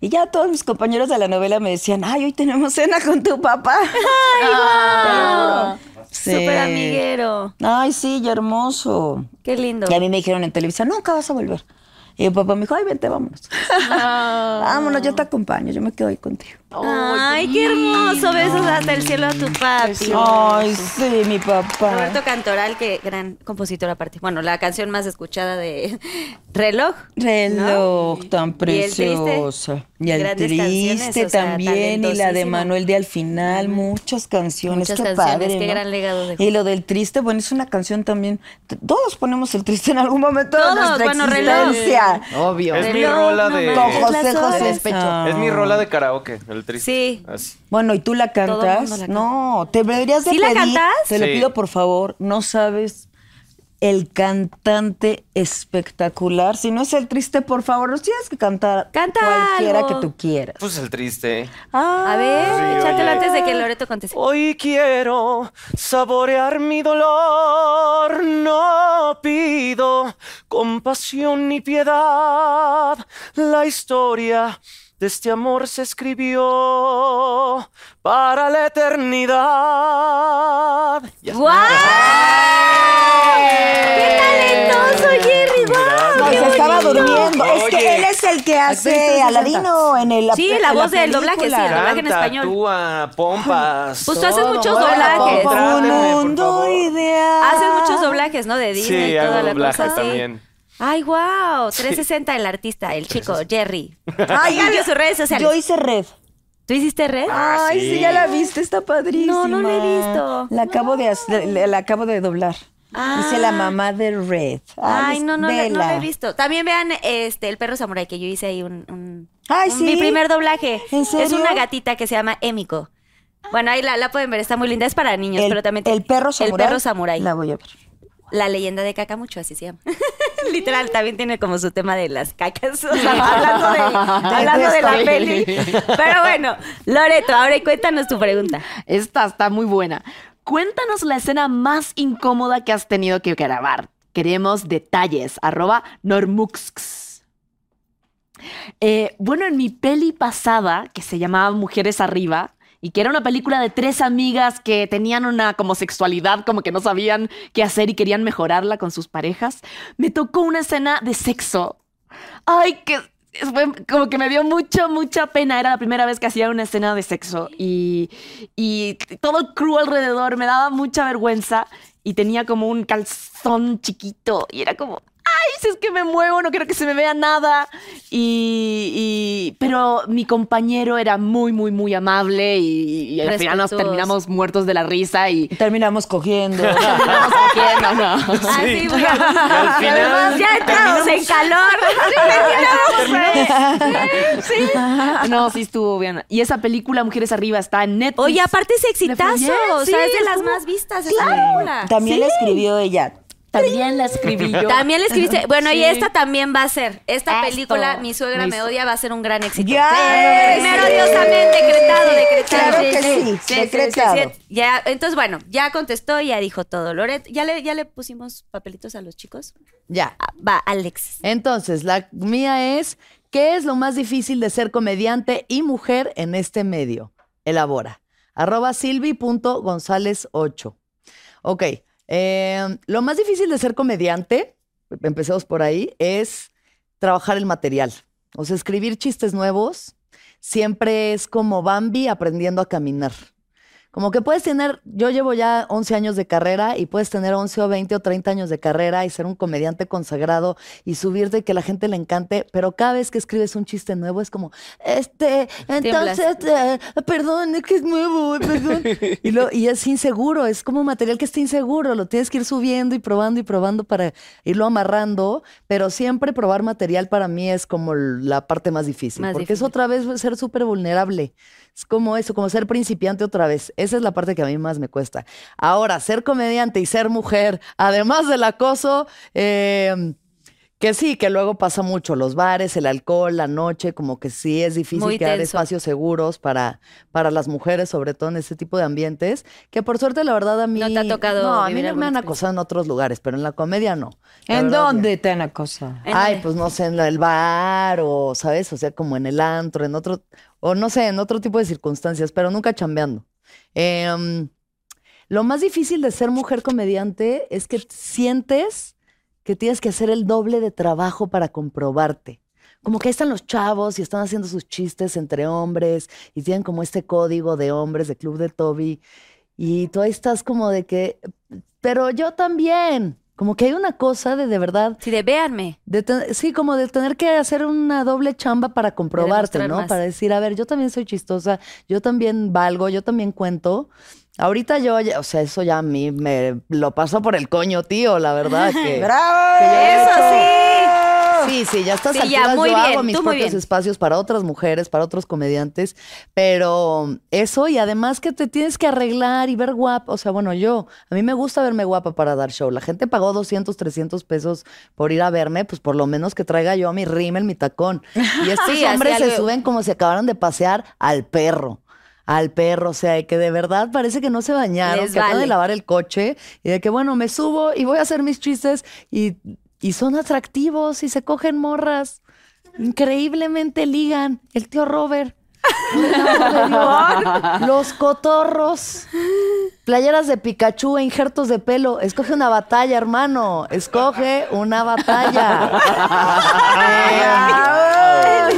Speaker 5: Y ya todos mis compañeros de la novela me decían, ay, hoy tenemos cena con tu papá. Te lo juro.
Speaker 2: amiguero.
Speaker 5: Sí.
Speaker 2: Súper amiguero.
Speaker 5: Ay, sí, ya hermoso.
Speaker 2: Qué lindo.
Speaker 5: Y a mí me dijeron en televisión, nunca vas a volver. Y mi papá me dijo, ay, vente, vámonos. vámonos, yo te acompaño, yo me quedo ahí contigo.
Speaker 2: Ay, Ah. qué hermoso. Besos hasta el cielo a tu papi.
Speaker 5: Ay, sí, mi papá.
Speaker 2: Roberto Cantoral, que gran compositor aparte. Bueno, la canción más escuchada de Reloj.
Speaker 5: Reloj tan
Speaker 2: Y el triste.
Speaker 5: preciosa. Y el
Speaker 2: Grandes canciones,
Speaker 5: triste
Speaker 2: o sea,
Speaker 5: también. Y la de
Speaker 2: talentosísimo.
Speaker 5: Manuel de Al final. Muchas canciones.
Speaker 2: Muchas
Speaker 5: qué
Speaker 2: canciones,
Speaker 5: padre,
Speaker 2: qué
Speaker 5: ¿no?
Speaker 2: gran legado dejó.
Speaker 5: Y lo del triste, bueno, es una canción también. t- Todos ponemos el triste en algún momento
Speaker 2: Todos,
Speaker 5: de nuestra
Speaker 2: bueno, reloj.
Speaker 5: existencia.
Speaker 7: Obvio.
Speaker 6: Es mi
Speaker 2: Reloj,
Speaker 6: rola
Speaker 2: no
Speaker 6: de.
Speaker 2: manches,
Speaker 5: Con José
Speaker 2: las horas.
Speaker 5: José.
Speaker 6: Es
Speaker 5: Ah.
Speaker 6: mi rola de karaoke, el triste.
Speaker 2: Sí.
Speaker 6: Así.
Speaker 5: Bueno, ¿y tú la
Speaker 2: Todo el mundo
Speaker 5: cantas?
Speaker 2: la canta.
Speaker 5: no, te deberías de
Speaker 2: ¿Sí la
Speaker 5: pedir.
Speaker 2: cantas?
Speaker 5: Te lo
Speaker 6: Sí.
Speaker 5: pido por favor, no sabes el cantante espectacular. Si no es el triste, por favor, nos tienes que cantar
Speaker 2: Canta
Speaker 5: cualquiera
Speaker 2: algo.
Speaker 5: que tú quieras.
Speaker 6: Pues el triste.
Speaker 5: Ah,
Speaker 2: A ver,
Speaker 6: Sí,
Speaker 2: échatelo
Speaker 6: oye. Oh,
Speaker 2: antes de que Loreto conteste.
Speaker 6: Hoy quiero saborear mi dolor, no pido compasión ni piedad. La historia de este amor se escribió para la eternidad. Ya.
Speaker 2: ¡Guau! ¡Qué talentoso, Jerry! ¡Guau!
Speaker 5: no,
Speaker 2: ¡Qué
Speaker 5: se estaba
Speaker 2: bonito!
Speaker 5: durmiendo. Es
Speaker 6: Oye.
Speaker 5: que él es el que hace
Speaker 7: 360.
Speaker 5: Aladino en el
Speaker 2: Sí,
Speaker 5: en
Speaker 2: la voz del doblaje,
Speaker 5: película.
Speaker 2: sí, el doblaje. en
Speaker 6: Canta,
Speaker 2: español.
Speaker 6: actúa, pompas.
Speaker 2: Pues tú haces
Speaker 7: Todo,
Speaker 2: muchos
Speaker 7: mueve la
Speaker 2: doblajes.
Speaker 7: pompa.
Speaker 5: Un
Speaker 6: Trátenme, por
Speaker 5: mundo
Speaker 6: favor.
Speaker 5: ideal.
Speaker 2: Haces muchos doblajes, ¿no? De Disney
Speaker 6: Sí,
Speaker 2: y toda
Speaker 6: hago
Speaker 2: la
Speaker 6: doblaje
Speaker 2: cosa.
Speaker 6: también.
Speaker 2: Ay, wow. 360 el artista, el chico, Jerry.
Speaker 5: Ay,
Speaker 2: Síganlo en sus redes
Speaker 5: Yo
Speaker 2: sociales.
Speaker 5: hice red.
Speaker 2: ¿Tú hiciste red?
Speaker 6: Ah,
Speaker 5: Ay, sí.
Speaker 6: sí.
Speaker 5: ya la viste, está padrísima.
Speaker 2: No, no la he visto.
Speaker 5: La acabo de hacer- la, la acabo de doblar.
Speaker 2: Ah.
Speaker 5: Dice la mamá de Red. Ah, pues
Speaker 2: Ay, no, no, la- no
Speaker 5: vela.
Speaker 2: la he visto. También vean este El perro samurai, que yo hice ahí un... un-
Speaker 5: Ay,
Speaker 2: un-
Speaker 5: ¿sí?
Speaker 2: Mi primer doblaje.
Speaker 5: ¿En
Speaker 2: Es
Speaker 5: serio?
Speaker 2: una gatita que se llama Émico. Bueno, ahí la, la pueden ver, está muy linda. Es para niños,
Speaker 5: El,
Speaker 2: pero también... te-
Speaker 5: el perro samurái.
Speaker 2: El perro samurái.
Speaker 5: La
Speaker 2: La,
Speaker 5: voy a ver.
Speaker 2: leyenda de Cacamucho, así se llama. Literal, también tiene como su tema de las cacas. o sea, hablando de, hablando de la
Speaker 4: estoy.
Speaker 2: peli. Pero bueno, Loreto, ahora cuéntanos tu pregunta.
Speaker 4: Esta está muy buena. Cuéntanos la escena más incómoda que has tenido que grabar. Queremos detalles. Arroba Normuxx. Eh, bueno, en mi peli pasada, que se llamaba Mujeres Arriba, y que era una película de tres amigas que tenían una como sexualidad, como que no sabían qué hacer y querían mejorarla con sus parejas, me tocó una escena de sexo. Ay, que es- fue como que me dio mucha, mucha pena. Era la primera vez que hacía una escena de sexo y, y todo el crew alrededor me daba mucha vergüenza y tenía como un calzón chiquito y era como, ay, si es que me muevo, no quiero que se me vea nada. Y, y- pero mi compañero era muy, muy, muy amable y, y al final nos
Speaker 2: Respetuoso.
Speaker 4: terminamos muertos de la risa y...
Speaker 5: Y terminamos cogiendo.
Speaker 4: terminamos cogiendo, ¿no?
Speaker 2: Así, bueno.
Speaker 6: al final
Speaker 2: Además, ya entramos en calor.
Speaker 4: No, sí estuvo bien. Y esa película, Mujeres Arriba, está en Netflix.
Speaker 2: Oye, aparte es exitazo.
Speaker 4: Le fue bien,
Speaker 2: o
Speaker 4: sí,
Speaker 2: sea, es de
Speaker 4: es
Speaker 2: las
Speaker 4: como-
Speaker 2: más vistas esa película.
Speaker 5: También la escribió ella.
Speaker 4: también la escribí yo.
Speaker 2: También le escribiste. Bueno, y
Speaker 4: Sí.
Speaker 2: esta también va a ser. Esta
Speaker 4: Esto.
Speaker 2: película, Mi suegra
Speaker 4: Mi
Speaker 2: me
Speaker 4: su-
Speaker 2: odia, va a ser un gran éxito.
Speaker 5: ¡Ya!
Speaker 2: Sí. Primero Dios, amén. Decretado, decretado.
Speaker 5: Claro que sí, decretado.
Speaker 2: Ya, entonces, bueno, ya contestó, ya dijo todo. Loret, ¿ya le, ya le pusimos papelitos a los chicos.
Speaker 7: Ya.
Speaker 2: Ah, va, Alex.
Speaker 7: Entonces, la mía es, ¿qué es lo más difícil de ser comediante y mujer en este medio? Elabora. Arroba silvi.gonzález8. Ok. eh, lo más difícil de ser comediante, empecemos por ahí, es trabajar el material. O sea, escribir chistes nuevos siempre es como Bambi aprendiendo a caminar. Como que puedes tener, yo llevo ya 11 años de carrera y puedes tener 11 o 20 o 30 años de carrera y ser un comediante consagrado y subirte y que la gente le encante, pero cada vez que escribes un chiste nuevo es como, este,
Speaker 2: Tiemblas.
Speaker 7: entonces, eh, perdón, es que es nuevo, eh, perdón. y, lo- y es inseguro, es como material que está inseguro, lo tienes que ir subiendo y probando y probando para irlo amarrando, pero siempre probar material para mí es como la parte más difícil,
Speaker 2: Más
Speaker 7: porque es
Speaker 2: difícil.
Speaker 7: otra vez ser súper vulnerable. Es como eso, como ser principiante otra vez. Esa es la parte que a mí más me cuesta. Ahora, ser comediante y ser mujer, además del acoso, eh, que sí, que luego pasa mucho. Los bares, el alcohol, la noche, como que sí es difícil
Speaker 2: Muy
Speaker 7: crear
Speaker 2: tenso.
Speaker 7: espacios seguros para, para las mujeres, sobre todo en este tipo de ambientes. Que por suerte, la verdad, a mí.
Speaker 2: No te ha tocado
Speaker 7: No, a mí
Speaker 2: vivir
Speaker 7: no
Speaker 2: alguna
Speaker 7: me han
Speaker 2: experiencia.
Speaker 7: acosado en otros lugares, pero en la comedia no. La
Speaker 5: ¿En
Speaker 7: verdad, ya.
Speaker 5: dónde te han acosado?
Speaker 2: ¿En
Speaker 7: Ay,
Speaker 2: dónde?
Speaker 7: pues no sé, en el bar o, ¿sabes? O sea, como en el antro, en otro, o no sé, en otro tipo de circunstancias, pero nunca chambeando. Em, Lo más difícil de ser mujer comediante es que sientes que tienes que hacer el doble de trabajo para comprobarte. Como que ahí están los chavos y están haciendo sus chistes entre hombres y tienen como este código de hombres, de club de Toby. Y tú ahí estás como de que, pero yo también. Como que hay una cosa de de verdad.
Speaker 2: Sí, de véanme.
Speaker 7: de ten- sí, como de tener que hacer una doble chamba para comprobarte,
Speaker 2: demostrar
Speaker 7: ¿no?
Speaker 2: más.
Speaker 7: Para decir, a ver, yo también soy chistosa, yo también valgo, yo también cuento. Ahorita yo, ya- o sea, eso ya a mí me lo paso por el coño, tío, la verdad. Que,
Speaker 5: ¡Bravo!
Speaker 2: ¡Eso sí!
Speaker 7: Sí, sí, ya estás
Speaker 2: Sí, ya, muy
Speaker 7: yo hago
Speaker 2: bien,
Speaker 7: mis
Speaker 2: tú muy
Speaker 7: propios
Speaker 2: bien.
Speaker 7: espacios para otras mujeres, para otros comediantes, pero eso y además que te tienes que arreglar y ver guapa, o sea, bueno, yo, a mí me gusta verme guapa para dar show. La gente pagó 200, 300 pesos por ir a verme, pues por lo menos que traiga yo mi rímel, mi tacón. Y estos
Speaker 2: Sí, así
Speaker 7: hombres se
Speaker 2: algo-
Speaker 7: suben como si acabaran de pasear al perro. Al perro, o sea, que de verdad parece que no se bañaron,
Speaker 2: Les
Speaker 7: que acaban de
Speaker 2: vale.
Speaker 7: lavar el coche y de que, bueno, me subo y voy a hacer mis chistes y, y son atractivos y se cogen morras. Increíblemente ligan. El tío Robert. Los cotorros. Playeras de Pikachu e injertos de pelo. Escoge una batalla, hermano. Escoge una batalla.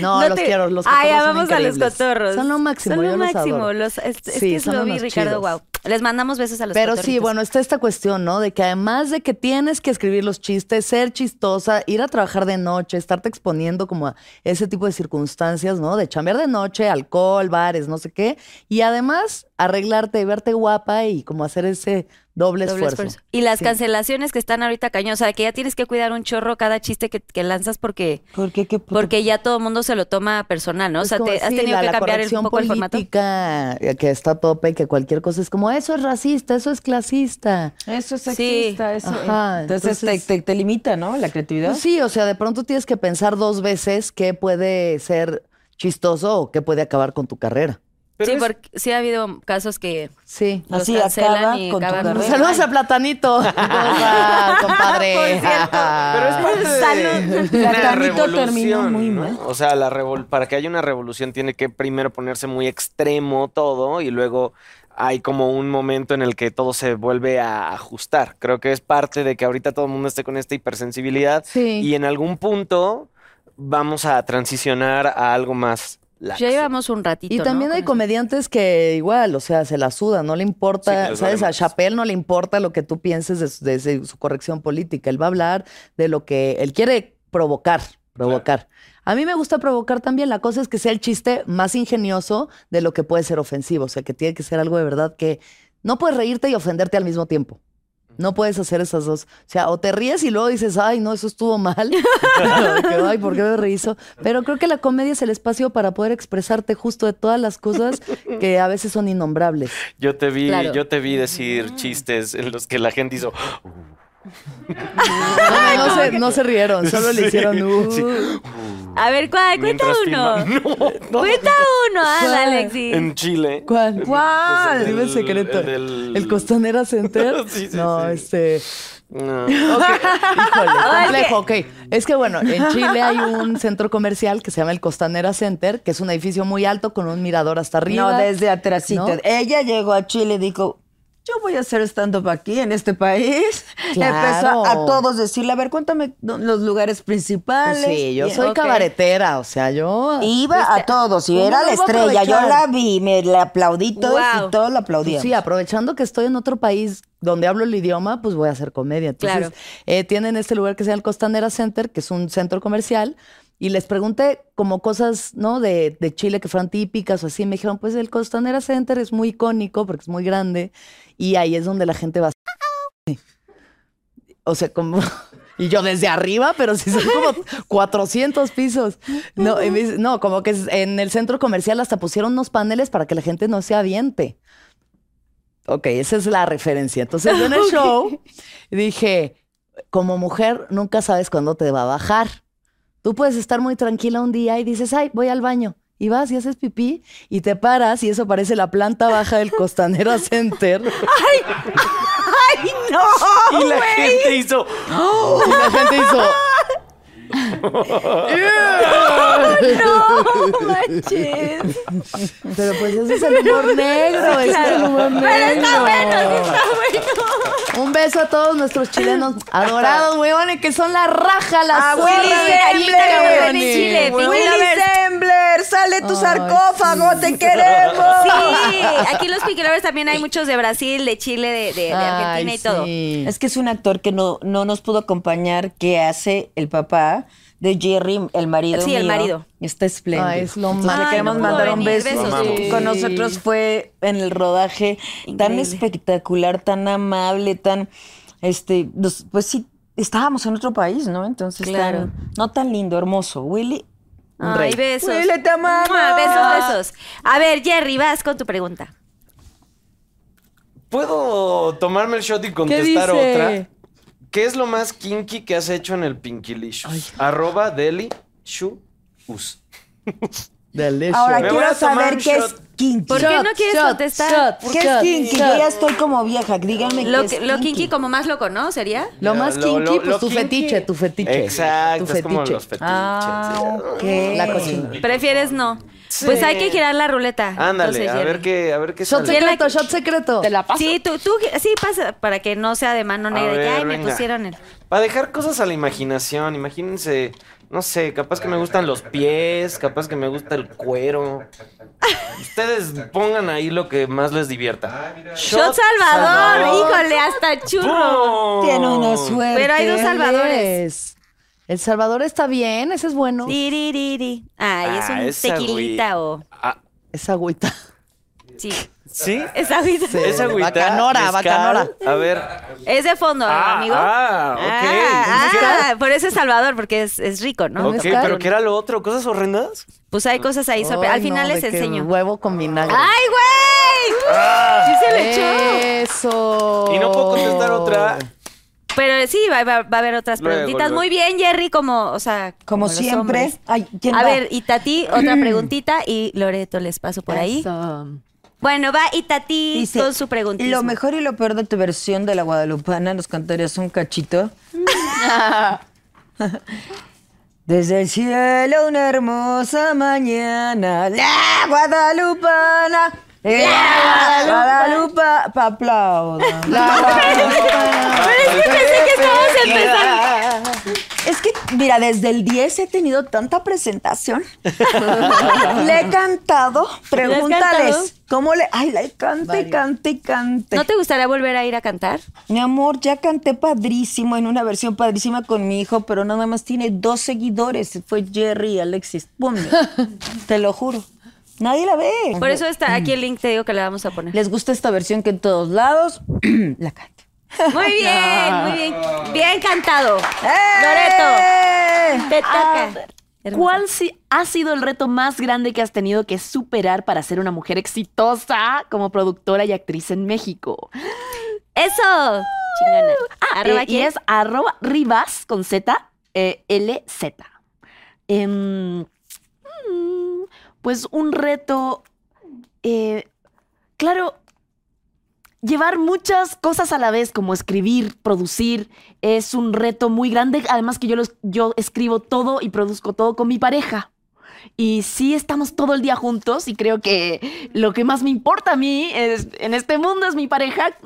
Speaker 7: no,
Speaker 2: No
Speaker 7: los
Speaker 2: te-
Speaker 7: quiero, los cotorros.
Speaker 2: Ah, ya
Speaker 7: son
Speaker 2: vamos a los
Speaker 7: increíbles.
Speaker 2: cotorros.
Speaker 7: Son lo máximo.
Speaker 2: Son lo
Speaker 7: yo los
Speaker 2: máximo.
Speaker 7: adoro.
Speaker 2: los- es, es
Speaker 7: Sí,
Speaker 2: que
Speaker 7: son
Speaker 2: lo vi,
Speaker 7: unos
Speaker 2: Ricardo,
Speaker 7: chidos.
Speaker 2: wow. Les mandamos besos a los
Speaker 7: Pero sí,
Speaker 2: cotorritos.
Speaker 7: bueno, está esta cuestión, ¿no? De que además de que tienes que escribir los chistes, ser chistosa, ir a trabajar de noche, estarte exponiendo como a ese tipo de circunstancias, ¿no? De chambear de noche, alcohol, bares, no sé qué. Y además arreglarte, verte guapa y como hacer ese doble,
Speaker 2: Doble
Speaker 7: esfuerzo.
Speaker 2: esfuerzo. Y las
Speaker 7: Sí.
Speaker 2: cancelaciones que están ahorita cañón. O sea, que ya tienes que cuidar un chorro cada chiste que, que lanzas porque,
Speaker 5: ¿Por qué? ¿Qué puto?
Speaker 2: porque ya todo el mundo se lo toma personal, ¿no? O
Speaker 7: Es
Speaker 2: sea,
Speaker 7: como,
Speaker 2: te- has
Speaker 7: sí,
Speaker 2: tenido
Speaker 7: la-
Speaker 2: que
Speaker 7: la
Speaker 2: cambiar el-
Speaker 7: corrección
Speaker 2: un poco el formato.
Speaker 7: política eh, que está a tope, que cualquier cosa es como, eso es racista, eso es clasista.
Speaker 5: Eso es
Speaker 2: Sí.
Speaker 5: sexista, eso.
Speaker 7: Ajá,
Speaker 5: entonces te-
Speaker 7: entonces-
Speaker 5: te, te limita, ¿no? La creatividad.
Speaker 7: Pues sí, o sea, de pronto tienes que pensar dos veces qué puede ser chistoso o qué puede acabar con tu carrera.
Speaker 6: Pero
Speaker 2: sí,
Speaker 6: es-
Speaker 2: porque sí ha habido casos que
Speaker 7: Sí.
Speaker 2: los
Speaker 5: Así
Speaker 2: cancelan
Speaker 5: acaba
Speaker 2: y
Speaker 5: con tu
Speaker 2: acaban muy
Speaker 5: carrera.
Speaker 7: Saludos
Speaker 2: mal.
Speaker 7: a Platanito. Cosa, compadre.
Speaker 6: Pero
Speaker 7: Ah.
Speaker 6: es parte de una
Speaker 5: Platanito
Speaker 6: revolución,
Speaker 5: terminó muy
Speaker 6: ¿no?
Speaker 5: mal.
Speaker 6: O sea, la revol- para que haya una revolución tiene que primero ponerse muy extremo todo y luego hay como un momento en el que todo se vuelve a ajustar. Creo que es parte de que ahorita todo el mundo esté con esta hipersensibilidad
Speaker 7: Sí.
Speaker 6: y en algún punto vamos a transicionar a algo más laxo.
Speaker 2: Ya llevamos un ratito,
Speaker 7: Y
Speaker 2: ¿no?
Speaker 7: también hay
Speaker 2: Con
Speaker 7: comediantes que igual, o sea, se la suda, no le
Speaker 6: Sí,
Speaker 7: importa,
Speaker 6: que les vale
Speaker 7: ¿sabes? A
Speaker 6: madres.
Speaker 7: Chappelle no le importa lo que tú pienses de su, de su- su corrección política, él va a hablar de lo que él quiere provocar, provocar. A mí me gusta provocar también, la cosa es que sea el chiste más ingenioso de lo que puede ser ofensivo, o sea, que tiene que ser algo de verdad que no puedes reírte y ofenderte al mismo tiempo. No puedes hacer esas dos. O sea, o te ríes y luego dices, ay, no, eso estuvo mal. Que, ay, ¿por qué me reí eso? Pero creo que la comedia es el espacio para poder expresarte justo de todas las cosas que a veces son innombrables.
Speaker 6: Yo te vi,
Speaker 2: Claro.
Speaker 6: yo te vi decir chistes en los que la gente hizo
Speaker 7: No, no, no se, no se rieron, solo le
Speaker 6: Sí,
Speaker 7: hicieron. "Uh".
Speaker 6: sí.
Speaker 2: razón. A ver, ¿cuál? Cuenta
Speaker 6: mientras
Speaker 2: uno.
Speaker 6: filmaban. No, no.
Speaker 2: Cuenta uno, ah, Alexis.
Speaker 6: En Chile.
Speaker 7: ¿Cuál?
Speaker 6: ¿Cuál?
Speaker 7: Dime el secreto. El, Costanera Center.
Speaker 6: Sí, sí,
Speaker 7: no,
Speaker 6: sí.
Speaker 7: este.
Speaker 6: No.
Speaker 7: Ok, Híjole, complejo, ok. Es que bueno, en Chile hay un centro comercial que se llama el Costanera Center, que es un edificio muy alto con un mirador hasta arriba.
Speaker 5: No, desde atrásito.
Speaker 7: ¿no?
Speaker 5: Ella llegó a Chile y dijo, yo voy a hacer stand-up aquí, en este país.
Speaker 7: Claro.
Speaker 5: Empezó a, a todos decirle, a ver, cuéntame no, los lugares principales.
Speaker 7: Sí, yo
Speaker 5: Y-
Speaker 7: soy
Speaker 2: Ok.
Speaker 7: cabaretera, o sea, yo.
Speaker 5: Iba a todos y
Speaker 7: ¿Cómo
Speaker 5: era
Speaker 7: no
Speaker 5: la
Speaker 7: iba a
Speaker 5: estrella. Yo
Speaker 7: aprovechar?
Speaker 5: la vi, me la aplaudí todos
Speaker 2: Wow.
Speaker 5: y todos la aplaudían.
Speaker 7: Sí, aprovechando que estoy en otro país donde hablo el idioma, pues voy a hacer comedia. Entonces,
Speaker 2: Claro.
Speaker 7: eh, tienen este lugar que se llama el Costanera Center, que es un centro comercial, y les pregunté como cosas, ¿no? De, de Chile que fueran típicas o así. Me dijeron, pues el Costanera Center es muy icónico porque es muy grande, y ahí es donde la gente va. a- O sea, como... Y yo desde arriba, pero si son como 400 pisos. No, y me dice, no, como que es- en el centro comercial hasta pusieron unos paneles para que la gente no se aviente. Ok, esa es la referencia. Entonces, yo en el show dije, como mujer nunca sabes cuándo te va a bajar. Tú puedes estar muy tranquila un día y dices, ay, voy al baño. Y vas y haces pipí y te paras y eso parece la planta baja del Costanera Center.
Speaker 6: Y la gente hizo.
Speaker 7: Y la gente hizo...
Speaker 8: no manches.
Speaker 7: Pero pues ese es el humor negro, ese es el humor negro.
Speaker 8: Pero está bueno, sí está bueno.
Speaker 7: Un beso a todos nuestros chilenos adorados, huevones, que son la raja, la
Speaker 5: ¡A
Speaker 7: zorra,
Speaker 5: Willy
Speaker 7: la gallina,
Speaker 5: Sembler!
Speaker 7: huevones.
Speaker 2: Willy Chile, Pinky
Speaker 5: Willy
Speaker 2: Lovers.
Speaker 5: Sembler, sale tu
Speaker 7: Ay,
Speaker 5: sarcófago, te queremos.
Speaker 2: Sí, aquí los Pinky Lovers también hay muchos de Brasil, de Chile, de, de- de Argentina y
Speaker 7: Ay,
Speaker 2: todo.
Speaker 7: sí.
Speaker 5: Es que es un actor que no, no nos pudo acompañar, que hace el papá de Jerry, el marido.
Speaker 2: Sí, el
Speaker 5: mío.
Speaker 2: marido.
Speaker 5: Está espléndido.
Speaker 7: Ay, es lo
Speaker 5: Entonces,
Speaker 7: más.
Speaker 5: Le queremos
Speaker 2: Ay, no pudo
Speaker 5: mandar un
Speaker 2: venir,
Speaker 5: beso.
Speaker 2: besos.
Speaker 7: Sí.
Speaker 5: Con nosotros fue en el rodaje tan
Speaker 2: Increíble.
Speaker 5: espectacular, tan amable, tan. este, nos- Pues sí, estábamos en otro país, ¿no? Entonces,
Speaker 2: Claro.
Speaker 5: tan- no tan lindo, hermoso. Willy. un
Speaker 2: Ay,
Speaker 5: rey. Ah,
Speaker 2: besos.
Speaker 5: Willy, te amamos.
Speaker 2: Mua, Besos, besos. A ver, Jerry, vas con tu pregunta.
Speaker 6: ¿Puedo tomarme el shot y contestar otra? ¿Qué es lo más kinky que has hecho en el Pinkylicious? Arroba Deli Shu Us.
Speaker 7: Delicious.
Speaker 5: Ahora
Speaker 6: Me voy
Speaker 5: quiero
Speaker 6: a tomar
Speaker 5: saber
Speaker 6: un
Speaker 5: qué es
Speaker 6: shot.
Speaker 5: kinky.
Speaker 2: ¿Por qué no quieres contestar?
Speaker 5: ¿Qué es kinky? Yo ya estoy como vieja. Díganme
Speaker 2: Lo,
Speaker 5: qué es
Speaker 2: que- lo kinky como más loco, ¿no? ¿Sería?
Speaker 7: Lo
Speaker 6: Ya,
Speaker 7: más
Speaker 6: lo-
Speaker 7: kinky,
Speaker 6: lo-
Speaker 7: pues
Speaker 6: lo
Speaker 7: tu
Speaker 6: kinky.
Speaker 7: fetiche, tu fetiche.
Speaker 6: Exacto,
Speaker 7: tu
Speaker 6: es como
Speaker 7: fetiche.
Speaker 6: los fetiches.
Speaker 5: Ah,
Speaker 6: sí.
Speaker 5: ok.
Speaker 7: La
Speaker 6: Eh,
Speaker 7: cocina.
Speaker 2: ¿Prefieres no? Pues hay que girar la ruleta.
Speaker 6: Ándale,
Speaker 2: entonces,
Speaker 6: a
Speaker 2: Jerry.
Speaker 6: ver qué, a ver qué
Speaker 7: Shot
Speaker 6: sale.
Speaker 7: secreto, shot secreto.
Speaker 4: Te la paso.
Speaker 2: Sí, tú, tú, sí, pasa, para que no sea de mano
Speaker 6: A
Speaker 2: negra. de que,
Speaker 6: ver,
Speaker 2: Ay, me
Speaker 6: venga.
Speaker 2: pusieron el.
Speaker 6: Para dejar cosas a la imaginación, imagínense, no sé, capaz que me gustan los pies, capaz que me gusta el cuero. Ustedes pongan ahí lo que más les divierta.
Speaker 2: ¡Shot Salvador! ¡Híjole, hasta churro!
Speaker 6: ¡Pum!
Speaker 5: Tiene una suerte.
Speaker 2: Pero hay dos salvadores.
Speaker 7: Es- El Salvador está bien, ese es bueno.
Speaker 2: Tiririri. Ay, es
Speaker 6: Ah,
Speaker 2: un
Speaker 6: esa, güey.
Speaker 2: tequilita o.
Speaker 6: Ah,
Speaker 7: Es agüita.
Speaker 2: Sí,
Speaker 6: ¿Sí?
Speaker 2: es agüita.
Speaker 6: Esa agüita.
Speaker 7: Bacanora,
Speaker 6: mezcal,
Speaker 7: bacanora.
Speaker 6: A ver.
Speaker 2: Es de fondo,
Speaker 6: Ah,
Speaker 2: amigo.
Speaker 6: ah, ok.
Speaker 2: Ah,
Speaker 6: Entonces,
Speaker 2: ah, por eso es Salvador, porque es, es rico, ¿no?
Speaker 6: ok,
Speaker 7: mezcal.
Speaker 6: pero ¿qué era lo otro? ¿Cosas horrendas?
Speaker 2: Pues hay cosas ahí. sorpre-
Speaker 7: Ay,
Speaker 2: Al final
Speaker 7: no,
Speaker 2: les
Speaker 7: de que
Speaker 2: enseño.
Speaker 7: Huevo con vinagre.
Speaker 2: ¡Ay, güey!
Speaker 6: Ah.
Speaker 2: ¡Sí se le echó!
Speaker 5: Eh.
Speaker 7: Eso.
Speaker 6: Y no puedo contestar
Speaker 7: Oh.
Speaker 6: otra.
Speaker 2: Pero eh, sí, va, va- va a haber otras
Speaker 6: Luego,
Speaker 2: preguntitas.
Speaker 6: luego.
Speaker 2: Muy bien, Jerry, como, o sea,
Speaker 5: Como
Speaker 2: los
Speaker 5: siempre.
Speaker 2: hombres.
Speaker 5: Ay, ¿quién
Speaker 2: A
Speaker 5: va?
Speaker 2: ver, y Tati, otra preguntita y Loreto les paso por ahí.
Speaker 4: Eso.
Speaker 2: Bueno, va y Tati
Speaker 5: Dice,
Speaker 2: con su preguntita.
Speaker 5: Lo mejor y lo peor de tu versión de la Guadalupana, nos cantarías un cachito. Desde el cielo una hermosa mañana, la Guadalupana, la Guadalupa, pa aplaudan.
Speaker 2: Pero es que pensé que estábamos empezando.
Speaker 5: Es que, mira, desde el 10 he tenido tanta presentación. le he cantado. Pregúntales.
Speaker 2: cantado?
Speaker 5: ¿Cómo le.? Ay, la cante, y cante, y cante.
Speaker 2: ¿No te gustaría volver a ir a cantar?
Speaker 5: Mi amor, ya canté padrísimo en una versión padrísima con mi hijo, pero nada más tiene dos seguidores. Fue Jerry y Alexis. ¡Pum! Te lo juro. Nadie la ve.
Speaker 2: Por eso está aquí el link, te digo que le vamos a poner.
Speaker 5: Les gusta esta versión que en todos lados la canto.
Speaker 2: Muy bien, muy bien. Bien cantado. Loreto,
Speaker 5: ¡Eh!
Speaker 2: te toca. Hermosa.
Speaker 4: ¿Cuál si- ha sido el reto más grande que has tenido que superar para ser una mujer exitosa como productora y actriz en México?
Speaker 2: Eso. Chingona. Ah, Arroba
Speaker 4: Eh, y
Speaker 2: quién?
Speaker 4: es arroba ribas con Z, eh, LZ. Em, mm, pues un reto, eh, claro, llevar muchas cosas a la vez, como escribir, producir, es un reto muy grande. Además que yo, los- yo escribo todo y produzco todo con mi pareja. Y sí estamos todo el día juntos y creo que lo que más me importa a mí es- en este mundo es mi pareja. Mm,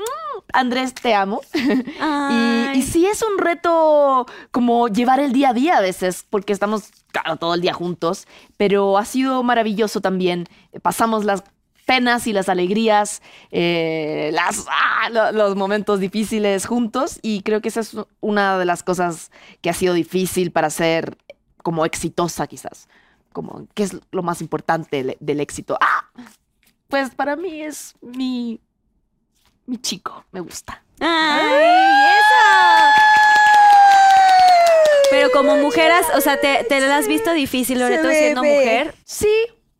Speaker 4: Andrés, te amo. Y,
Speaker 2: Ay.
Speaker 4: y sí es un reto como llevar el día a día a veces, porque estamos, claro, todo el día juntos, pero ha sido maravilloso también. Pasamos las penas y las alegrías, eh, las, ah, lo- los momentos difíciles juntos y creo que esa es una de las cosas que ha sido difícil para ser como exitosa quizás. Como, ¿qué es lo más importante del, del éxito? Ah, pues para mí es mi, mi chico, me gusta.
Speaker 2: ¡Ay, eso! Pero como mujeres, o sea, ¿te, te la has visto difícil, Loreto,
Speaker 5: se
Speaker 2: siendo
Speaker 5: bebe.
Speaker 2: mujer?
Speaker 4: Sí,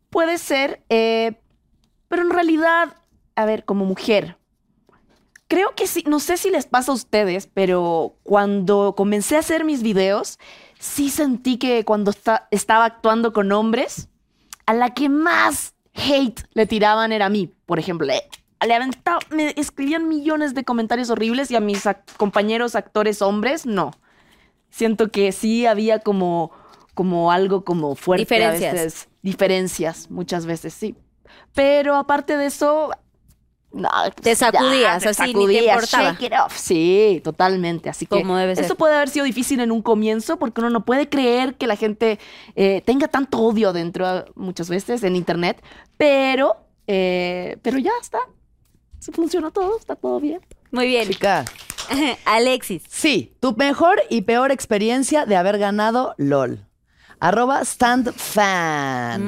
Speaker 4: puede ser, eh, pero en realidad, a ver, como mujer, creo que sí, no sé si les pasa a ustedes, pero cuando comencé a hacer mis videos, sí sentí que cuando esta- estaba actuando con hombres, a la que más hate le tiraban era a mí, por ejemplo. Le, le aventaba- me escribían millones de comentarios horribles y a mis ac- compañeros actores hombres, no. Siento que sí había como, como algo como fuerte.
Speaker 2: Diferencias.
Speaker 4: A veces. Diferencias, muchas veces, sí. Pero aparte de eso, no, pues,
Speaker 2: Te sacudías, así, ni te importaba.
Speaker 4: shake it off. Sí, totalmente. Así que
Speaker 2: Como debe ser.
Speaker 4: eso puede haber sido difícil en un comienzo porque uno no puede creer que la gente eh, tenga tanto odio dentro ah, muchas veces en internet, pero, eh, pero ya está. Se funcionó todo, está todo bien.
Speaker 2: Muy bien.
Speaker 7: Chica.
Speaker 2: Alexis.
Speaker 7: Sí, tu mejor y peor experiencia de haber ganado LOL. Arroba standfan.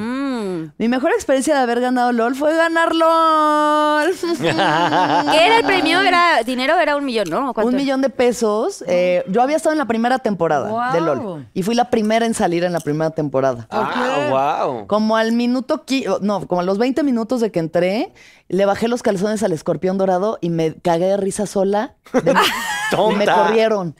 Speaker 2: Mm.
Speaker 7: Mi mejor experiencia de haber ganado LOL fue ganar LOL.
Speaker 2: ¿Qué era el premio? Era, dinero era un millón, ¿no? ¿Cuánto
Speaker 7: Un
Speaker 2: era?
Speaker 7: millón de pesos. Eh, yo había estado en la primera temporada de LOL. Y fui la primera en salir en la primera temporada.
Speaker 6: Ah, wow.
Speaker 7: Como al minuto, qui- no, como a los 20 minutos de que entré, le bajé los calzones al escorpión dorado y me cagué de risa sola. De- me
Speaker 6: Tonta.
Speaker 7: corrieron.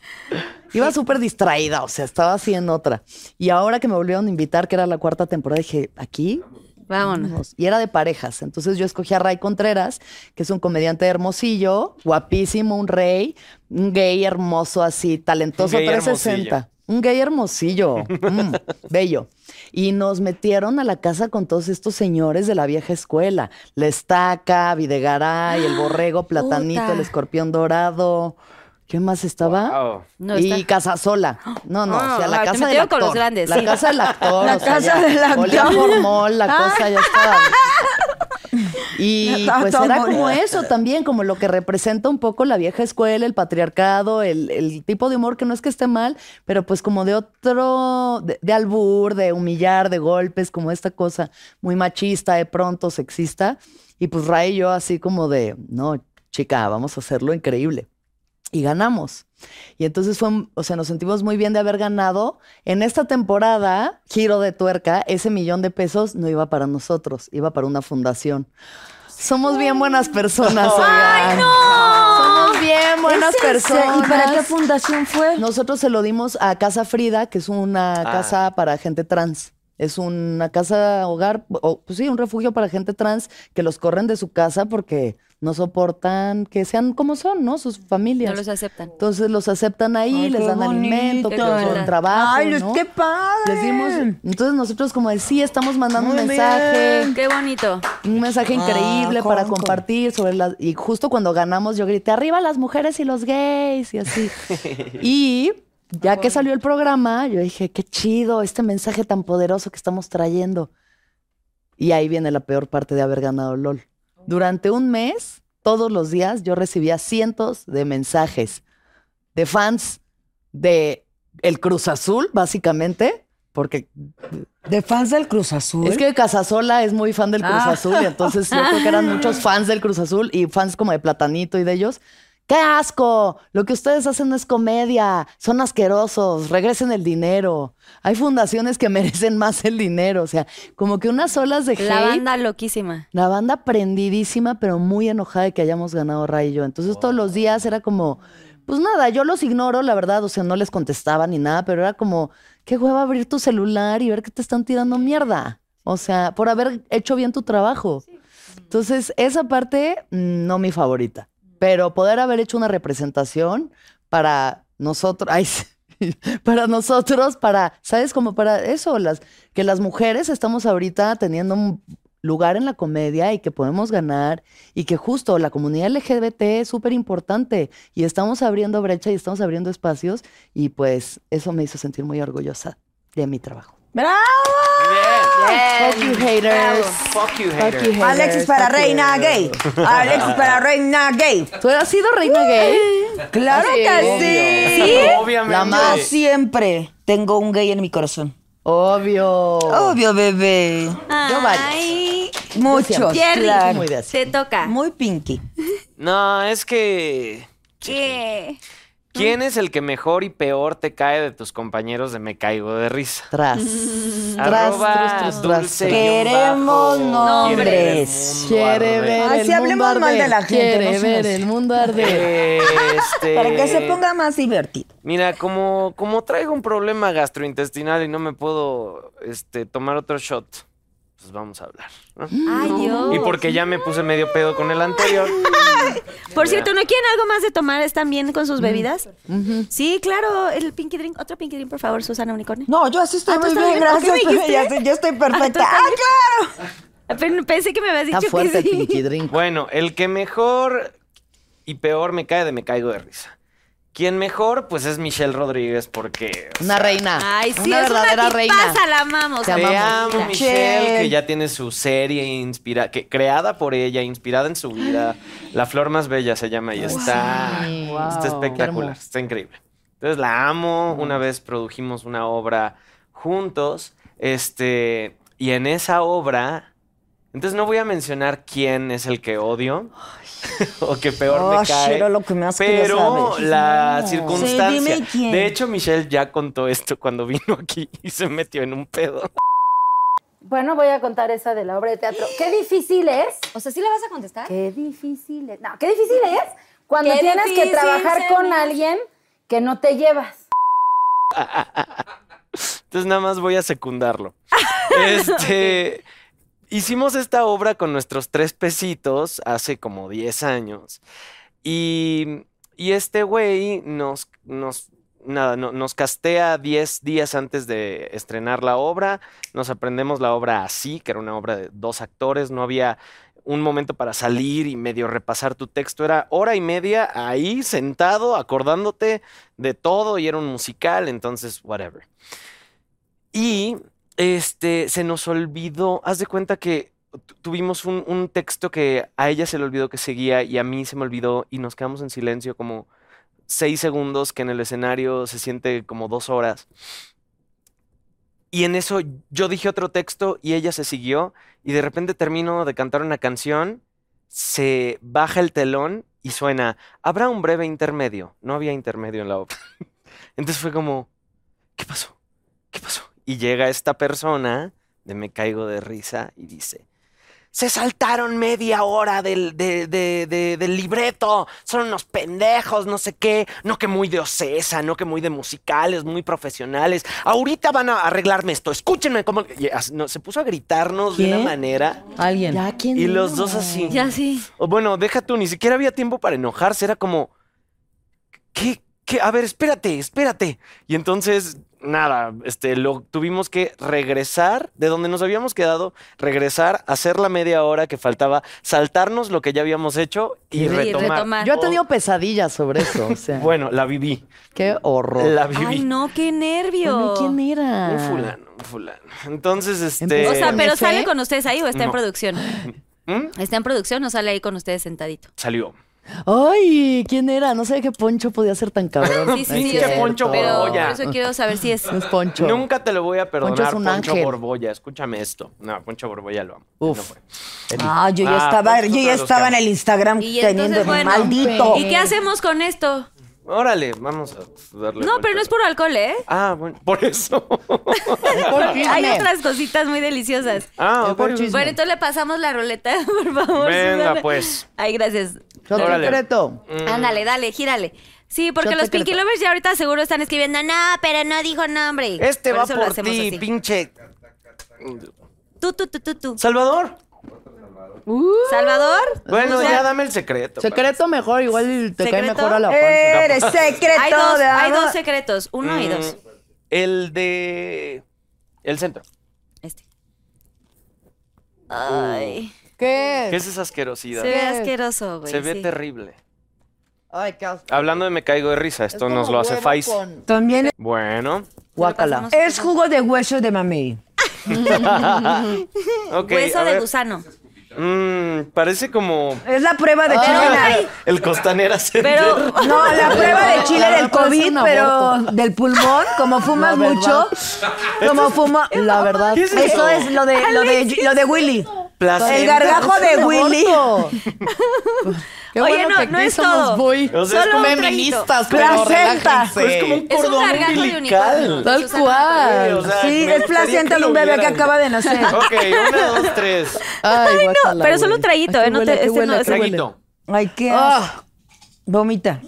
Speaker 7: Iba súper distraída, o sea, estaba así en otra. Y ahora que me volvieron a invitar, que era la cuarta temporada, dije, aquí
Speaker 2: Vámonos.
Speaker 7: Vámonos. Y era de parejas. Entonces yo escogí a Ray Contreras, que es un comediante de hermosillo, guapísimo, un rey, un gay hermoso así, talentoso,
Speaker 6: Un gay
Speaker 7: 360. Un gay hermosillo, mm, bello. Y nos metieron a la casa con todos estos señores de la vieja escuela. La estaca, Videgaray, el borrego, platanito,
Speaker 2: puta.
Speaker 7: el escorpión dorado. ¿Qué más estaba?
Speaker 6: Wow.
Speaker 2: No,
Speaker 7: y
Speaker 2: está-
Speaker 7: Casasola. No, no,
Speaker 2: Ah,
Speaker 7: o sea, la
Speaker 2: te
Speaker 7: casa del
Speaker 2: metieron con
Speaker 7: actor.
Speaker 2: los grandes,
Speaker 7: La
Speaker 2: sí.
Speaker 7: casa del actor.
Speaker 5: La
Speaker 7: o sea,
Speaker 5: casa
Speaker 7: ya
Speaker 5: del actor.
Speaker 7: olía a formol,
Speaker 2: Ah.
Speaker 7: la cosa ya estaba. Y
Speaker 5: Estaba
Speaker 7: pues
Speaker 5: toda
Speaker 7: era
Speaker 5: molida.
Speaker 7: como eso también, como lo que representa un poco la vieja escuela, el patriarcado, el, el tipo de humor que no es que esté mal, pero pues como de otro, de, de albur, de humillar, de golpes, como esta cosa muy machista, de pronto sexista. Y pues Ray y yo así como de, no, chica, vamos a hacerlo increíble. Y ganamos. Y entonces fue, un- o sea, nos sentimos muy bien de haber ganado. En esta temporada, giro de tuerca, ese millón de pesos no iba para nosotros, iba para una fundación. Somos bien buenas personas. ¡Ay, no! Somos bien buenas personas.
Speaker 5: ¿Y para qué fundación fue?
Speaker 7: Nosotros se lo dimos a Casa Frida, que es una
Speaker 6: Ah.
Speaker 7: casa para gente trans. Es una casa hogar, o pues sí, un refugio para gente trans que los corren de su casa porque no soportan que sean como son, ¿no? Sus familias.
Speaker 2: No los aceptan.
Speaker 7: Entonces los aceptan ahí,
Speaker 5: Ay,
Speaker 7: les
Speaker 5: qué
Speaker 7: dan
Speaker 5: bonito.
Speaker 7: alimento, que
Speaker 2: Qué
Speaker 7: les
Speaker 2: cruel.
Speaker 7: dan trabajo.
Speaker 5: Ay, los-
Speaker 7: ¿no?
Speaker 5: qué padre.
Speaker 7: Les dimos. Entonces nosotros como de sí, estamos mandando un
Speaker 5: Muy
Speaker 7: mensaje.
Speaker 5: bien.
Speaker 2: Qué bonito.
Speaker 7: Un mensaje increíble
Speaker 5: Ah,
Speaker 7: para
Speaker 5: con-
Speaker 7: compartir sobre las. Y justo cuando ganamos, yo grité: ¡Arriba las mujeres y los gays! Y así. y ya que salió el programa, yo dije: ¡Qué chido! Este mensaje tan poderoso que estamos trayendo. Y ahí viene la peor parte de haber ganado LOL. Durante un mes, todos los días, yo recibía cientos de mensajes de fans de el Cruz Azul, básicamente, porque
Speaker 5: De fans del Cruz Azul.
Speaker 7: es que Casasola es muy fan del Cruz
Speaker 5: Ah.
Speaker 7: Azul y entonces yo creo que eran muchos fans del Cruz Azul y fans como de Platanito y de ellos. ¡Qué asco! Lo que ustedes hacen no es comedia. Son asquerosos. Regresen el dinero. Hay fundaciones que merecen más el dinero. O sea, como que unas olas de hate.
Speaker 2: La banda loquísima.
Speaker 7: La banda prendidísima, pero muy enojada de que hayamos ganado Ray y yo. Entonces todos los días era como, pues nada, yo los ignoro, la verdad, o sea, no les contestaba ni nada, pero era como, qué hueva abrir tu celular y ver que te están tirando mierda. O sea, por haber hecho bien tu trabajo. Entonces, esa parte mm, no mi favorita, pero poder haber hecho una representación para nosotros, ay, sí, para nosotros, para, ¿sabes? Como para eso, las, que las mujeres estamos ahorita teniendo un lugar en la comedia y que podemos ganar y que justo la comunidad LGBT es súper importante y estamos abriendo brecha y estamos abriendo espacios y pues eso me hizo sentir muy orgullosa de mi trabajo.
Speaker 5: ¡Bravo!
Speaker 7: Fuck you haters.
Speaker 6: Fuck you,
Speaker 7: Fuck
Speaker 6: hater.
Speaker 7: you haters.
Speaker 5: Alexis para
Speaker 7: Fuck you
Speaker 5: reina
Speaker 7: haters.
Speaker 5: gay. Alexis para reina gay.
Speaker 7: ¿Tú has sido reina gay?
Speaker 5: Claro que sí.
Speaker 6: Obviamente.
Speaker 7: La
Speaker 5: Yo
Speaker 7: más.
Speaker 5: siempre tengo un gay en mi corazón.
Speaker 7: Obvio.
Speaker 5: Obvio, bebé.
Speaker 7: Yo varios.
Speaker 2: Oh. Ay,
Speaker 5: Muchos.
Speaker 2: Jerry.
Speaker 5: Pues claro.
Speaker 7: Muy de así.
Speaker 2: te toca.
Speaker 5: Muy pinky.
Speaker 6: No, es que.
Speaker 2: ¿Qué?
Speaker 6: ¿Quién es el que mejor y peor te cae de tus compañeros de Me Caigo de Risa?
Speaker 7: Tras.
Speaker 6: Mm.
Speaker 7: Tras,
Speaker 6: Arroba
Speaker 7: tras, tras, tras.
Speaker 6: dulce guión
Speaker 5: Queremos
Speaker 6: bajo, quiere ver el
Speaker 5: nombres.
Speaker 6: mundo
Speaker 7: Quiere ver
Speaker 6: arder.
Speaker 5: Ay,
Speaker 7: el
Speaker 5: sí, hablemos
Speaker 7: mundo arder.
Speaker 5: mal de la gente,
Speaker 7: Quiere
Speaker 5: no
Speaker 7: ver
Speaker 5: seas-
Speaker 7: el mundo arder.
Speaker 6: Este,
Speaker 5: Para que se
Speaker 2: Eh.
Speaker 5: ponga más divertido.
Speaker 6: Mira, como, como traigo un problema gastrointestinal y no me puedo este, tomar otro shot, pues vamos a hablar. ¿no?
Speaker 2: Ay, Dios.
Speaker 6: Y porque ya me puse medio pedo con el anterior,
Speaker 2: Por cierto, ¿no quieren algo más de tomar? ¿Están bien con
Speaker 7: Mm.
Speaker 2: sus bebidas? Sí, claro. El Pinky Drink. Otro Pinky Drink, por favor, Susana Unicornio.
Speaker 5: No, yo así estoy
Speaker 2: Ah, ¿tú
Speaker 5: muy
Speaker 2: estás
Speaker 5: bien,
Speaker 2: bien? ¿Por qué
Speaker 5: gracias.
Speaker 2: me
Speaker 5: pero ya
Speaker 2: dijiste?
Speaker 5: sé, yo estoy
Speaker 2: Ah, ¿tú
Speaker 5: perfecta.
Speaker 2: estás
Speaker 5: ¡Ah,
Speaker 2: bien?
Speaker 5: claro!
Speaker 2: Pero Pensé que me habías dicho
Speaker 7: Está fuerte
Speaker 2: que
Speaker 7: el
Speaker 2: sí.
Speaker 7: Pinky Drink.
Speaker 6: Bueno, el que mejor y peor me cae de me caigo de risa. Quien mejor, pues es Michelle Rodríguez, porque. o
Speaker 7: Una
Speaker 6: sea,
Speaker 7: reina.
Speaker 2: Ay, sí, es
Speaker 7: una verdadera
Speaker 2: una
Speaker 7: reina.
Speaker 2: tipaza, la amamos.
Speaker 7: Te
Speaker 6: Te
Speaker 7: amamos.
Speaker 6: amo, Michelle,
Speaker 5: Michelle.
Speaker 6: que ya tiene su serie inspira que, creada por ella, inspirada en su vida. La flor más bella se llama y está,
Speaker 7: Sí.
Speaker 5: Oh,
Speaker 6: está
Speaker 4: Wow.
Speaker 7: Qué
Speaker 6: espectacular,
Speaker 7: hermoso.
Speaker 6: está increíble. Entonces la amo. Una vez produjimos una obra juntos, este, y en esa obra, entonces no voy a mencionar quién es el que odio o que peor
Speaker 5: Oh,
Speaker 6: me cae.
Speaker 5: Shiro, lo que me hace que ya
Speaker 6: Pero
Speaker 5: sabes.
Speaker 6: la
Speaker 5: No.
Speaker 6: circunstancia.
Speaker 5: Sí, dime quién.
Speaker 6: De hecho, Michelle ya contó esto cuando vino aquí y se metió en un pedo.
Speaker 9: Bueno, voy a contar esa de la obra de teatro. Qué difícil es.
Speaker 8: O sea, ¿sí la vas a contestar?
Speaker 9: Qué difícil es. No, qué difícil es cuando
Speaker 8: Qué
Speaker 9: tienes que
Speaker 8: difícil
Speaker 9: trabajar
Speaker 8: se
Speaker 9: con
Speaker 8: me-
Speaker 9: alguien que no te llevas.
Speaker 6: Entonces nada más voy a secundarlo. Este, hicimos esta obra con nuestros tres pesitos hace como 10 años. Y, y este güey nos, nos, nada, no- nos castea 10 días antes de estrenar la obra. Nos aprendemos la obra así, que era una obra de dos actores. No había un momento para salir y medio repasar tu texto. Era hora y media ahí sentado, acordándote de todo y era un musical, entonces, whatever. Y este, se nos olvidó, haz de cuenta que tu- tuvimos un, un texto que a ella se le olvidó que seguía y a mí se me olvidó y nos quedamos en silencio como seis segundos, que en el escenario se siente como dos horas. Y en eso yo dije otro texto y ella se siguió y de repente termino de cantar una canción, se baja el telón y suena, habrá un breve intermedio. No había intermedio en la obra. Entonces fue como, ¿qué pasó? ¿Qué pasó? Y llega esta persona, de me caigo de risa, y dice, se saltaron media hora del, de- de- de- del libreto, son unos pendejos, no sé qué, no que muy de Ocesa, no que muy de musicales, muy profesionales, ahorita van a arreglarme esto, escúchenme cómo... Y as- no, se puso a gritarnos de
Speaker 5: ¿Quién?
Speaker 6: una manera,
Speaker 5: Alguien.
Speaker 7: Ya, ¿quién
Speaker 6: y los
Speaker 7: no?
Speaker 6: dos así...
Speaker 2: Ya sí.
Speaker 6: O bueno, deja tú, ni siquiera había tiempo para enojarse, era como, ¿qué? ¿Qué? A ver, espérate, espérate. Y entonces, nada, este, lo tuvimos que regresar de donde nos habíamos quedado, regresar, hacer la media hora que faltaba, saltarnos lo que ya habíamos hecho y,
Speaker 2: Y
Speaker 6: retomar. Oh.
Speaker 2: retomar.
Speaker 7: Yo he tenido pesadillas sobre eso. O sea,
Speaker 6: Bueno, la viví,
Speaker 7: qué horror.
Speaker 6: la viví.
Speaker 2: Ay, no, qué nervio.
Speaker 7: Bueno, ¿Quién era?
Speaker 6: Un fulano, un fulano. Entonces, este...
Speaker 7: Empezó-
Speaker 2: O sea, pero
Speaker 7: ¿MF?
Speaker 2: sale con ustedes ahí o está en
Speaker 6: No.
Speaker 2: producción.
Speaker 6: ¿Mm?
Speaker 2: Está en producción o sale ahí con ustedes sentadito.
Speaker 6: Salió.
Speaker 7: Ay, ¿quién era? No sé qué Poncho podía ser tan cabrón.
Speaker 2: Sí, sí,
Speaker 7: No es
Speaker 2: sí.
Speaker 6: que
Speaker 2: o sea,
Speaker 6: Poncho
Speaker 2: pero
Speaker 6: Borbolla.
Speaker 2: por eso quiero saber si es.
Speaker 7: No es Poncho.
Speaker 6: Nunca te lo voy a perdonar,
Speaker 7: Poncho es
Speaker 6: Poncho,
Speaker 7: un ángel.
Speaker 6: Borbolla. Escúchame esto. No, Poncho Borbolla lo amo.
Speaker 7: Uf.
Speaker 6: No fue.
Speaker 5: Ah, yo ya
Speaker 6: Ah,
Speaker 5: estaba,
Speaker 6: pues,
Speaker 5: yo
Speaker 6: otra
Speaker 5: ya
Speaker 6: de los
Speaker 5: estaba en
Speaker 6: que-
Speaker 5: el Instagram
Speaker 2: Y
Speaker 5: teniendo
Speaker 2: entonces, bueno.
Speaker 5: maldito.
Speaker 2: ¿Y qué hacemos con esto?
Speaker 6: Órale, vamos a darle.
Speaker 2: No, pero no es puro alcohol, ¿eh?
Speaker 6: Ah, bueno, por eso.
Speaker 2: Hay otras cositas muy deliciosas.
Speaker 6: ah, ok.
Speaker 7: Por chisme.
Speaker 2: Bueno, entonces le pasamos la ruleta, por favor.
Speaker 6: Venga,
Speaker 2: Susana.
Speaker 6: pues.
Speaker 2: Ay, gracias.
Speaker 7: Shot
Speaker 6: Órale.
Speaker 7: secreto.
Speaker 6: Mm.
Speaker 2: Ándale, dale, gírale. Sí, porque
Speaker 7: Shot
Speaker 2: los Pinky
Speaker 7: secreto.
Speaker 2: Lovers ya ahorita seguro están escribiendo, no, pero no dijo nombre.
Speaker 6: Este va
Speaker 2: eso lo
Speaker 6: por
Speaker 2: hacemos
Speaker 6: ti,
Speaker 2: así.
Speaker 6: pinche.
Speaker 2: Tú, tú, tú, tú, tú.
Speaker 6: Salvador.
Speaker 2: Salvador.
Speaker 6: Bueno,
Speaker 2: O sea,
Speaker 6: ya dame el secreto.
Speaker 7: Secreto mejor, igual te cae
Speaker 2: ¿Secreto? Eh.
Speaker 7: mejor a la panza.
Speaker 5: Eres secreto
Speaker 2: Hay dos,
Speaker 5: de
Speaker 2: hay
Speaker 5: amor.
Speaker 2: dos secretos, uno y
Speaker 6: Mm,
Speaker 2: dos.
Speaker 6: El de. El centro. Mm.
Speaker 2: Este. Ay,
Speaker 7: ¿Qué?
Speaker 6: ¿Qué es esa asquerosidad?
Speaker 2: se ve asqueroso, güey.
Speaker 6: Uh, Se ve
Speaker 2: sí.
Speaker 6: terrible.
Speaker 7: Ay, qué asco.
Speaker 6: Hablando de me caigo de risa,
Speaker 7: Es
Speaker 6: esto
Speaker 7: como
Speaker 6: nos lo hace
Speaker 7: huevo
Speaker 6: Faiz.
Speaker 7: con-
Speaker 5: También
Speaker 6: Bueno,
Speaker 7: Guácala. Eh,
Speaker 5: es jugo de hueso de mami.
Speaker 6: ok.
Speaker 2: Hueso
Speaker 6: a
Speaker 2: de
Speaker 6: ver.
Speaker 2: gusano.
Speaker 6: Mm, parece como
Speaker 5: Es la prueba
Speaker 2: Ah.
Speaker 5: de chile.
Speaker 6: el, costanera.
Speaker 2: Pero,
Speaker 5: No, la prueba de chile
Speaker 7: La
Speaker 5: del
Speaker 7: verdad parece un
Speaker 5: COVID, pero
Speaker 7: aborto.
Speaker 5: del pulmón, como fumas
Speaker 7: La verdad.
Speaker 5: mucho, como fuma.
Speaker 7: La verdad.
Speaker 6: ¿Qué es
Speaker 5: Eso
Speaker 6: eso?
Speaker 5: es lo de, lo de, lo de Willy.
Speaker 6: Placenta.
Speaker 5: El gargajo
Speaker 7: Es
Speaker 5: de
Speaker 7: un
Speaker 5: Willy.
Speaker 7: aborto. Qué
Speaker 2: Oye,
Speaker 7: bueno
Speaker 2: no,
Speaker 7: que aquí
Speaker 2: no es
Speaker 7: somos
Speaker 2: todo.
Speaker 7: muy
Speaker 6: O sea, es
Speaker 2: Solo
Speaker 6: como-
Speaker 2: un traguito.
Speaker 7: feministas, pero
Speaker 5: Placenta.
Speaker 7: relájense.
Speaker 6: Es como un
Speaker 2: Es un
Speaker 6: cordón
Speaker 2: gargajo de
Speaker 6: umbilical.
Speaker 2: unicornio.
Speaker 7: Tal
Speaker 2: Susana,
Speaker 7: cual.
Speaker 6: Sí, o sea,
Speaker 5: Sí,
Speaker 6: me
Speaker 5: es
Speaker 6: gustaría
Speaker 5: placenta
Speaker 6: que
Speaker 5: de
Speaker 6: lo
Speaker 5: un bebé que
Speaker 6: vieran.
Speaker 5: acaba de nacer.
Speaker 6: Ok, una, dos, tres.
Speaker 7: Ay, guácala,
Speaker 2: pero solo un
Speaker 7: güey.
Speaker 2: traguito,
Speaker 7: Ay,
Speaker 2: ¿eh? No
Speaker 7: qué
Speaker 2: te-
Speaker 7: huele, qué
Speaker 2: este
Speaker 7: huele,
Speaker 2: no-
Speaker 7: qué
Speaker 2: este-
Speaker 7: huele.
Speaker 6: Traguito.
Speaker 5: Ay, qué asco.
Speaker 7: Ah,
Speaker 5: Vomita.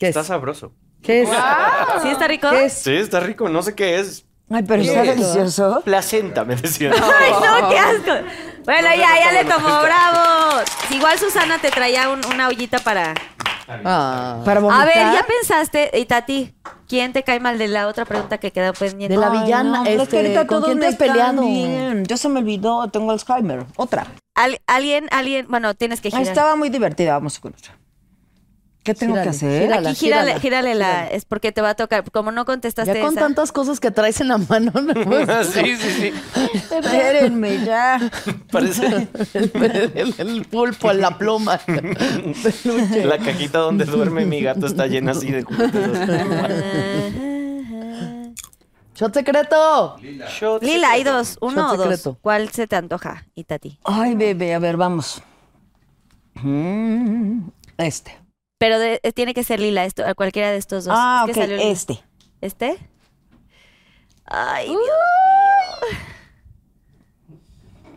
Speaker 7: ¿Qué es?
Speaker 6: Está sabroso.
Speaker 7: ¿Qué es?
Speaker 2: ¿Sí está rico?
Speaker 7: ¿Qué es?
Speaker 6: Sí, está rico. No sé qué es.
Speaker 5: Ay, pero está
Speaker 6: ¿Qué?
Speaker 5: delicioso.
Speaker 6: Placenta, me decían.
Speaker 2: Ay, no, qué asco. Bueno, ya, ya le tomó, bravo. Si Igual Susana te traía un- una ollita para.
Speaker 7: Ah.
Speaker 5: Para vomitar.
Speaker 2: A ver, ya pensaste, y Tati, ¿quién te cae mal de la otra pregunta que quedó pendiente?
Speaker 7: De la
Speaker 5: Ay,
Speaker 7: villana,
Speaker 5: no, pero es que
Speaker 7: este,
Speaker 5: ahorita
Speaker 7: ¿con
Speaker 5: todos
Speaker 7: quién te
Speaker 5: me
Speaker 7: has peleado?
Speaker 5: caen bien. Yo se me olvidó, tengo Alzheimer. Otra.
Speaker 2: Al- alguien, alguien, bueno, tienes que
Speaker 5: Ahí
Speaker 2: girar.
Speaker 5: estaba muy divertida, vamos con otra. ¿Qué tengo
Speaker 7: Gírale,
Speaker 5: que hacer?
Speaker 7: gírala.
Speaker 2: Aquí gírale,
Speaker 7: gírala,
Speaker 2: gírale la, es porque te va a tocar. Como no contestaste
Speaker 7: Ya con
Speaker 2: esa-
Speaker 7: tantas cosas que traes en la mano, no puedes-
Speaker 6: sí, Ah, sí, sí.
Speaker 5: Espérenme ya.
Speaker 6: Parece
Speaker 7: el, el pulpo, la pluma. Peluche.
Speaker 6: la cajita donde duerme mi gato está llena así de juguetes.
Speaker 7: ¡Shot secreto!
Speaker 6: Shots.
Speaker 2: Lila, hay dos, uno o
Speaker 7: Shot
Speaker 2: dos.
Speaker 7: secreto.
Speaker 2: ¿Cuál se te antoja, Y Tati?
Speaker 5: Ay, bebé, a ver, vamos. Mm, Este.
Speaker 2: Pero de- eh, tiene que ser Lila, esto, a cualquiera de estos dos.
Speaker 5: Ah,
Speaker 2: Es
Speaker 5: ok,
Speaker 2: que salió Lila.
Speaker 5: este.
Speaker 2: ¿Este? Ay, Dios.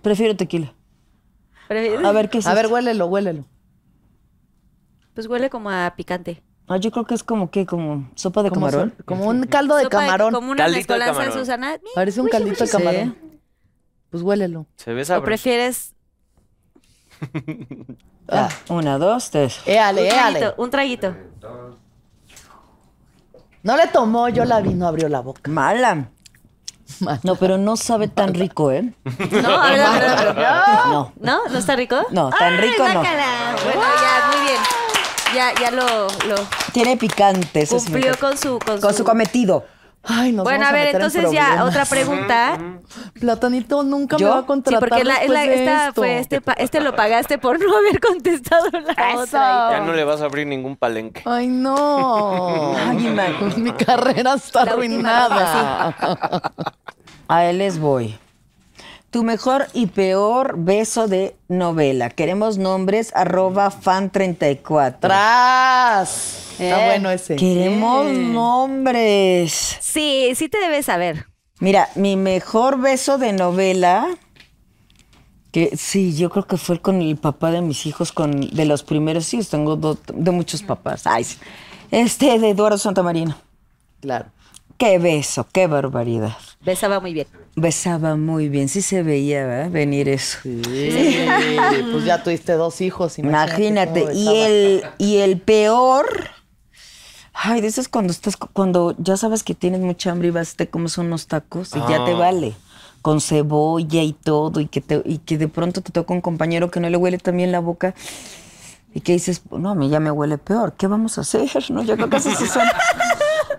Speaker 5: Prefiero tequila.
Speaker 2: Pero-
Speaker 5: A ver, ¿qué es
Speaker 7: A ver,
Speaker 5: esto?
Speaker 7: huélelo, huélelo.
Speaker 2: Pues huele como a picante.
Speaker 5: Ah, yo creo que es como que, como sopa de
Speaker 7: Como,
Speaker 5: camarón.
Speaker 7: son- como un caldo de
Speaker 2: Sopa
Speaker 7: camarón.
Speaker 2: Como una
Speaker 6: Caldito de
Speaker 2: mezcolanza de
Speaker 6: camarón.
Speaker 2: Susana.
Speaker 7: Parece un caldito de camarón. Pues huélelo.
Speaker 6: Se ve
Speaker 2: ¿O
Speaker 6: sabroso.
Speaker 2: prefieres
Speaker 5: Ah, una, dos, tres.
Speaker 7: Éale,
Speaker 2: un
Speaker 7: éale.
Speaker 2: traguito? Un traguito.
Speaker 7: No le tomó, yo la vi, no abrió la boca.
Speaker 5: Mala.
Speaker 7: Mala.
Speaker 5: No, pero no sabe tan rico, ¿eh?
Speaker 2: No, a ver, a ver, a ver.
Speaker 5: No.
Speaker 2: ¿No? ¿No está rico?
Speaker 5: No, tan
Speaker 2: ¡Ay,
Speaker 5: rico no.
Speaker 2: guácala! Bueno, ya, muy bien. Ya, ya lo, lo
Speaker 5: Tiene picante, eso es muy
Speaker 2: cumplió
Speaker 5: rico.
Speaker 2: con su... Con,
Speaker 5: Con su cometido.
Speaker 7: Ay, nos
Speaker 2: Bueno,
Speaker 7: vamos
Speaker 2: a ver,
Speaker 7: meter en
Speaker 2: entonces ya,
Speaker 7: problemas.
Speaker 2: otra pregunta.
Speaker 7: Platanito nunca
Speaker 5: ¿Yo?
Speaker 7: me va a
Speaker 2: Sí,
Speaker 7: contratar
Speaker 2: porque la- es la-
Speaker 7: después de
Speaker 2: esta
Speaker 7: esto.
Speaker 2: fue este, pa- este lo pagaste por no haber contestado la otra.
Speaker 6: Ya no le vas a abrir ningún palenque.
Speaker 7: Ay, no.
Speaker 5: Ay, imagínate.
Speaker 7: Mi carrera está
Speaker 2: La última
Speaker 7: arruinada.
Speaker 5: A él les voy. Tu mejor y peor beso de novela. Queremos nombres arroba fan34.
Speaker 7: Tras. Ah, Está
Speaker 5: Eh,
Speaker 7: bueno ese.
Speaker 5: Queremos nombres.
Speaker 2: Sí, sí te debes saber.
Speaker 5: Mira, mi mejor beso de novela, que sí, yo creo que fue con el papá de mis hijos, con de los primeros hijos, tengo dos, de muchos papás. Ay, sí. Este de Eduardo Santamarina.
Speaker 7: Claro.
Speaker 5: Qué beso, qué barbaridad.
Speaker 2: Besaba muy bien.
Speaker 5: Besaba muy bien, sí se veía ¿verdad? venir eso.
Speaker 7: Sí, pues ya tuviste dos hijos, imagínate.
Speaker 5: Imagínate,
Speaker 7: cómo
Speaker 5: y
Speaker 7: besaba.
Speaker 5: el, y el peor. Ay, de eso es cuando estás, cuando ya sabes que tienes mucha hambre y vas, te comes unos tacos y ya
Speaker 7: Ah.
Speaker 5: te vale. Con cebolla y todo, y que, te, y que de pronto te toca un compañero que no le huele también la boca. Y que dices, no, a mí ya me huele peor, ¿qué vamos a hacer? No, yo creo que así se son.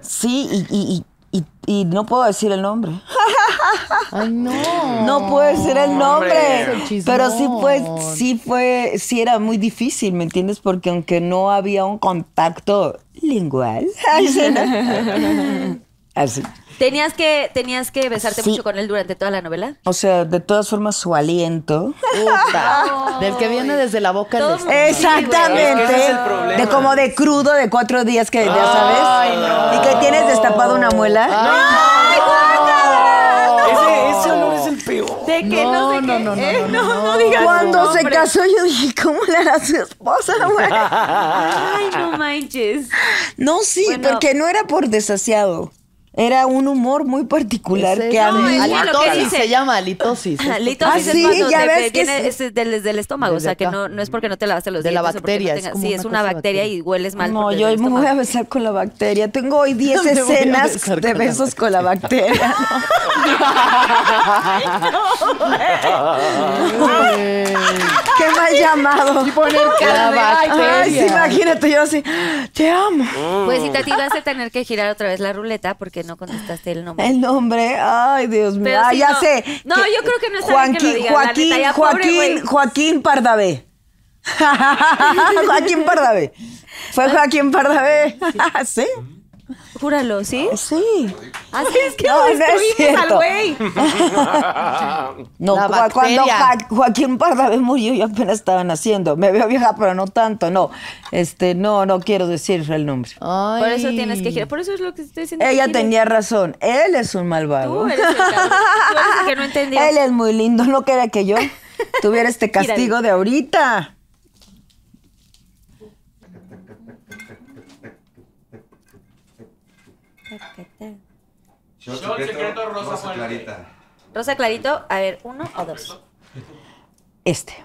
Speaker 5: Sí, y, y- y- y- y no puedo decir el nombre.
Speaker 7: Ay, no.
Speaker 5: No puedo decir el nombre.
Speaker 7: Es el
Speaker 5: Pero sí fue,
Speaker 7: chismón.
Speaker 5: sí fue, sí era muy difícil, ¿me entiendes? Porque aunque no había un contacto lingual. ay, sí, ¿no? Así.
Speaker 2: ¿Tenías que, tenías que besarte
Speaker 5: Sí.
Speaker 2: mucho con él durante toda la novela?
Speaker 5: O sea, de todas formas, su aliento.
Speaker 7: Puta. Del que viene desde la boca
Speaker 2: Todo
Speaker 7: del
Speaker 2: mundo-
Speaker 5: Exactamente.
Speaker 6: Es que ese es el problema.
Speaker 5: De como de crudo de cuatro días que ya sabes. Y que tienes destapado una muela.
Speaker 6: Ese, ese olor es el peor.
Speaker 2: De que no, sé
Speaker 7: no,
Speaker 2: qué.
Speaker 7: no, no,
Speaker 2: eh,
Speaker 7: no,
Speaker 5: Cuando se casó, yo dije, ¿cómo le hará su esposa, güey?
Speaker 2: Ay, no manches.
Speaker 5: No, sí,
Speaker 2: Bueno.
Speaker 5: porque no era por desasiado. Era un humor muy particular
Speaker 7: Ese
Speaker 5: que a
Speaker 7: es
Speaker 5: mí.
Speaker 2: es lo que
Speaker 7: Halitosis
Speaker 2: dice.
Speaker 7: se llama halitosis. Es
Speaker 2: Lito,
Speaker 5: Ah, sí, ya ves que
Speaker 2: viene
Speaker 5: es-
Speaker 2: es del- desde el estómago, o
Speaker 7: Desde
Speaker 2: sea, que
Speaker 7: acá.
Speaker 2: no, no es porque no te lavaste los
Speaker 7: De la
Speaker 2: dientes o porque no
Speaker 7: bacteria, es
Speaker 2: tengas-
Speaker 7: como
Speaker 2: sí,
Speaker 7: una
Speaker 2: es una
Speaker 7: cosa de
Speaker 2: bacteria
Speaker 7: bacteria.
Speaker 2: y hueles mal.
Speaker 5: no,
Speaker 2: por
Speaker 5: yo
Speaker 2: desde el
Speaker 5: me voy a
Speaker 2: estómago.
Speaker 5: besar con la bacteria. Tengo hoy 10
Speaker 7: Me voy a
Speaker 5: escenas
Speaker 7: besar
Speaker 5: de
Speaker 7: con la
Speaker 5: besos con la bacteria. Qué mal llamado.
Speaker 7: La
Speaker 5: Ay, sí,
Speaker 7: bacteria.
Speaker 5: imagínate, yo así, te amo.
Speaker 2: Pues si Tati vas a tener que girar otra vez la ruleta porque no contestaste el nombre.
Speaker 5: El nombre, ay, Dios mío.
Speaker 2: Pero
Speaker 5: Ah,
Speaker 2: sí,
Speaker 5: ya
Speaker 2: no.
Speaker 5: sé.
Speaker 2: No, yo creo que no está bien que lo diga, la
Speaker 5: Joaquín,
Speaker 2: neta, ya, pobre
Speaker 5: Joaquín,
Speaker 2: güey.
Speaker 5: Joaquín Pardavé. Joaquín Pardavé. Fue Joaquín Pardavé. ¿Sí?
Speaker 2: Júralo, ¿sí?
Speaker 5: Sí.
Speaker 2: Así Ah, es que
Speaker 5: No,
Speaker 2: lo
Speaker 5: no es
Speaker 2: destruimos al
Speaker 5: cierto.
Speaker 2: güey.
Speaker 5: No,
Speaker 7: La
Speaker 5: cua- cuando
Speaker 7: bacteria.
Speaker 5: Ja- Joaquín Pardavé murió, yo apenas estaba naciendo. Me veo vieja, pero no tanto, no. Este, no, no quiero decir el nombre.
Speaker 7: Ay.
Speaker 2: Por eso tienes que girar. Por eso es lo que estoy diciendo.
Speaker 5: Ella
Speaker 2: Gires.
Speaker 5: tenía razón. Él es un malvado.
Speaker 2: Tú eres el cabrón. Tú eres el que no entendió.
Speaker 5: Él es muy lindo, no quería que yo tuviera este castigo de ahorita.
Speaker 2: Rosa Clarito, a ver, uno o dos.
Speaker 5: Este.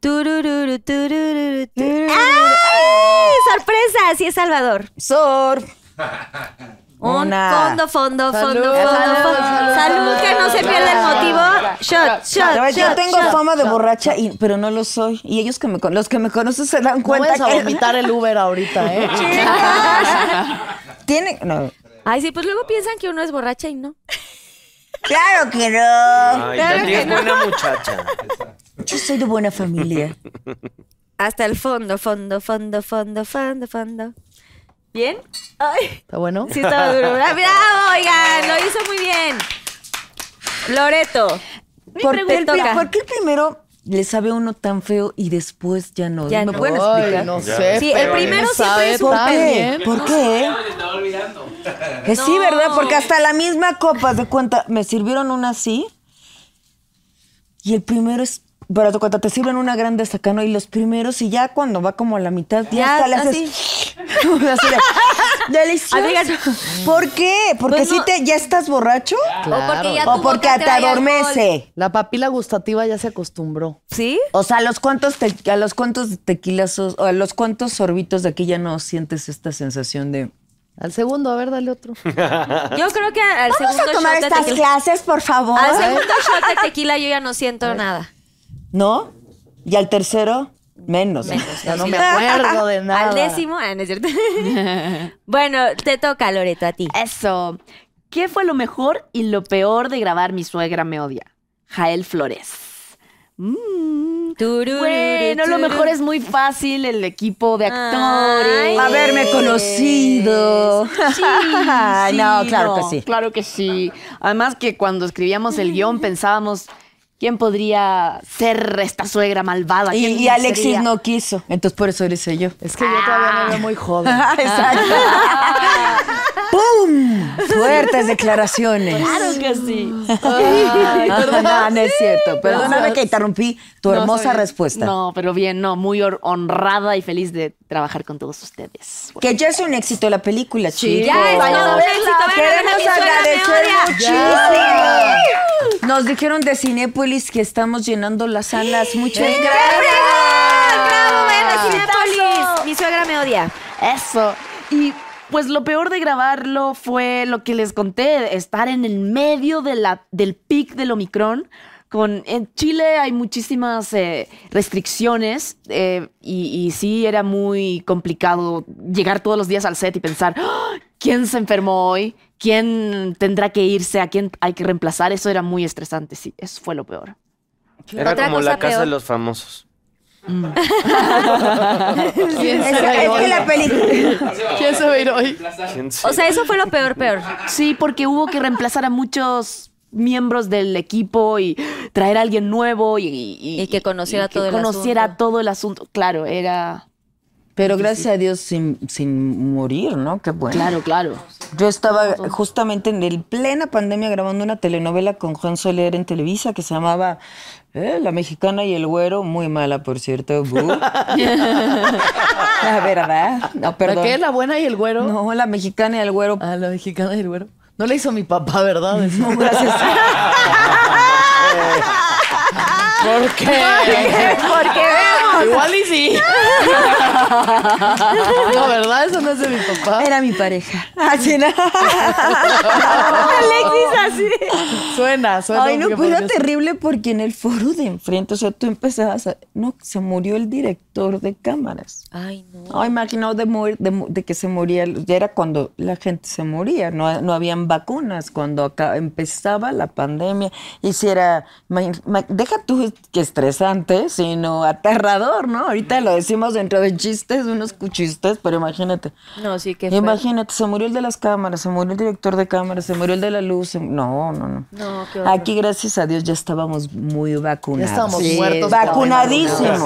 Speaker 2: Turururu, turururu, turururu. ¡Ay! ¡Sorpresa! Sí es Salvador.
Speaker 5: Sor.
Speaker 2: Un
Speaker 5: Una.
Speaker 2: fondo, fondo, fondo,
Speaker 7: Salud.
Speaker 2: fondo,
Speaker 7: Salud,
Speaker 2: fondo.
Speaker 7: salud,
Speaker 2: Salud, que no se pierda el motivo. Shot,
Speaker 5: Ay,
Speaker 2: shot,
Speaker 5: Yo
Speaker 2: shot,
Speaker 5: tengo
Speaker 2: shot.
Speaker 5: fama de borracha, y- pero no lo soy. Y ellos que me con- los que me conocen se dan
Speaker 7: No
Speaker 5: cuenta
Speaker 7: vayas a
Speaker 5: que
Speaker 7: vomitar el Uber ahorita, ¿eh?
Speaker 5: tienen. No.
Speaker 2: Ay, sí, pues luego piensan que uno es borracha y no.
Speaker 5: Claro que no.
Speaker 6: Ay, Tati es buena muchacha.
Speaker 5: Yo soy de buena familia.
Speaker 2: Hasta el fondo, fondo, fondo, fondo, fondo, fondo. ¿Bien? Ay,
Speaker 7: ¿Está bueno?
Speaker 2: sí estaba duro. Ah, ¡Bravo, oigan! Lo hizo muy bien. Loreto.
Speaker 5: ¿Por,
Speaker 2: pregunta.
Speaker 5: qué el pri-
Speaker 2: Toca.
Speaker 5: por qué el primero le sabe a uno tan feo y después ya no?
Speaker 2: Ya no.
Speaker 5: ¿Me pueden
Speaker 7: Ay,
Speaker 5: explicar?
Speaker 7: no sé.
Speaker 2: Sí, el
Speaker 7: pero
Speaker 2: primero siempre
Speaker 7: sabe
Speaker 2: es
Speaker 5: ¿Por
Speaker 7: tan
Speaker 5: qué?
Speaker 7: bien.
Speaker 5: ¿Por qué? Que sí,
Speaker 2: No.
Speaker 5: ¿verdad? Porque hasta la misma copa haz de cuenta, me sirvieron una así. Y el primero es. Pero haz de cuenta, te sirven una grande sacano y los primeros, y ya cuando va como a la mitad, ya,
Speaker 2: Ya,
Speaker 5: hasta le
Speaker 2: así.
Speaker 5: haces. Así de- Delicioso.
Speaker 2: Amigas.
Speaker 5: ¿Por qué? ¿Porque
Speaker 2: Pues
Speaker 5: si
Speaker 2: no.
Speaker 5: te, ya estás borracho?
Speaker 2: O porque ya
Speaker 5: ¿O
Speaker 2: tu
Speaker 5: porque
Speaker 2: boca
Speaker 5: te
Speaker 2: trae alcohol.
Speaker 5: adormece?
Speaker 7: La papila gustativa ya se acostumbró.
Speaker 2: ¿Sí?
Speaker 5: O sea, ¿a los cuantos te- a los cuantos tequilazos, o a los cuantos sorbitos de aquí ya no sientes esta sensación de.
Speaker 7: Al segundo, a ver, dale otro.
Speaker 2: Yo creo que al
Speaker 5: Vamos
Speaker 2: segundo
Speaker 5: a tomar
Speaker 2: shot de
Speaker 5: estas
Speaker 2: tequila.
Speaker 5: clases, por favor.
Speaker 2: Al segundo shot de tequila yo ya no siento nada.
Speaker 5: ¿No? Y al tercero, menos.
Speaker 7: Ya no me acuerdo de nada.
Speaker 2: Al décimo, ah, no es cierto. bueno, te toca, Loreto, a ti.
Speaker 4: Eso. ¿Qué fue lo mejor y lo peor de grabar Mi suegra me odia? Jael Flores. Mm.
Speaker 2: Turururu,
Speaker 4: Bueno, lo
Speaker 2: turururu.
Speaker 4: mejor es muy fácil el equipo de actores.
Speaker 2: Ay.
Speaker 5: Haberme conocido.
Speaker 4: Sí, sí,
Speaker 5: no, claro que sí.
Speaker 4: Claro que sí. Además que cuando escribíamos el guión pensábamos, ¿quién podría ser esta suegra malvada?
Speaker 5: Y,
Speaker 4: ¿Quién
Speaker 5: y Alexis
Speaker 4: sería?
Speaker 5: no quiso. Entonces por eso eres yo.
Speaker 7: Es que yo todavía me
Speaker 2: Ah.
Speaker 7: veo muy joven.
Speaker 5: Exacto. ¡Pum! Fuertes declaraciones.
Speaker 4: Claro que sí.
Speaker 5: no, no es cierto. Perdóname que interrumpí tu
Speaker 4: No,
Speaker 5: hermosa
Speaker 4: soy-
Speaker 5: respuesta.
Speaker 4: No, pero bien, no, muy hor- honrada y feliz de trabajar con todos ustedes.
Speaker 5: Que ya es un éxito la película, chicos.
Speaker 2: Ya es todo un éxito. Vayan a ver
Speaker 5: Queremos
Speaker 2: Mi suegra me
Speaker 5: agradecer
Speaker 2: odia.
Speaker 5: muchísimo. Nos dijeron de Cinépolis que estamos llenando las salas. Muchas
Speaker 2: ¡Ah, ¡Bravo,
Speaker 5: gracias.
Speaker 2: vayan a Cinépolis! Mi suegra me odia.
Speaker 4: Eso. Y pues lo peor de grabarlo fue lo que les conté, estar en el medio de la, del pic del Omicron. Con, en Chile hay muchísimas eh, restricciones eh, y, y sí era muy complicado llegar todos los días al set y pensar, "Ah, ¿quién se enfermó hoy? ¿Quién tendrá que irse? ¿A quién hay que reemplazar? Eso era muy estresante, sí, eso fue lo peor.
Speaker 6: Era
Speaker 2: Otra
Speaker 6: como
Speaker 2: cosa
Speaker 6: la casa
Speaker 2: peor.
Speaker 6: de los famosos.
Speaker 5: Es, es que la película.
Speaker 7: ¿Quién se va a ir hoy?
Speaker 6: ¿Quién se-
Speaker 2: O sea, eso fue lo peor, peor.
Speaker 4: Sí, porque hubo que reemplazar a muchos miembros del equipo y traer a alguien nuevo y,
Speaker 2: Y que conociera todo el
Speaker 4: conociera
Speaker 2: asunto.
Speaker 4: todo el asunto. Claro, era...
Speaker 5: Pero gracias a Dios sin, sin morir, ¿no? Qué bueno.
Speaker 4: Claro, claro.
Speaker 5: Yo estaba justamente en el plena pandemia grabando una telenovela con Juan Soler en Televisa que se llamaba eh, La Mexicana y el Güero, muy mala por cierto. bu. la verdad.
Speaker 2: Ah,
Speaker 5: No,
Speaker 7: ¿Para
Speaker 5: perdón.
Speaker 7: qué? ¿La buena y el güero?
Speaker 5: No, La Mexicana y el Güero.
Speaker 7: Ah, la mexicana y el güero. No le hizo mi papá, ¿verdad? Eso.
Speaker 5: No, gracias.
Speaker 7: ¿Por qué?
Speaker 5: Porque vemos.
Speaker 7: Igual y sí. No, ¿verdad? Eso no es de mi papá.
Speaker 5: Era mi pareja. Así Ah, no.
Speaker 7: Suena, suena.
Speaker 5: Ay, no,
Speaker 7: porque
Speaker 5: pues era
Speaker 7: podría ser.
Speaker 5: terrible porque en el foro de enfrente, o sea, tú empezabas a... No, se murió el director de cámaras.
Speaker 2: Ay, no.
Speaker 5: Ay, imagino de, morir- de, mu- de que se moría, ya era cuando la gente se moría, no, no habían vacunas, cuando acá empezaba la pandemia, y si era, ma- ma- deja tú que estresante, sino aterrador, ¿no? Ahorita lo decimos dentro de chistes, unos cuchistes, pero imagínate.
Speaker 2: No, sí, que fue.
Speaker 5: Imagínate, se murió el de las cámaras, se murió el director de cámaras, se murió el de la luz. se- No, no, no.
Speaker 2: No, qué horror.
Speaker 5: Aquí, gracias a Dios, ya estábamos muy vacunados.
Speaker 7: Ya estábamos muertos.
Speaker 5: Vacunadísimos.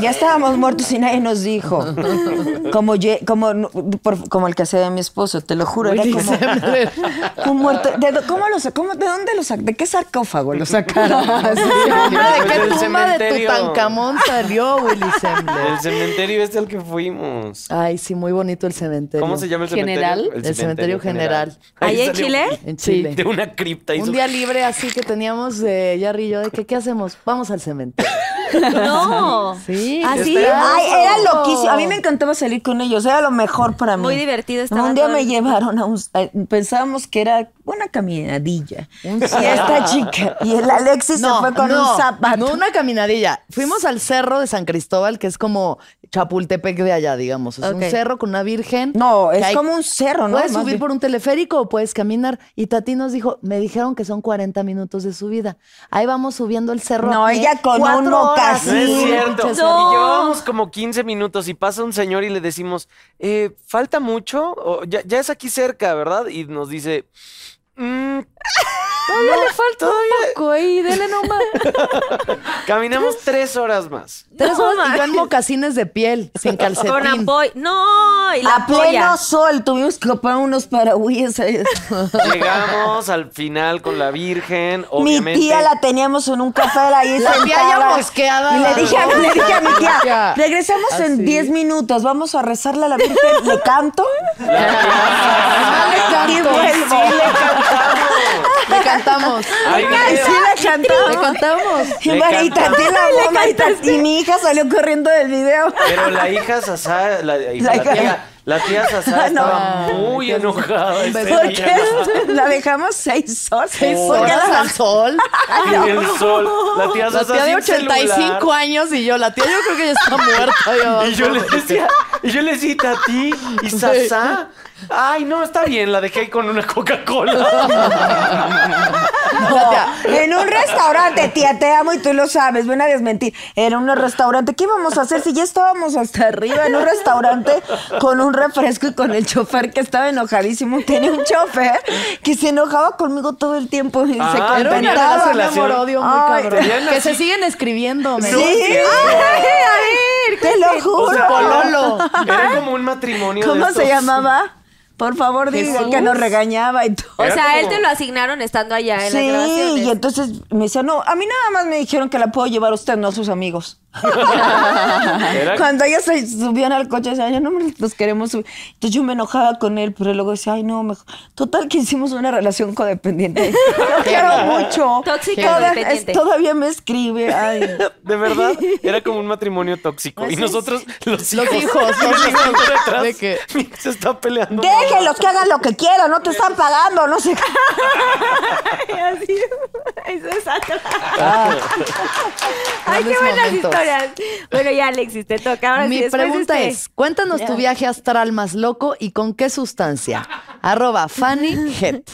Speaker 5: ya estábamos muertos y nadie nos dijo. Como, ye- como, no- por- como el que hacía de mi esposo, te lo juro. Era como un muerto. ¿De, dó- cómo lo sa- cómo- ¿De dónde lo sacaron? ¿De qué sarcófago lo sacaron?
Speaker 7: Hombre, ¿De
Speaker 6: Del
Speaker 7: qué tumba de
Speaker 6: cementerio.
Speaker 7: Tutankamón salió Willy Sembler?
Speaker 6: El cementerio este al que fuimos.
Speaker 7: Ay, sí, muy bonito el cementerio.
Speaker 6: ¿Cómo se llama el cementerio?
Speaker 4: ¿General?
Speaker 7: El cementerio general.
Speaker 2: ¿Ahí en
Speaker 6: salió
Speaker 2: Chile?
Speaker 7: En Chile.
Speaker 6: De una cripta.
Speaker 7: Un
Speaker 6: hizo-
Speaker 7: día libre así que teníamos eh, Jerry y yo de que, ¿qué hacemos? Vamos al cementerio. Ah,
Speaker 2: No.
Speaker 7: Sí.
Speaker 2: Así.
Speaker 5: Ay, era loquísimo. A mí me encantaba salir con ellos, era lo mejor para mí.
Speaker 2: Muy divertido estaba
Speaker 5: Un día
Speaker 2: todo
Speaker 5: me
Speaker 2: el-
Speaker 5: llevaron a un. a- pensábamos que era una caminadilla. y esta chica. Y el Alexis se fue con un zapato.
Speaker 7: No, una caminadilla. Fuimos al cerro de San Cristóbal, que es como Chapultepec de allá, digamos. Es
Speaker 2: Ok.
Speaker 7: un cerro con una virgen.
Speaker 5: No,
Speaker 7: que
Speaker 5: es
Speaker 7: hay-
Speaker 5: como un cerro, ¿no?
Speaker 7: Puedes
Speaker 5: Más
Speaker 7: subir
Speaker 5: bien.
Speaker 7: por un teleférico o puedes caminar. Y Tati nos dijo, me dijeron que son 40 minutos de subida. Ahí vamos subiendo el cerro. a
Speaker 5: No,
Speaker 7: pie,
Speaker 5: ella con
Speaker 7: cuatro
Speaker 5: un
Speaker 7: horas.
Speaker 6: No es
Speaker 5: Sí,
Speaker 6: cierto.
Speaker 7: pinche
Speaker 6: Y
Speaker 2: No.
Speaker 6: llevábamos como 15 minutos y pasa un señor y le decimos, eh, ¿falta mucho? O, ya, ya es aquí cerca, ¿verdad? Y nos dice, "Mm,
Speaker 4: Todavía le falta un poco ahí, dele nomás.
Speaker 6: caminamos tres horas más.
Speaker 7: Tres
Speaker 2: No
Speaker 7: horas y yo en
Speaker 2: manches.
Speaker 7: mocasines de piel, sin calcetín.
Speaker 2: Con apoy. No, y la
Speaker 5: A pleno
Speaker 2: polla.
Speaker 5: sol tuvimos que comprar unos paraguas.
Speaker 6: Llegamos al final con la Virgen,
Speaker 5: Mi
Speaker 6: obviamente.
Speaker 5: tía la teníamos en un café ahí
Speaker 7: La tía ya
Speaker 5: sentada.
Speaker 7: mosqueada.
Speaker 5: Y le dije, a- le dije a mi tía,
Speaker 7: Ya.
Speaker 5: regresamos en
Speaker 7: Así.
Speaker 5: 10 minutos, vamos a rezarle a la Virgen, le canto. Y vuelvo.
Speaker 7: Le cantamos.
Speaker 6: Hay
Speaker 5: Y
Speaker 6: video.
Speaker 5: sí le cantamos.
Speaker 7: Le cantamos.
Speaker 5: Y
Speaker 6: Le
Speaker 5: Marita,
Speaker 6: cantamos.
Speaker 5: tiene la bomba y ta- y mi hija salió corriendo del video.
Speaker 6: Pero la hija Sasá, la, la
Speaker 5: La hija-
Speaker 6: tía, la tía Sasá
Speaker 5: No.
Speaker 6: estaba muy enojada.
Speaker 7: Pues,
Speaker 6: ese
Speaker 5: ¿Por
Speaker 6: día.
Speaker 5: qué la dejamos seis horas? ¿Por qué
Speaker 7: Horas
Speaker 5: la-
Speaker 7: al sol.
Speaker 6: Y el sol. La tía
Speaker 7: La
Speaker 6: Sasá
Speaker 7: tía de
Speaker 6: sin celular.
Speaker 7: 85 años y yo, la tía yo creo que ya está muerta.
Speaker 6: Y yo le decía, y yo le decía, Tati y Sasá. Ay, no, está bien, la dejé ahí con una Coca-Cola.
Speaker 5: No, en un restaurante, tía, te amo y tú lo sabes, ven a desmentir. En un restaurante, ¿qué íbamos a hacer si ya estábamos hasta arriba en un restaurante con un refresco y con el chofer que estaba enojadísimo? Tenía un chofer que se enojaba conmigo todo el tiempo y se
Speaker 6: Ah, era
Speaker 7: Era una
Speaker 6: Inventaba.
Speaker 5: contentaba.
Speaker 7: relación de amor-odio muy
Speaker 5: Ay,
Speaker 7: cabrón.
Speaker 6: tenían
Speaker 7: Que
Speaker 6: así-
Speaker 7: se siguen escribiendo. me-
Speaker 5: Sí, ay, te lo
Speaker 6: O
Speaker 5: juro.
Speaker 6: sea,
Speaker 7: Pololo.
Speaker 6: Era como un matrimonio. de
Speaker 5: ¿Cómo se
Speaker 6: estos-
Speaker 5: llamaba? Por favor, diga
Speaker 7: Jesús.
Speaker 5: que nos regañaba y todo.
Speaker 2: O
Speaker 6: Era
Speaker 2: sea, él
Speaker 6: como-
Speaker 2: te lo asignaron estando allá en las
Speaker 5: Sí,
Speaker 2: grabaciones.
Speaker 5: y entonces me decía, no, a mí nada más me dijeron que la puedo llevar a usted, no a sus amigos.
Speaker 6: Era-
Speaker 5: Cuando ellos se subían al coche, decían, "Ay, no hombre, nos queremos subir. Entonces yo me enojaba con él, pero luego decía, ay, no, mejor. Total que hicimos una relación codependiente. Lo quiero mucho.
Speaker 2: Tóxica
Speaker 5: Toda- es-
Speaker 2: codependiente.
Speaker 5: Todavía me escribe, ay.
Speaker 6: De verdad, era como un matrimonio tóxico. y nosotros, los hijos,
Speaker 7: Pues Los hijos,
Speaker 6: y
Speaker 7: los
Speaker 6: el hijo
Speaker 7: hijos.
Speaker 6: detrás,
Speaker 7: De que-
Speaker 6: se está peleando.
Speaker 5: Déjenlos que hagan lo que quieran, no te están pagando, no sé. qué.
Speaker 2: así. Eso es atrás.
Speaker 6: Ah.
Speaker 2: Ay, qué
Speaker 7: Grandes
Speaker 2: buenas
Speaker 7: momentos.
Speaker 2: historias. Bueno, ya, Alexis, te toca. Ahora sí,
Speaker 7: Mi
Speaker 2: después
Speaker 7: pregunta
Speaker 2: este-
Speaker 7: es, cuéntanos tu viaje astral más loco y con qué sustancia. Arroba Fanny Het.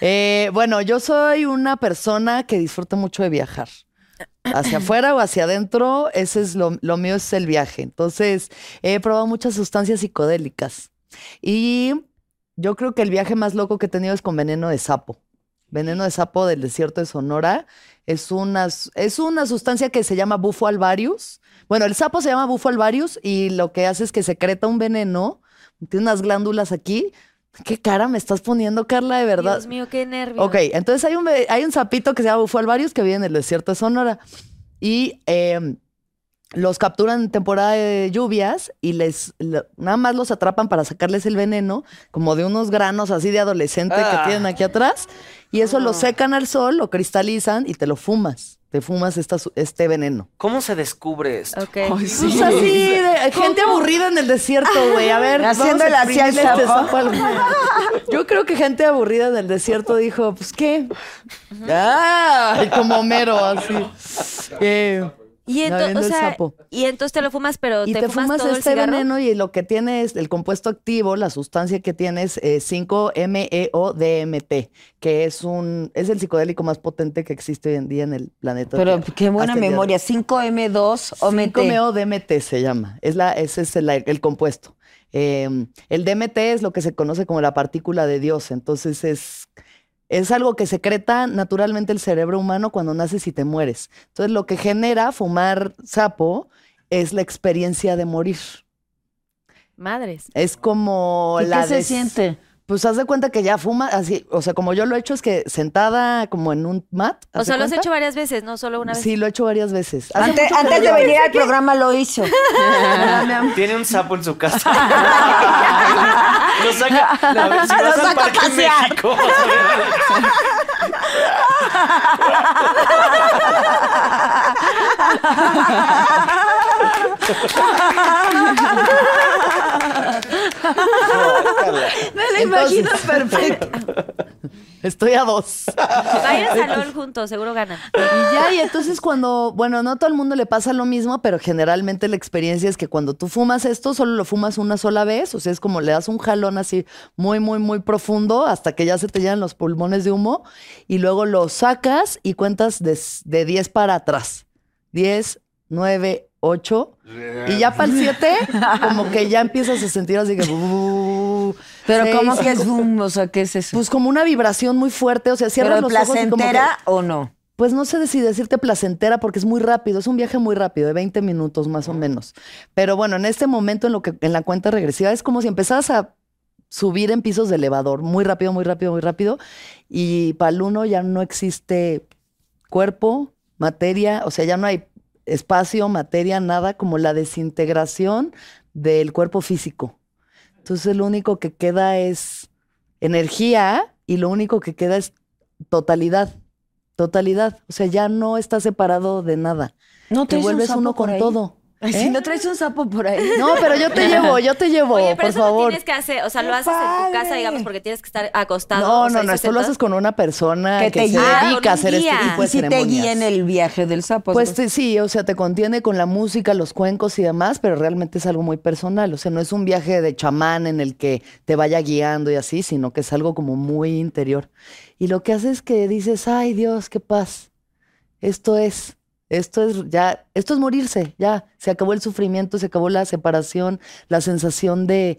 Speaker 7: Eh, bueno, yo soy una persona que disfruta mucho de viajar. Hacia afuera o hacia adentro, ese es lo, lo mío es el viaje. Entonces, he probado muchas sustancias psicodélicas. Y yo creo que el viaje más loco que he tenido es con veneno de sapo. Veneno de sapo del desierto de Sonora. Es una, s- es una sustancia que se llama bufo alvarius. Bueno, el sapo se llama bufo alvarius y lo que hace es que secreta un veneno. Tiene unas glándulas aquí. ¿Qué cara me estás poniendo, Carla? De verdad.
Speaker 2: Dios mío, qué nervios.
Speaker 7: Ok, entonces hay un, be- hay un sapito que se llama Bufo alvarius que vive en el desierto de Sonora. Y eh, los capturan en temporada de lluvias y les lo- nada más los atrapan para sacarles el veneno, como de unos granos así de adolescente
Speaker 6: Ah.
Speaker 7: que tienen aquí atrás. Y eso lo secan al sol, lo cristalizan y te lo fumas. Te fumas esta su- este veneno.
Speaker 6: ¿Cómo se descubre esto?
Speaker 2: Ok.
Speaker 7: Pues así, de- gente aburrida en el desierto, güey. A ver,
Speaker 5: Haciéndole
Speaker 7: vamos a
Speaker 5: así al
Speaker 7: exprimirle este
Speaker 5: sapo.
Speaker 7: sapo al- Yo creo que gente aburrida en el desierto dijo, pues qué. Ah, y como Homero, así. Eh,
Speaker 2: Y, ento-
Speaker 7: Abriendo
Speaker 2: o
Speaker 7: el
Speaker 2: sea,
Speaker 7: sapo.
Speaker 2: y entonces te lo fumas, pero
Speaker 7: y
Speaker 2: te, fumas, todo
Speaker 7: este
Speaker 2: el cigarro.
Speaker 7: veneno y lo que tiene es el compuesto activo, la sustancia que tiene es eh, 5-MeO-DMT, que es un es el psicodélico más potente que existe hoy en día en el planeta.
Speaker 5: Pero
Speaker 7: Tierra,
Speaker 5: qué buena
Speaker 7: hasta el día de hoy.
Speaker 5: memoria, 5M2 o
Speaker 7: 5-MeO-DMT se llama. Es la, ese es el, el compuesto. Eh, el DMT es lo que se conoce como la partícula de Dios. Entonces es, es algo que secreta naturalmente el cerebro humano cuando naces y te mueres. Entonces lo que genera fumar sapo es la experiencia de morir.
Speaker 2: Madres.
Speaker 7: Es como
Speaker 5: ¿Y
Speaker 7: la
Speaker 5: qué se
Speaker 7: des-
Speaker 5: siente?
Speaker 7: Pues haz de cuenta que ya fuma así, o sea, como yo lo he hecho es que sentada como en un mat.
Speaker 2: O
Speaker 7: haz de
Speaker 2: sea, lo has
Speaker 7: cuenta.
Speaker 2: hecho varias veces, no solo una vez.
Speaker 7: Sí, lo he hecho varias veces. Hace
Speaker 5: Antes,
Speaker 7: mucho que
Speaker 5: antes
Speaker 7: no
Speaker 5: de
Speaker 7: lo
Speaker 5: venir al programa lo hizo.
Speaker 6: Tiene un sapo en su casa. lo saca. A ver, si
Speaker 5: Lo
Speaker 6: vas al
Speaker 5: saca a
Speaker 6: Parque
Speaker 5: pasear.
Speaker 6: México, vas a ver.
Speaker 5: Me la imagino perfecto.
Speaker 7: Estoy a dos.
Speaker 2: Vayan al LOL juntos, seguro ganan.
Speaker 7: Y ya, y entonces cuando, bueno, no a todo el mundo le pasa lo mismo, pero generalmente la experiencia es que cuando tú fumas esto, solo lo fumas una sola vez, o sea, es como le das un jalón así muy, muy, muy profundo hasta que ya se te llenan los pulmones de humo y luego lo sacas y cuentas de de 10 para atrás. 10, 9, 8. Y ya para el 7, como que ya empiezas a sentir así que... "Uh".
Speaker 5: Pero
Speaker 7: Seis,
Speaker 5: ¿cómo que es
Speaker 7: cinco.
Speaker 5: boom? O sea, ¿qué es eso?
Speaker 7: Pues como una vibración muy fuerte, o sea, cierras
Speaker 5: ¿Pero
Speaker 7: los ojos y como que-
Speaker 5: placentera o no?
Speaker 7: pues no sé si decirte placentera porque es muy rápido, es un viaje muy rápido, de 20 minutos más o menos. Pero bueno, en este momento en lo que en la cuenta regresiva es como si empezaras a subir en pisos de elevador, muy rápido, muy rápido, muy rápido y para el uno ya no existe cuerpo, materia, o sea, ya no hay espacio, materia, nada, como la desintegración del cuerpo físico. Entonces lo único que queda es energía y lo único que queda es totalidad, totalidad. O sea, ya no está separado de nada.
Speaker 5: No
Speaker 7: Te
Speaker 5: traes un
Speaker 7: vuelves
Speaker 5: sapo
Speaker 7: uno
Speaker 5: por
Speaker 7: con
Speaker 5: ahí.
Speaker 7: todo.
Speaker 5: Ay,
Speaker 7: ¿Eh?
Speaker 5: Si no traes un sapo por ahí.
Speaker 7: No, pero yo te llevo, yo te llevo,
Speaker 2: Oye, pero
Speaker 7: por
Speaker 2: eso no
Speaker 7: favor.
Speaker 2: tienes que hacer, o sea, lo
Speaker 5: ¡Qué
Speaker 2: haces en tu casa,
Speaker 5: padre!
Speaker 2: digamos, porque tienes que estar acostado.
Speaker 7: No,
Speaker 2: o sea,
Speaker 7: no, no,
Speaker 2: y
Speaker 7: esto lo
Speaker 2: sentado.
Speaker 7: haces con una persona
Speaker 5: Que
Speaker 7: que,
Speaker 5: te
Speaker 7: se
Speaker 5: guía.
Speaker 2: Ah, con
Speaker 7: dedica a
Speaker 2: un
Speaker 7: hacer este
Speaker 2: guía.
Speaker 7: tipo
Speaker 5: y
Speaker 7: de
Speaker 5: si te
Speaker 7: ceremonias.
Speaker 5: guía en el viaje del sapo.
Speaker 7: Pues
Speaker 5: ¿no?
Speaker 7: te- sí, o sea, te contiene con la música, los cuencos y demás, pero realmente es algo muy personal. O sea, no es un viaje de chamán en el que te vaya guiando y así, sino que es algo como muy interior. Y lo que hace es que dices, ay Dios, qué paz. Esto es, esto es ya, esto es morirse, ya. Se acabó el sufrimiento, se acabó la separación, la sensación de,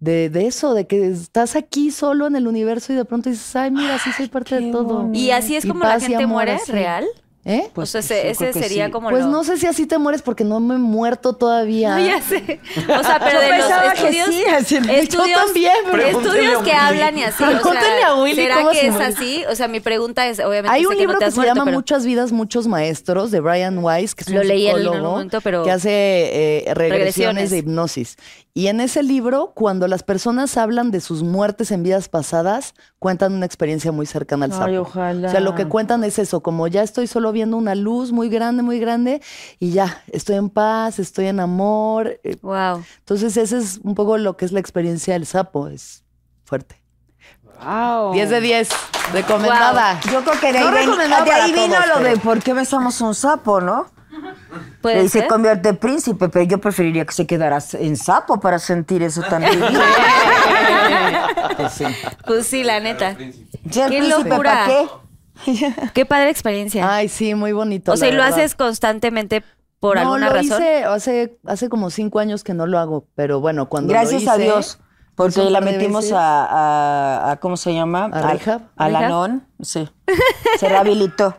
Speaker 7: de, de eso, de que estás aquí solo en el universo y de pronto dices, ay, mira, sí soy parte de
Speaker 5: qué
Speaker 7: todo.
Speaker 5: bonito.
Speaker 2: Y así es
Speaker 7: Y
Speaker 2: como la
Speaker 7: paz y
Speaker 2: gente
Speaker 7: amor,
Speaker 2: muere,
Speaker 7: así.
Speaker 2: real.
Speaker 7: ¿Eh?
Speaker 5: Pues,
Speaker 2: o sea,
Speaker 5: yo
Speaker 2: ese, ese
Speaker 5: creo que
Speaker 2: sería
Speaker 5: sí.
Speaker 2: como
Speaker 7: Pues
Speaker 2: lo-
Speaker 7: no sé si así te mueres porque no me he muerto todavía.
Speaker 2: No, ya sé. O sea, pero de los
Speaker 5: pensaba que
Speaker 2: estudios,
Speaker 5: sí, así, yo
Speaker 2: estudios,
Speaker 7: también, pero-
Speaker 6: Pregúntenle a
Speaker 2: estudios que
Speaker 6: Willy.
Speaker 2: hablan y así. O
Speaker 7: Pregúntenle
Speaker 2: sea,
Speaker 7: a Willy
Speaker 2: ¿Será
Speaker 7: cómo
Speaker 2: que
Speaker 7: se
Speaker 2: es
Speaker 7: murió.
Speaker 2: así? O sea, mi pregunta es, obviamente,
Speaker 7: Hay
Speaker 2: sé
Speaker 7: un
Speaker 2: que no
Speaker 7: libro
Speaker 2: te
Speaker 7: que
Speaker 2: has
Speaker 7: se
Speaker 2: muerto,
Speaker 7: llama
Speaker 2: pero-
Speaker 7: Muchas vidas, muchos maestros, de Brian Weiss, que es
Speaker 2: Lo
Speaker 7: un
Speaker 2: leí en algún
Speaker 7: psicólogo
Speaker 2: momento, pero-
Speaker 7: que hace eh, regresiones,
Speaker 2: Regresiones.
Speaker 7: de hipnosis. Y en ese libro, cuando las personas hablan de sus muertes en vidas pasadas, cuentan una experiencia muy cercana al sapo.
Speaker 5: Ay, ojalá.
Speaker 7: O sea, lo que cuentan es eso, como ya estoy solo viendo una luz muy grande, muy grande, y ya, estoy en paz, estoy en amor. eh,
Speaker 2: Wow.
Speaker 7: Entonces, ese es un poco lo que es la experiencia del sapo, es fuerte. 10
Speaker 2: Oh.
Speaker 7: de 10, recomendada.
Speaker 5: Yo creo que de ahí,
Speaker 7: No
Speaker 5: ven-
Speaker 7: recomendado
Speaker 5: de ahí
Speaker 7: para
Speaker 5: vino
Speaker 7: todos,
Speaker 5: lo de
Speaker 7: pero-
Speaker 5: por qué besamos un sapo, ¿no?
Speaker 2: ¿Puede
Speaker 5: Y
Speaker 2: ser?
Speaker 5: se convierte en príncipe, pero yo preferiría que se quedara en sapo para sentir eso tan divino.
Speaker 2: Pues sí, la neta.
Speaker 5: Ser
Speaker 2: ¡Qué
Speaker 5: príncipe,
Speaker 2: locura!
Speaker 5: ¿pa' qué?
Speaker 2: Qué padre experiencia.
Speaker 7: Ay, sí, muy bonito.
Speaker 2: o sea,
Speaker 7: Ah, la
Speaker 2: ¿y lo
Speaker 7: verdad.
Speaker 2: haces constantemente por
Speaker 7: no,
Speaker 2: alguna
Speaker 7: lo
Speaker 2: razón?
Speaker 7: hice hace, hace como cinco años que no lo hago, pero bueno, cuando lo
Speaker 5: Gracias a
Speaker 7: hice-
Speaker 5: Dios. Porque
Speaker 7: un
Speaker 5: la
Speaker 7: par de
Speaker 5: metimos
Speaker 7: veces.
Speaker 5: a, a- a- ¿cómo se llama?
Speaker 7: ¿A rehab?
Speaker 5: A la
Speaker 2: ¿Rehab?
Speaker 5: non, sí. Se rehabilitó.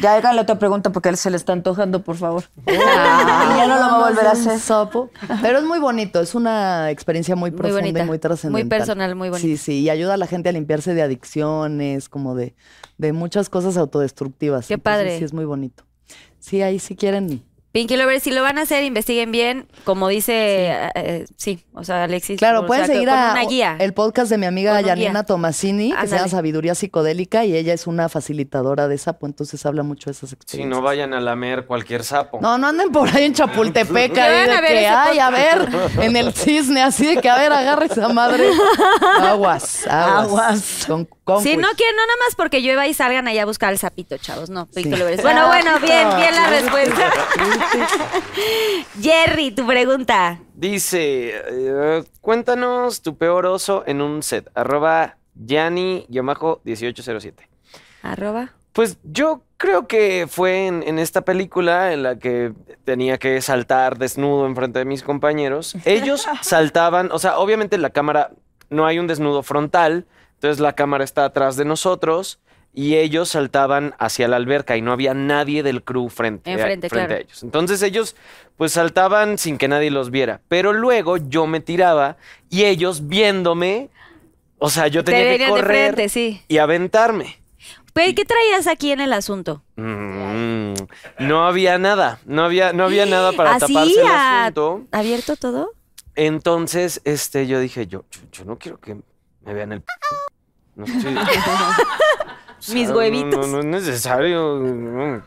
Speaker 5: Ya hagan la otra pregunta porque se le está antojando, por favor. Y ya no lo va a volver a
Speaker 7: Vamos ah, un
Speaker 5: hacer.
Speaker 7: Sapo. Pero es muy bonito, es una experiencia muy profunda
Speaker 2: bonita,
Speaker 7: y muy
Speaker 2: muy
Speaker 7: trascendental.
Speaker 2: personal, muy bonita.
Speaker 7: Sí, sí, y ayuda a la gente a limpiarse de adicciones, como de, de muchas cosas autodestructivas.
Speaker 2: Qué
Speaker 7: Entonces,
Speaker 2: padre.
Speaker 7: Sí, es muy bonito. Sí, ahí si quieren.
Speaker 2: Pinky Lovers, si lo van a hacer, investiguen bien. Como dice, sí, sí o sea, Alexis.
Speaker 7: Claro,
Speaker 2: o
Speaker 7: pueden
Speaker 2: sea, que
Speaker 7: seguir
Speaker 2: con
Speaker 7: a
Speaker 2: una guía.
Speaker 7: el podcast de mi
Speaker 2: Con
Speaker 7: amiga
Speaker 2: un guía.
Speaker 7: Janina Tomasini, que se llama
Speaker 2: Ándale.
Speaker 7: Sabiduría Psicodélica, y ella es una facilitadora de sapo, entonces habla mucho de esas
Speaker 6: Si
Speaker 7: experiencias.
Speaker 6: no vayan a lamer cualquier sapo.
Speaker 7: No, no anden por ahí en Chapultepec,
Speaker 2: Ya
Speaker 7: ahí
Speaker 2: van
Speaker 7: de
Speaker 2: a ver
Speaker 7: que,
Speaker 2: ese
Speaker 7: ay, a ver, en el cisne, así de que, a ver, agarra esa madre. Aguas, aguas.
Speaker 5: Aguas.
Speaker 7: Con, con
Speaker 2: Sí, no
Speaker 7: cuidado.
Speaker 2: quieren, no nada más porque llueva y salgan allá a buscar al sapito, chavos. No, Pinky
Speaker 7: Sí.
Speaker 2: Lovers. Bueno, bueno, bien, bien la respuesta. Jerry, tu pregunta.
Speaker 6: Dice, eh, cuéntanos tu peor oso en un set. Arroba Yanni-1807.
Speaker 2: Arroba.
Speaker 6: Pues yo creo que fue en, en esta película en la que tenía que saltar desnudo enfrente de mis compañeros. Ellos saltaban, o sea, obviamente la cámara, no hay un desnudo frontal, entonces la cámara está atrás de nosotros y ellos saltaban hacia la alberca y no había nadie del crew frente, a-
Speaker 2: Enfrente,
Speaker 6: frente
Speaker 2: claro.
Speaker 6: a ellos. Entonces ellos pues saltaban sin que nadie los viera, pero luego yo me tiraba y ellos viéndome, o sea, yo
Speaker 2: Te
Speaker 6: tenía que
Speaker 2: venían de
Speaker 6: correr
Speaker 2: frente, sí.
Speaker 6: y aventarme.
Speaker 2: Pero, ¿qué traías aquí en el asunto?
Speaker 6: Mm, no había nada, no había, no había nada para
Speaker 2: Así,
Speaker 6: taparse el
Speaker 2: a-
Speaker 6: asunto.
Speaker 2: ¿Abierto todo?
Speaker 6: Entonces, este, yo dije, yo, yo, yo no quiero que me vean el. p- No, sí. O sea,
Speaker 2: Mis
Speaker 6: no,
Speaker 2: huevitos.
Speaker 6: No, no es necesario. no. mm,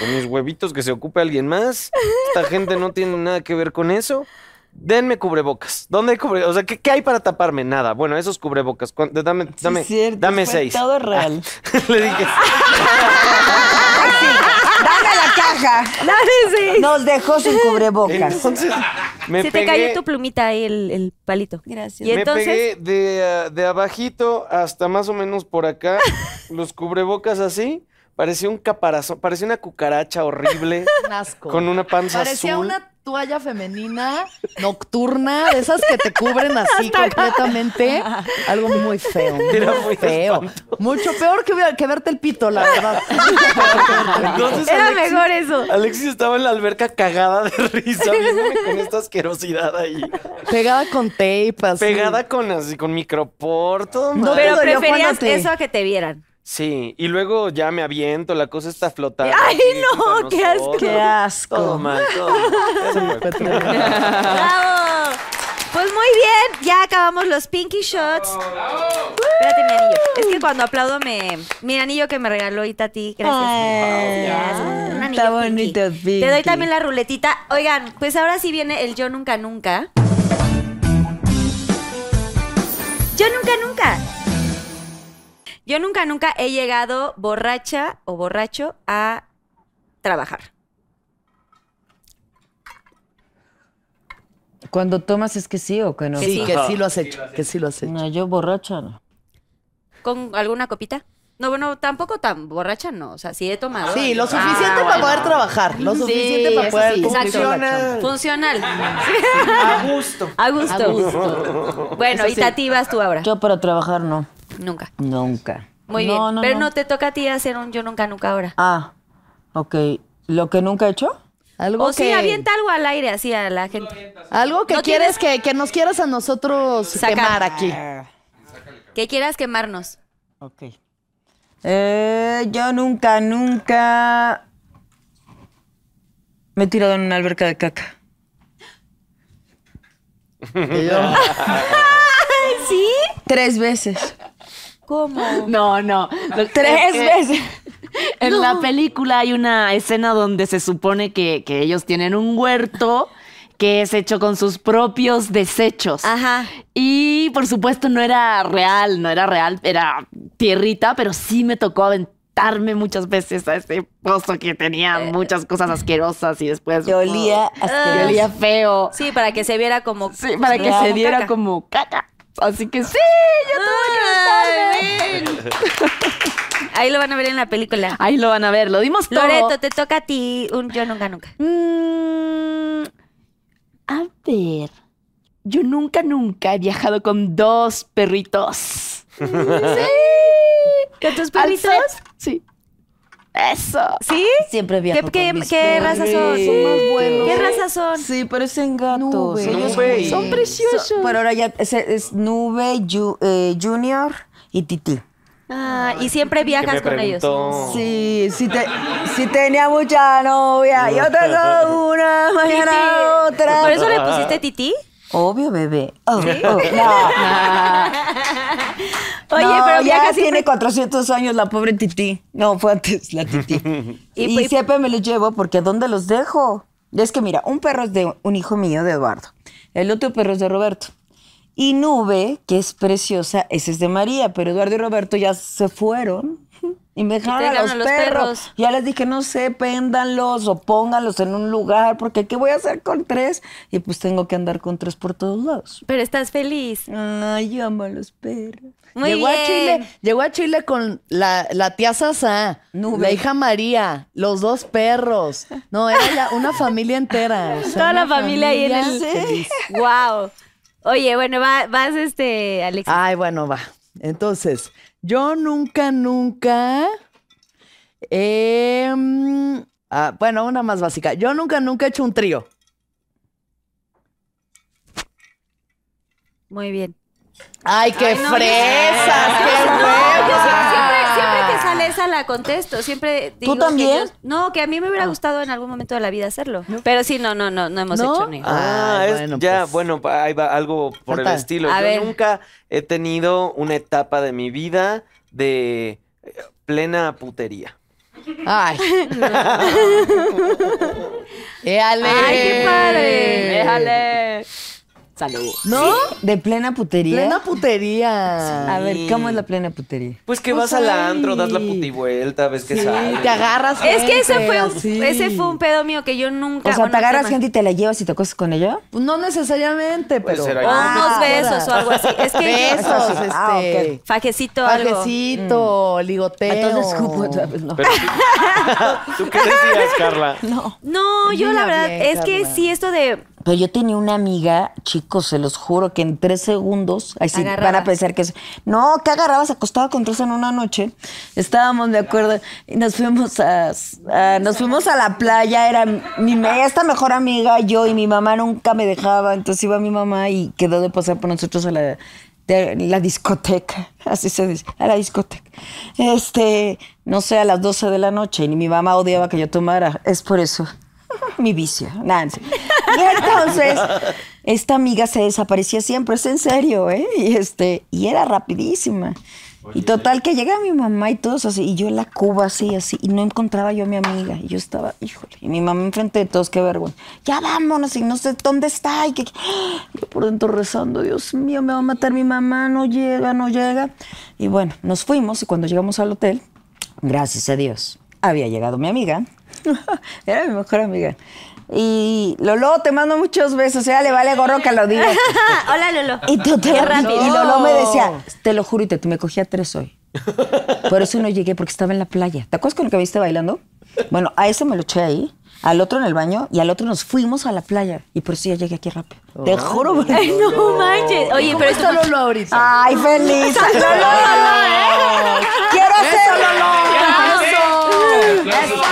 Speaker 6: Con mis huevitos que se ocupe alguien más. Esta gente no tiene nada que ver con eso. Denme cubrebocas. ¿Dónde hay cubrebocas? O sea, ¿qué, qué hay para taparme? Nada. Bueno, esos cubrebocas. ¿Cuán- Dame, dame,
Speaker 5: es cierto,
Speaker 6: dame
Speaker 5: fue
Speaker 6: seis.
Speaker 5: Todo real.
Speaker 6: Le dije,
Speaker 5: Dame la caja. Nos dejó sin cubrebocas.
Speaker 6: entonces me
Speaker 2: Se te
Speaker 6: pegué,
Speaker 2: cayó tu plumita ahí, el, el palito.
Speaker 8: Gracias.
Speaker 2: Y entonces,
Speaker 6: me pegué de, ah, de abajito hasta más o menos por acá, los cubrebocas así, parecía un caparazón, parecía una cucaracha horrible
Speaker 7: Un asco.
Speaker 6: con una panza
Speaker 7: Parecía
Speaker 6: azul.
Speaker 7: una toalla femenina nocturna, de esas que te cubren así completamente. Algo muy feo. Muy
Speaker 6: Era muy
Speaker 7: feo. Mucho peor que, ver- que verte el pito, la verdad. Mucho peor que verte el pito.
Speaker 6: Entonces,
Speaker 2: era
Speaker 6: Alexis-
Speaker 2: mejor eso.
Speaker 6: Alexis estaba en la alberca cagada de risa, viéndome con esta asquerosidad ahí.
Speaker 7: Pegada con tape, así.
Speaker 6: Pegada con así, con micropor, todo
Speaker 5: No
Speaker 6: mal.
Speaker 5: te
Speaker 2: Pero
Speaker 5: dolió
Speaker 2: preferías
Speaker 5: cuando te-
Speaker 2: eso a que te vieran.
Speaker 6: Sí, y luego ya me aviento, la cosa está flotando.
Speaker 2: Ay,
Speaker 6: aquí
Speaker 2: no,
Speaker 6: junto a
Speaker 2: qué asco.
Speaker 6: nosotros.
Speaker 5: Qué asco.
Speaker 6: Todo mal, todo mal. Ya se fue.
Speaker 7: Fue terrible.
Speaker 2: ¡Bravo! Pues muy bien, ya acabamos los pinky shots. Espérate, mi anillo. Es que cuando aplaudo me. Mi anillo que me regaló Itati, gracias.
Speaker 5: Ay,
Speaker 2: Gracias. Un
Speaker 5: está
Speaker 2: anillo
Speaker 5: bonito,
Speaker 2: pinky. Te doy
Speaker 5: pinky.
Speaker 2: también la ruletita. Oigan, pues ahora sí viene el yo nunca nunca. Yo nunca nunca. Yo nunca nunca he llegado borracha o borracho a trabajar.
Speaker 5: Cuando tomas es que sí o que no.
Speaker 2: Que
Speaker 7: Sí,
Speaker 2: sí.
Speaker 7: que sí lo has hecho. Que sí lo has hecho.
Speaker 5: No, yo borracha no.
Speaker 2: ¿Con alguna copita? No, bueno, tampoco tan borracha, no. O sea, sí he tomado.
Speaker 7: Sí, lo suficiente para poder trabajar. Lo suficiente para
Speaker 4: eso
Speaker 7: poder
Speaker 4: sí.
Speaker 7: cumplir con la
Speaker 6: Exacto.
Speaker 7: chamba.
Speaker 2: Funcional. A gusto. A gusto.
Speaker 7: A gusto.
Speaker 2: Bueno,
Speaker 7: Eso
Speaker 2: y
Speaker 7: sí.
Speaker 2: Tati vas tú ahora.
Speaker 5: Yo para trabajar no.
Speaker 2: Nunca.
Speaker 5: Nunca.
Speaker 2: Muy
Speaker 5: No,
Speaker 2: bien.
Speaker 5: no,
Speaker 2: Pero
Speaker 5: no.
Speaker 2: no. te toca a ti hacer un yo nunca, nunca ahora.
Speaker 5: Ah, ok. ¿Lo que nunca he hecho?
Speaker 7: Algo
Speaker 2: O sí,
Speaker 7: que-
Speaker 2: avienta algo al aire así a la gente.
Speaker 7: Algo que
Speaker 2: No
Speaker 7: quieres que, que nos quieras a nosotros
Speaker 2: Sacar.
Speaker 7: quemar aquí.
Speaker 2: Que quieras quemarnos.
Speaker 5: Ok. Eh, yo nunca, nunca me he tirado en una alberca de caca.
Speaker 7: Y yo-
Speaker 5: Tres veces.
Speaker 2: ¿Cómo?
Speaker 4: No, no. Lo-
Speaker 5: Tres
Speaker 4: es que-
Speaker 5: veces.
Speaker 4: En la película hay una escena donde se supone que, que ellos tienen un huerto que es hecho con sus propios desechos.
Speaker 2: Ajá.
Speaker 4: Y por supuesto no era real, no era real, era tierrita, pero sí me tocó aventarme muchas veces a ese pozo que tenía
Speaker 2: Eh,
Speaker 4: muchas cosas asquerosas y después...
Speaker 5: Que olía
Speaker 4: Que
Speaker 5: asqueroso.
Speaker 4: olía feo.
Speaker 2: Ah, Sí, para que se viera como.
Speaker 4: Sí, para que se diera
Speaker 2: caca.
Speaker 4: como caca. Así que sí, yo
Speaker 2: Ay, ven. Ahí lo van a ver en la película.
Speaker 4: Ahí lo van a ver, lo dimos todo.
Speaker 2: Loreto, te toca a ti un yo nunca, nunca.
Speaker 4: Mm, a ver. Yo nunca, nunca he viajado con dos perritos. ¿Sí?
Speaker 2: ¿Con tus
Speaker 4: ¿Al
Speaker 2: perritos?
Speaker 4: set? Sí. Eso.
Speaker 2: ¿Sí?
Speaker 5: Siempre
Speaker 2: ¿Qué,
Speaker 5: viajo
Speaker 2: qué,
Speaker 5: con mis
Speaker 2: qué razas son?
Speaker 5: perros.
Speaker 2: ¿Qué razas son?
Speaker 5: Sí, parecen gatos.
Speaker 7: Nube.
Speaker 5: Ellos
Speaker 6: Nube y-
Speaker 5: son preciosos. pero ahora ya es, es Nube, Ju- eh, Junior y Titi.
Speaker 2: Ah, y siempre viajas con ellos.
Speaker 5: Sí, sí, te, sí tenía mucha novia. Yo tengo una, mañana
Speaker 2: Titi.
Speaker 5: otra.
Speaker 2: ¿Por eso le pusiste Titi?
Speaker 5: Obvio, bebé. Oh, oh, no.
Speaker 2: Oye,
Speaker 5: No,
Speaker 2: pero
Speaker 5: ya
Speaker 2: viajas
Speaker 5: tiene
Speaker 2: siempre.
Speaker 5: 400 años la pobre Titi. No, fue antes la Titi.
Speaker 2: Y-
Speaker 5: y, pues-
Speaker 2: y-
Speaker 5: siempre me los llevo porque ¿dónde los dejo? Es que mira, un perro es de un hijo mío, de Eduardo. El otro perro es de Roberto. Y Nube, que es preciosa, ese es de María, pero Eduardo y Roberto ya se fueron. Y me dejaron a los,
Speaker 2: dejaron a los
Speaker 5: perros.
Speaker 2: perros.
Speaker 5: Ya les dije, no sé, péndanlos o pónganlos en un lugar, porque ¿qué voy a hacer con tres? Y pues tengo que andar con tres por todos lados.
Speaker 2: Pero estás feliz.
Speaker 5: Ay, yo amo a los perros.
Speaker 2: Muy
Speaker 7: llegó
Speaker 2: bien.
Speaker 7: a Chile, llegó a Chile con la, la tía Sasa,
Speaker 5: Nube.
Speaker 7: la hija María, los dos perros. No, era ya una familia entera. o sea,
Speaker 2: Toda la
Speaker 7: una
Speaker 2: familia ahí en el.
Speaker 7: feliz.
Speaker 2: Wow. Oye, bueno, va- vas este, Alex.
Speaker 7: Ay, bueno, va. Entonces, yo nunca, nunca. em, ah, bueno, una más básica. Yo nunca, nunca he hecho un trío.
Speaker 2: Muy bien.
Speaker 7: ¡Ay, qué
Speaker 2: no, yo-
Speaker 7: fresas! ¡Qué
Speaker 2: No, yo
Speaker 7: hueva!
Speaker 2: siempre, siempre- siempre que sale esa la contesto. Siempre digo que
Speaker 5: también?
Speaker 2: yo- no, que a mí me hubiera gustado en algún momento de la vida hacerlo. Pero sí, no, no, no, no hemos
Speaker 7: ¿No?
Speaker 2: hecho ni.
Speaker 6: Ah,
Speaker 7: Ay,
Speaker 6: es-
Speaker 7: bueno,
Speaker 6: ya,
Speaker 7: pues.
Speaker 6: bueno, pa- ahí va algo por
Speaker 7: Total.
Speaker 6: el estilo.
Speaker 2: A
Speaker 6: Yo
Speaker 2: ver.
Speaker 6: nunca he tenido una etapa de mi vida de eh, plena putería.
Speaker 7: Ay. Éale.
Speaker 2: Ay, qué padre.
Speaker 4: Déjale. Salud.
Speaker 7: ¿No?
Speaker 5: ¿De plena putería?
Speaker 7: Plena putería.
Speaker 5: A ver, ¿cómo es la plena putería?
Speaker 6: Pues que
Speaker 7: Pues
Speaker 6: vas al
Speaker 7: ahí.
Speaker 6: antro, das la puti vuelta, ves que
Speaker 7: Sí,
Speaker 6: sale.
Speaker 7: te agarras.
Speaker 2: Es que ese
Speaker 7: gente,
Speaker 2: fue, un,
Speaker 7: así.
Speaker 2: ese fue un pedo mío que yo nunca.
Speaker 5: O sea,
Speaker 2: bueno,
Speaker 5: te agarras
Speaker 2: tema.
Speaker 5: gente y te la llevas y te acostas con ella.
Speaker 7: Pues No necesariamente,
Speaker 6: Puede
Speaker 7: pero.
Speaker 6: ser
Speaker 2: O
Speaker 6: ahí.
Speaker 5: Ah,
Speaker 2: unos besos o
Speaker 5: ahora.
Speaker 2: algo así. Es que. yo-
Speaker 7: Besos, este.
Speaker 5: Ah, ok.
Speaker 2: Fajecito, algo. Mm.
Speaker 7: Pajecito, ligoteo.
Speaker 5: Entonces, ¿cómo? No.
Speaker 6: Pero tú- ¿Tú qué decías, Carla?
Speaker 2: No, yo la
Speaker 7: Dila
Speaker 2: verdad
Speaker 7: bien,
Speaker 2: es que
Speaker 7: Carla.
Speaker 2: sí, esto de.
Speaker 5: Pero yo tenía una amiga, chicos, se los juro, que en tres segundos, ahí sí
Speaker 2: Agarraba.
Speaker 5: van a pensar que es. No, ¿qué agarrabas? Acostaba con Rosa en una noche. Estábamos de acuerdo y nos fuimos a, a- nos fuimos a la playa. Era mi me- esta mejor amiga, yo y mi mamá nunca me dejaba. Entonces iba mi mamá y quedó de pasar por nosotros a la, de la discoteca. Así se dice, a la discoteca. Este, no sé, a las 12 de la noche. Y mi mamá odiaba que yo tomara. Es por eso mi vicio, Nancy. Y entonces, esta amiga se desaparecía siempre, es en serio, ¿eh? Y, este, y era rapidísima. Y total que llega mi mamá y todos así, y yo en la cuba así, así, y no encontraba yo a mi amiga. Y yo estaba, híjole, y mi mamá enfrente de todos, qué vergüenza. Ya vámonos, y no sé dónde está. Y que, yo por dentro rezando, Dios mío, me va a matar mi mamá, no llega, no llega. Y bueno, nos fuimos y cuando llegamos al hotel, gracias a Dios, había llegado mi amiga. Era mi mejor amiga. Y Lolo, te mando muchos besos. Ya le vale gorro que lo diga.
Speaker 2: ah, Hola, Lolo.
Speaker 5: Y, tú te-
Speaker 2: Qué rápido.
Speaker 5: y Lolo me decía, te lo juro, y te, me cogía tres hoy. Por eso no llegué, porque estaba en la playa. ¿Te acuerdas con el que viste bailando? Bueno, a ese me lo eché ahí, al otro en el baño, y al otro nos fuimos a la playa. Y por eso ya llegué aquí rápido.
Speaker 7: Oh.
Speaker 5: Te juro, por-
Speaker 2: Ay, no manches. Oye, pero esto.
Speaker 7: Solo lo ahorita.
Speaker 5: Ay, feliz. Lolo, ¿eh? Quiero hacerlo. Eso.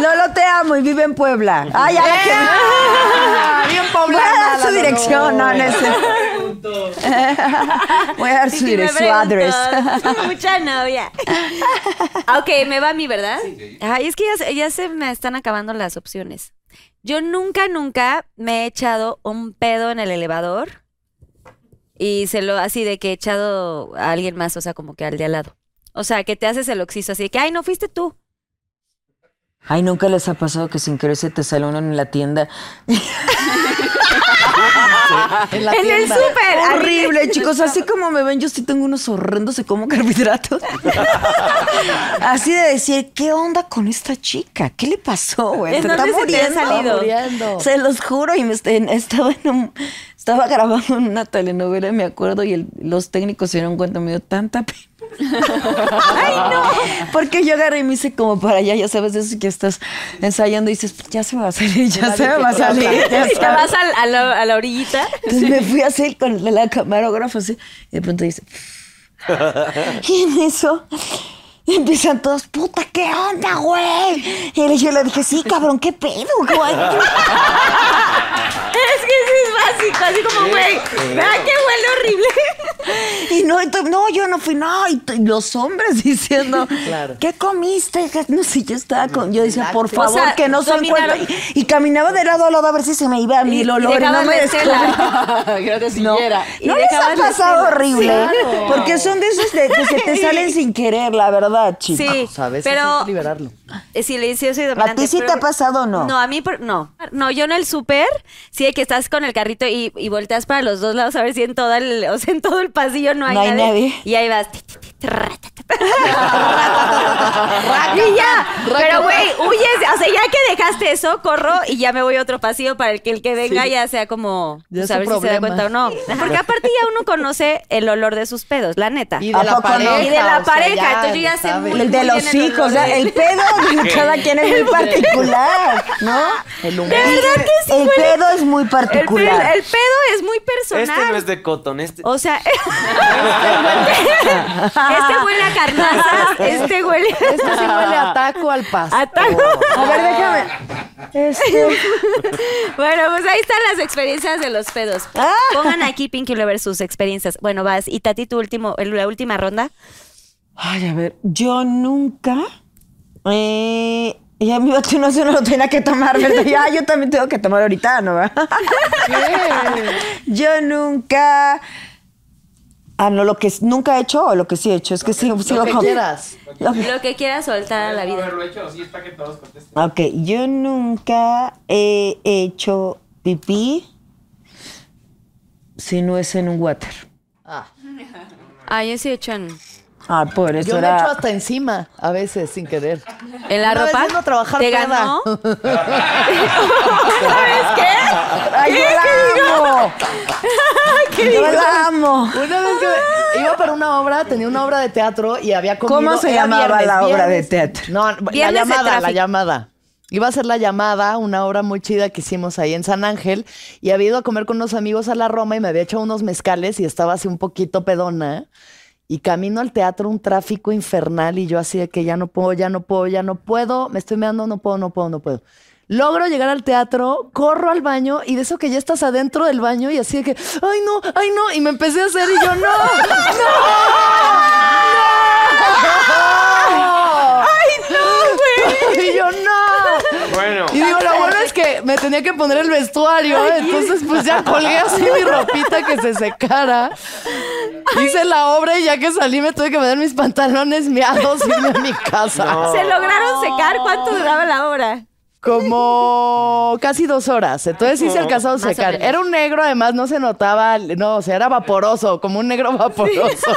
Speaker 5: Lolo, te amo y vive en Puebla.
Speaker 7: Ah,
Speaker 5: Ay, ay, que-
Speaker 7: Bien
Speaker 5: Voy a dar su
Speaker 7: poblada,
Speaker 5: dirección, no, no es Voy a dar
Speaker 2: Sí,
Speaker 5: su,
Speaker 2: sí, me
Speaker 5: su address.
Speaker 2: preguntó. Mucha novia. Ah, Ok, me va a mí, ¿verdad? Ay, es que ya, se- ya se me están acabando las opciones. Yo nunca, nunca me he echado un pedo en el elevador y se lo así de que he echado a alguien más, o sea, como que al de al lado. O sea, que te haces el oxiso así de que, ay, no fuiste tú.
Speaker 5: Ay, nunca les ha pasado que sin querer se te sale uno en la tienda.
Speaker 7: En la
Speaker 2: en el
Speaker 7: tienda.
Speaker 2: súper. A mí-
Speaker 5: Horrible, chicos. Así como me ven, yo sí tengo unos horrendos de como carbohidratos. Así de decir, ¿qué onda con esta chica? ¿Qué le pasó, güey?
Speaker 2: ¿En
Speaker 5: Se
Speaker 2: dónde
Speaker 5: está
Speaker 2: se te ha
Speaker 5: muriendo.
Speaker 2: salido?
Speaker 7: Muriendo.
Speaker 5: Se los juro, y me est- en- estaba, en un- estaba grabando en una telenovela, me acuerdo, y el- los técnicos se dieron cuenta, me dio tanta pena. ¡Ay, no! Porque yo agarré y me hice como para allá, ya sabes, eso que estás ensayando y dices, "Pues ya se me va a salir, ya se me va a salir. ya
Speaker 2: Te
Speaker 5: se me va a
Speaker 2: vas al- a, la, a la orillita.
Speaker 5: entonces me fui así con la- la camarógrafa así, y de pronto dice. y en eso empiezan todos, puta, ¿qué onda, güey? Y yo le dije, sí, cabrón, ¿qué pedo, güey?
Speaker 2: es que sí es básico, así como, güey, ¿verdad que huele horrible?
Speaker 5: Y no, entonces, no, yo no fui, no. Y t- los hombres diciendo,
Speaker 7: Claro.
Speaker 5: ¿qué comiste? Que- No sé, yo estaba con. Yo decía, por favor,
Speaker 2: sea,
Speaker 5: que no se
Speaker 2: dominaron.
Speaker 5: encuentre. Y, y caminaba de lado a lado a ver si se me iba a mí el olor y no
Speaker 2: dejaban
Speaker 5: me
Speaker 2: la estela.
Speaker 5: descubrí.
Speaker 4: Creo que sí era.
Speaker 2: Y
Speaker 5: no les ha
Speaker 2: dejaban la
Speaker 5: pasado
Speaker 2: escena.
Speaker 5: horrible, porque son de esos de, que se te salen sin querer, la verdad, chicos.
Speaker 2: Sí,
Speaker 7: Pues a veces hay
Speaker 2: pero
Speaker 7: que liberarlo.
Speaker 2: eh, sí, le sí, yo soy dominante.
Speaker 5: ti sí
Speaker 2: pero-
Speaker 5: te ha pasado o no?
Speaker 2: No, a mí por- no. No, yo en el súper, sí, de que estás con el carrito y, y volteas para los dos lados a ver si en todo el, o sea, en todo el pasillo no hay,
Speaker 5: No hay nadie.
Speaker 2: Y ahí vas. ti, ti, ti, ti, ra, ta, ta, ta. y ya. Pero güey, huyes, o sea, ya que dejaste eso, corro y ya me voy a otro pasillo para el que el que venga ya sea como
Speaker 7: Ya
Speaker 2: pues,
Speaker 7: es
Speaker 2: a ver
Speaker 7: su
Speaker 2: si se da
Speaker 7: problema.
Speaker 2: cuenta o no. Porque aparte ya uno conoce el olor de sus pedos, la neta.
Speaker 7: Y
Speaker 5: ¿A
Speaker 7: de la
Speaker 5: poco no?
Speaker 7: pareja.
Speaker 2: Y de la
Speaker 7: o sea,
Speaker 2: pareja, entonces yo ya
Speaker 7: le
Speaker 2: sé
Speaker 7: sabe.
Speaker 2: muy-
Speaker 5: El de los
Speaker 2: bien el
Speaker 5: hijos, o sea,
Speaker 2: olor.
Speaker 5: el pedo de cada quien es muy particular, ¿no?
Speaker 7: El humor.
Speaker 2: De verdad que sí.
Speaker 5: El
Speaker 2: huele-
Speaker 5: pedo es muy
Speaker 2: El, pe-
Speaker 5: particular.
Speaker 2: el pedo es muy personal.
Speaker 6: Este no es de cotton, este.
Speaker 2: O sea, este huele a carnazas, este huele
Speaker 7: Esto sí huele a Oh. taco al pasto.
Speaker 2: a taco.
Speaker 5: A ver, déjame. Este,
Speaker 2: Bueno, pues ahí están las experiencias de los pedos.
Speaker 7: Ah.
Speaker 2: Pongan aquí Pinky Lover sus experiencias. Bueno, vas. Y Tati, tu último, el- la última ronda.
Speaker 5: Ay, a ver, yo nunca. Eh, ya mi vacunación no lo tenía que tomar, ¿verdad? Ya, yo también tengo que tomar ahorita, ¿no? Yo nunca.
Speaker 10: Ah, no, lo que s- nunca he hecho o lo que sí he hecho. Es que sí, sigo
Speaker 2: que
Speaker 10: con-
Speaker 2: quieras.
Speaker 10: Lo que-
Speaker 2: Lo que quieras soltar a la vida.
Speaker 10: Ok, yo nunca he hecho pipí si no es en un water.
Speaker 2: Ah, yo sí he hecho en...
Speaker 10: Ah, por eso
Speaker 7: Yo me
Speaker 10: era...
Speaker 7: echo hasta encima, a veces, sin querer.
Speaker 2: ¿En la
Speaker 7: Una vez
Speaker 2: ropa?
Speaker 7: yendo a trabajar
Speaker 2: ¿Te
Speaker 7: peda.
Speaker 2: ganó?
Speaker 7: ¿Sabes
Speaker 2: qué?
Speaker 10: ¡Ay, yo la amo!
Speaker 7: ¿Qué
Speaker 10: Yo
Speaker 7: digo?
Speaker 10: la amo.
Speaker 7: Una vez que iba para una obra, tenía una obra de teatro y había comido.
Speaker 10: ¿Cómo se
Speaker 7: era
Speaker 10: llamaba
Speaker 7: viernes,
Speaker 10: la obra de
Speaker 7: viernes.
Speaker 10: teatro?
Speaker 7: No, la
Speaker 2: Viernes de
Speaker 7: llamada, la
Speaker 2: tráfico.
Speaker 7: llamada. Iba a ser la llamada, una obra muy chida que hicimos ahí en San Ángel, y había ido a comer con unos amigos a la Roma y me había hecho unos mezcales y estaba así un poquito pedona. Y camino al teatro, un tráfico infernal, y yo así de que ya no puedo, ya no puedo, ya no puedo, me estoy meando, no puedo, no puedo, no puedo. Logro llegar al teatro, corro al baño, y de eso que ya estás adentro del baño, y así de que, ay no, ay no, y me empecé a hacer, y yo, no, no, no. Y yo, no.
Speaker 6: Bueno.
Speaker 7: Y digo, lo bueno es que me tenía que poner el vestuario, ¿eh? entonces pues ya colgué así mi ropita que se secara. Hice la obra y ya que salí me tuve que poner mis pantalones miados y irme a mi casa.
Speaker 2: ¿Se lograron secar? ¿Cuánto duraba la obra?
Speaker 7: Como casi dos horas. Entonces sí se alcanzó a
Speaker 2: Más o
Speaker 7: secar.
Speaker 2: menos.
Speaker 7: Era un negro, además no se notaba, no, o sea, era vaporoso, como un negro vaporoso.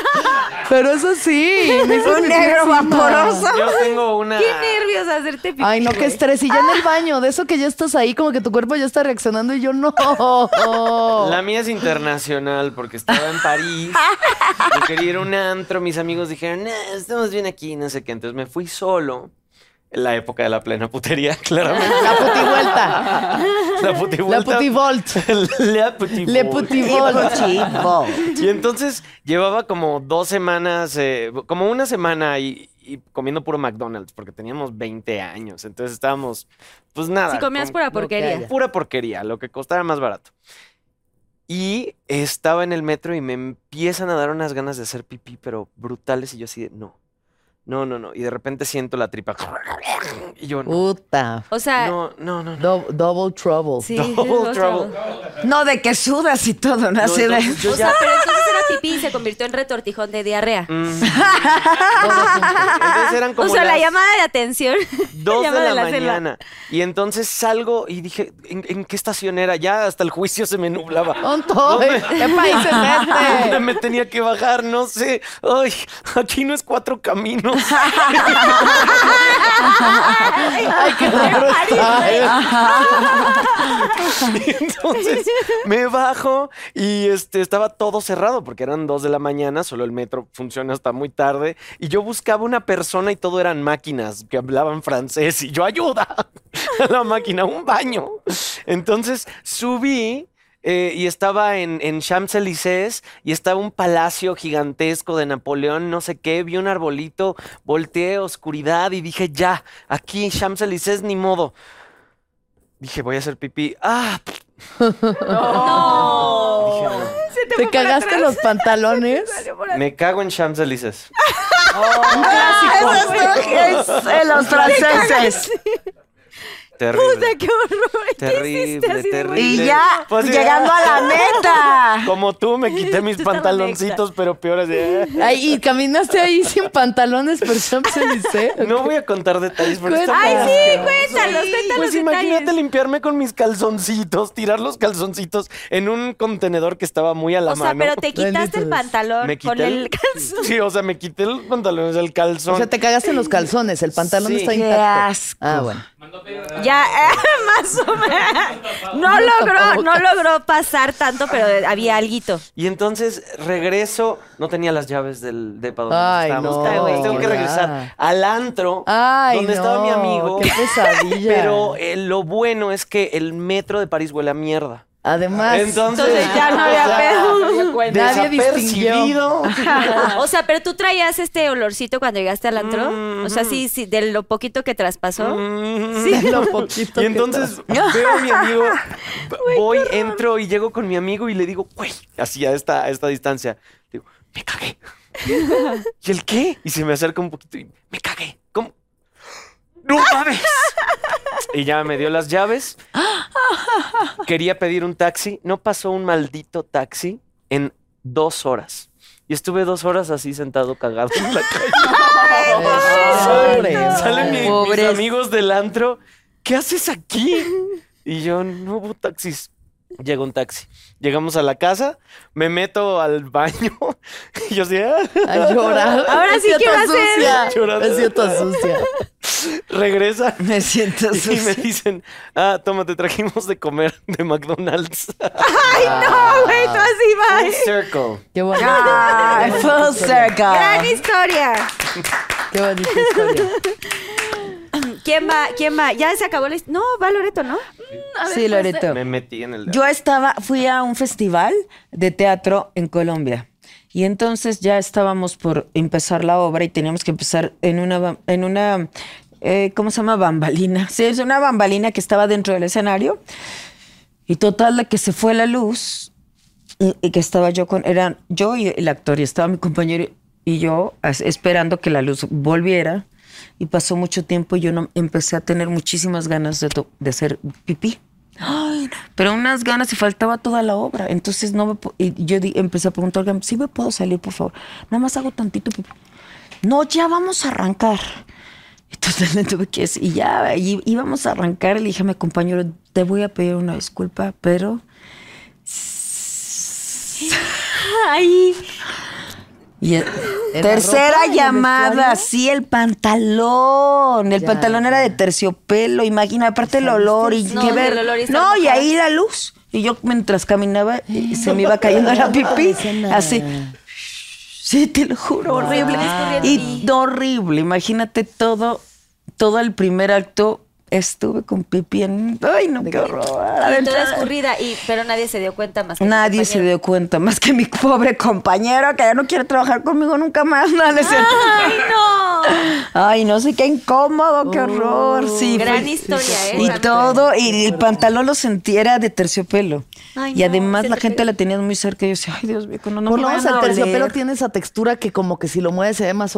Speaker 7: Pero eso sí, me hizo
Speaker 10: Un
Speaker 7: pipí
Speaker 10: negro
Speaker 7: encima.
Speaker 10: vaporoso.
Speaker 6: Yo tengo una.
Speaker 2: Qué nervios hacerte pipí.
Speaker 7: Ay, no, qué
Speaker 2: güey.
Speaker 7: estrés. Y ya en el baño, de eso que ya estás ahí, como que tu cuerpo ya está reaccionando y yo no.
Speaker 6: La mía es internacional porque estaba en París. yo quería ir a un antro. Mis amigos dijeron, "Nah, estamos bien aquí, no sé qué. Entonces me fui solo. En la época de la plena putería, claramente.
Speaker 7: La putivuelta.
Speaker 6: La putivuelta.
Speaker 7: La putivolt.
Speaker 6: La putivuelta.
Speaker 7: Le putivolt.
Speaker 6: Y entonces llevaba como dos semanas, eh, como una semana y, y comiendo puro McDonald's porque teníamos 20 años. Entonces estábamos, pues nada.
Speaker 2: Si comías
Speaker 6: con-
Speaker 2: pura porquería.
Speaker 7: haya.
Speaker 6: pura porquería, lo que costaba más barato. Y estaba en el metro y me empiezan a dar unas ganas de hacer pipí, pero brutales. Y yo así de, no, no, no, no. Y de repente siento la tripa. Y
Speaker 10: Uh,
Speaker 6: yo, no,
Speaker 7: Puta.
Speaker 2: O
Speaker 10: ah,
Speaker 2: sea,
Speaker 6: no, no, no. no.
Speaker 7: Do- double trouble.
Speaker 2: sí.
Speaker 6: Double
Speaker 2: o sea,
Speaker 6: trouble.
Speaker 10: No, de que sudas y todo, ¿no?
Speaker 6: No,
Speaker 10: Así de-
Speaker 6: entonces yo
Speaker 2: O
Speaker 6: ya-
Speaker 2: sea, pero entonces era pipí y se convirtió en retortijón de diarrea.
Speaker 6: Mm. Entonces eran como
Speaker 2: o sea, la
Speaker 6: las-
Speaker 2: llamada de atención.
Speaker 6: Dos de
Speaker 2: Llama
Speaker 6: la,
Speaker 2: de la selva.
Speaker 6: mañana. Y entonces salgo y dije, ¿en, en qué estación era? Ya hasta el juicio se me nublaba.
Speaker 7: Onto, ¿eh? ¿Qué país es
Speaker 6: ¿Dónde
Speaker 7: este?
Speaker 6: me tenía que bajar? No sé. Ay, aquí no es cuatro caminos.
Speaker 7: Ay, qué raro está, ¿eh?
Speaker 6: Entonces me bajo y este, estaba todo cerrado porque eran dos de la mañana, solo el metro funciona hasta muy tarde. Y yo buscaba una persona y todo eran máquinas que hablaban francés y yo ayuda a la máquina, un baño. Entonces subí. eh, y estaba en, en Champs-Élysées y estaba un palacio gigantesco de Napoleón, no sé qué, vi un arbolito, volteé, oscuridad y dije, ya, aquí Champs-Élysées ni modo. Dije, voy a hacer pipí. Ah, Dije, "No".
Speaker 7: ¿Te cagaste los pantalones?
Speaker 6: Me cago en Champs-Élysées.
Speaker 4: Ah,
Speaker 10: Eso es lo que es, eh, los franceses.
Speaker 6: Terrible.
Speaker 2: ¡Qué horror!
Speaker 6: terrible,
Speaker 2: así de
Speaker 6: terrible.
Speaker 10: Y ya,
Speaker 6: Fue así,
Speaker 10: llegando a la
Speaker 6: "Ah".
Speaker 10: meta.
Speaker 6: Como tú, me quité mis
Speaker 2: Tú estabas
Speaker 6: pantaloncitos, pero peor así. "Ah".
Speaker 7: Ay, y caminaste ahí sin pantalones por Champs-Élysées.
Speaker 6: No voy a contar detalles porque está muy
Speaker 7: Ay, sí,
Speaker 6: asqueroso.
Speaker 2: cuéntalos, cuéntalos
Speaker 6: Pues imagínate
Speaker 2: detalles.
Speaker 6: limpiarme con mis calzoncitos, tirar los calzoncitos en un contenedor que estaba muy a la
Speaker 2: O sea,
Speaker 6: mano.
Speaker 2: pero te quitaste el
Speaker 7: Benditos.
Speaker 2: pantalón
Speaker 6: me
Speaker 2: con
Speaker 6: quité
Speaker 2: el calzón.
Speaker 6: Sí, o sea, me quité los pantalones, el calzón.
Speaker 7: O sea, te cagaste en los calzones, el pantalón
Speaker 6: Sí.
Speaker 7: está
Speaker 6: Qué
Speaker 7: intacto.
Speaker 10: asco.
Speaker 7: Ah, bueno.
Speaker 2: Ya, eh, más o menos. No logró, no logró pasar tanto, pero había alguito.
Speaker 6: Y entonces regreso, no tenía las llaves del depa donde
Speaker 7: Ay,
Speaker 6: estábamos.
Speaker 7: no,
Speaker 6: Tengo- tengo que
Speaker 7: ya.
Speaker 6: regresar al antro
Speaker 7: Ay,
Speaker 6: donde estaba mi
Speaker 7: no,
Speaker 6: amigo.
Speaker 7: qué pesadilla.
Speaker 6: Pero eh, lo bueno es que el metro de París huele a mierda.
Speaker 7: Además,
Speaker 6: Entonces,
Speaker 2: Entonces ya no había
Speaker 6: o sea,
Speaker 2: pedo.
Speaker 7: Ah, nadie distinguió.
Speaker 6: desapercibido.
Speaker 2: O sea, pero tú traías este olorcito cuando llegaste al antro.
Speaker 5: Mm,
Speaker 2: O sea, sí, sí, de lo poquito que traspasó.
Speaker 6: Mm.
Speaker 7: De lo poquito
Speaker 6: Y
Speaker 7: que
Speaker 6: entonces veo a mi amigo, voy, entro y llego con mi amigo y le digo, güey, así a esta, a esta distancia. Digo, me cagué. ¿Y el qué? Y se me acerca un poquito y me cagué. ¿Cómo? ¡No mames! Y ya me dio las llaves. Quería pedir un taxi. No pasó un maldito taxi en dos horas. Y estuve dos horas así sentado cagado en la calle.
Speaker 7: Pobre.
Speaker 6: Salen mi- mis
Speaker 7: Pobres.
Speaker 6: amigos del antro. ¿Qué haces aquí? Y yo, no hubo taxis. Llega un taxi. Llegamos a la casa, me meto al baño y yo así... ah.
Speaker 7: A llorar.
Speaker 2: Ahora sí
Speaker 7: Me
Speaker 2: quiero
Speaker 7: siento
Speaker 2: hacer.
Speaker 7: sucia.
Speaker 6: Llorando.
Speaker 7: Me siento sucia.
Speaker 6: Regresa.
Speaker 5: Me siento
Speaker 6: Y me
Speaker 5: sucia.
Speaker 6: dicen, ah, toma, te trajimos de comer de McDonald's.
Speaker 2: No, Ah, güey, tú así
Speaker 6: Full
Speaker 2: vas.
Speaker 6: circle.
Speaker 7: Qué bonito.
Speaker 5: Ay, full Ah.
Speaker 2: Gran
Speaker 5: circle.
Speaker 2: historia.
Speaker 7: Qué bonita historia.
Speaker 2: ¿Quién va? ¿Quién va? Ya se acabó la his- No, va Loreto, ¿no?
Speaker 5: Sí, Loreto.
Speaker 6: Me metí en el...
Speaker 5: Yo estaba, fui a un festival de teatro en Colombia. Y entonces ya estábamos por empezar la obra y teníamos que empezar en una, ba- en una eh, ¿cómo se llama? Bambalina. Sí, es una bambalina que estaba dentro del escenario. Y total, la que se fue la luz y, y que estaba yo con, eran yo y el actor y estaba mi compañero y yo as- esperando que la luz volviera. Y pasó mucho tiempo y yo no, empecé a tener muchísimas ganas de, to- de hacer pipí. Ay, pero unas ganas y faltaba toda la obra. Entonces no me po- y yo di- empecé a preguntar, si me puedo salir, por favor. Nada más hago tantito pipí. No, ya vamos a arrancar. Entonces le tuve que decir, y ya y íbamos a arrancar. Le dije a mi compañero, te voy a pedir una disculpa, pero
Speaker 2: Ay.
Speaker 5: Y el-
Speaker 7: ¿En la ropa?
Speaker 5: tercera
Speaker 7: ¿En el
Speaker 5: llamada,
Speaker 7: vestuario?
Speaker 5: sí, el pantalón. El
Speaker 7: Ya,
Speaker 5: pantalón era de terciopelo. Imagina, aparte el olor y
Speaker 2: No,
Speaker 5: qué
Speaker 2: el
Speaker 5: ver.
Speaker 2: olor y estar
Speaker 5: No, y
Speaker 2: mojada.
Speaker 5: ahí la luz. Y yo mientras caminaba y se me iba cayendo la pipí. Así. Sí, te lo juro, horrible. Y horrible. Imagínate todo, todo el primer acto. Estuve con pipí en. ¡Ay, no, qué horror!
Speaker 2: Y toda
Speaker 5: Adentro-
Speaker 2: escurrida, y, pero nadie se dio cuenta más que tu
Speaker 5: Nadie se
Speaker 2: compañero.
Speaker 5: dio cuenta, más que mi pobre compañero, que ya no quiere trabajar conmigo nunca más. No, no es cierto.
Speaker 2: ¡Ay, no!
Speaker 5: Ay, no sé qué incómodo, qué horror. Sí,
Speaker 2: gran
Speaker 5: fue-
Speaker 2: historia, ¿eh?
Speaker 5: Y
Speaker 2: Santo.
Speaker 5: todo, y el pantalón lo sentí, era de terciopelo.
Speaker 2: Ay,
Speaker 5: y
Speaker 2: no,
Speaker 5: además
Speaker 2: se
Speaker 5: la
Speaker 2: te
Speaker 5: gente
Speaker 2: pegó.
Speaker 5: la tenía muy cerca. Y yo decía, ay, Dios mío, no, no
Speaker 7: Por
Speaker 5: me
Speaker 7: lo menos
Speaker 5: vayan
Speaker 7: el
Speaker 5: a
Speaker 7: terciopelo
Speaker 5: oler.
Speaker 7: tiene esa textura que como que si lo mueves se ve más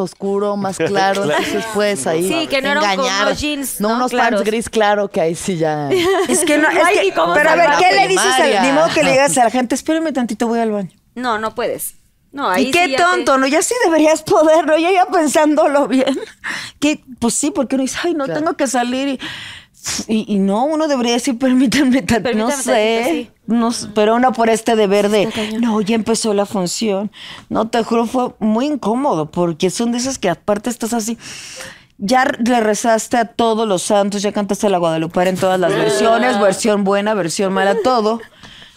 Speaker 7: oscuro, más claro. Entonces puedes ahí
Speaker 2: Sí, que no eran como
Speaker 7: engañar.
Speaker 2: unos jeans,
Speaker 7: No,
Speaker 2: ¿no?
Speaker 7: unos
Speaker 2: Claros.
Speaker 7: pants gris claro que ahí sí ya...
Speaker 5: Es que no, es
Speaker 2: Ay, ¿y
Speaker 5: que,
Speaker 2: cómo
Speaker 5: pero a ver,
Speaker 2: salvar
Speaker 5: ¿qué
Speaker 7: la
Speaker 5: le dices
Speaker 7: primaria?
Speaker 5: al, ni modo que le digas a la gente, espérame tantito, voy al baño?
Speaker 2: No, no puedes. No, ahí
Speaker 5: y qué
Speaker 2: sí ya te-
Speaker 5: tonto, ¿no? Ya sí deberías poder, ¿no? Yo ya pensándolo bien. Que, pues sí, porque uno dice, ay, no
Speaker 7: Claro.
Speaker 5: tengo que salir. Y, y- y no, uno debería decir, permítanme, tan- no
Speaker 2: Permítame
Speaker 5: sé.
Speaker 2: tantito, sí.
Speaker 5: no s- pero uno por este deber de, no, ya empezó la función. No, te juro, fue muy incómodo, porque son de esas que aparte estás así. Ya le rezaste a todos los santos, ya cantaste la Guadalupar en todas las versiones, versión buena, versión mala, todo.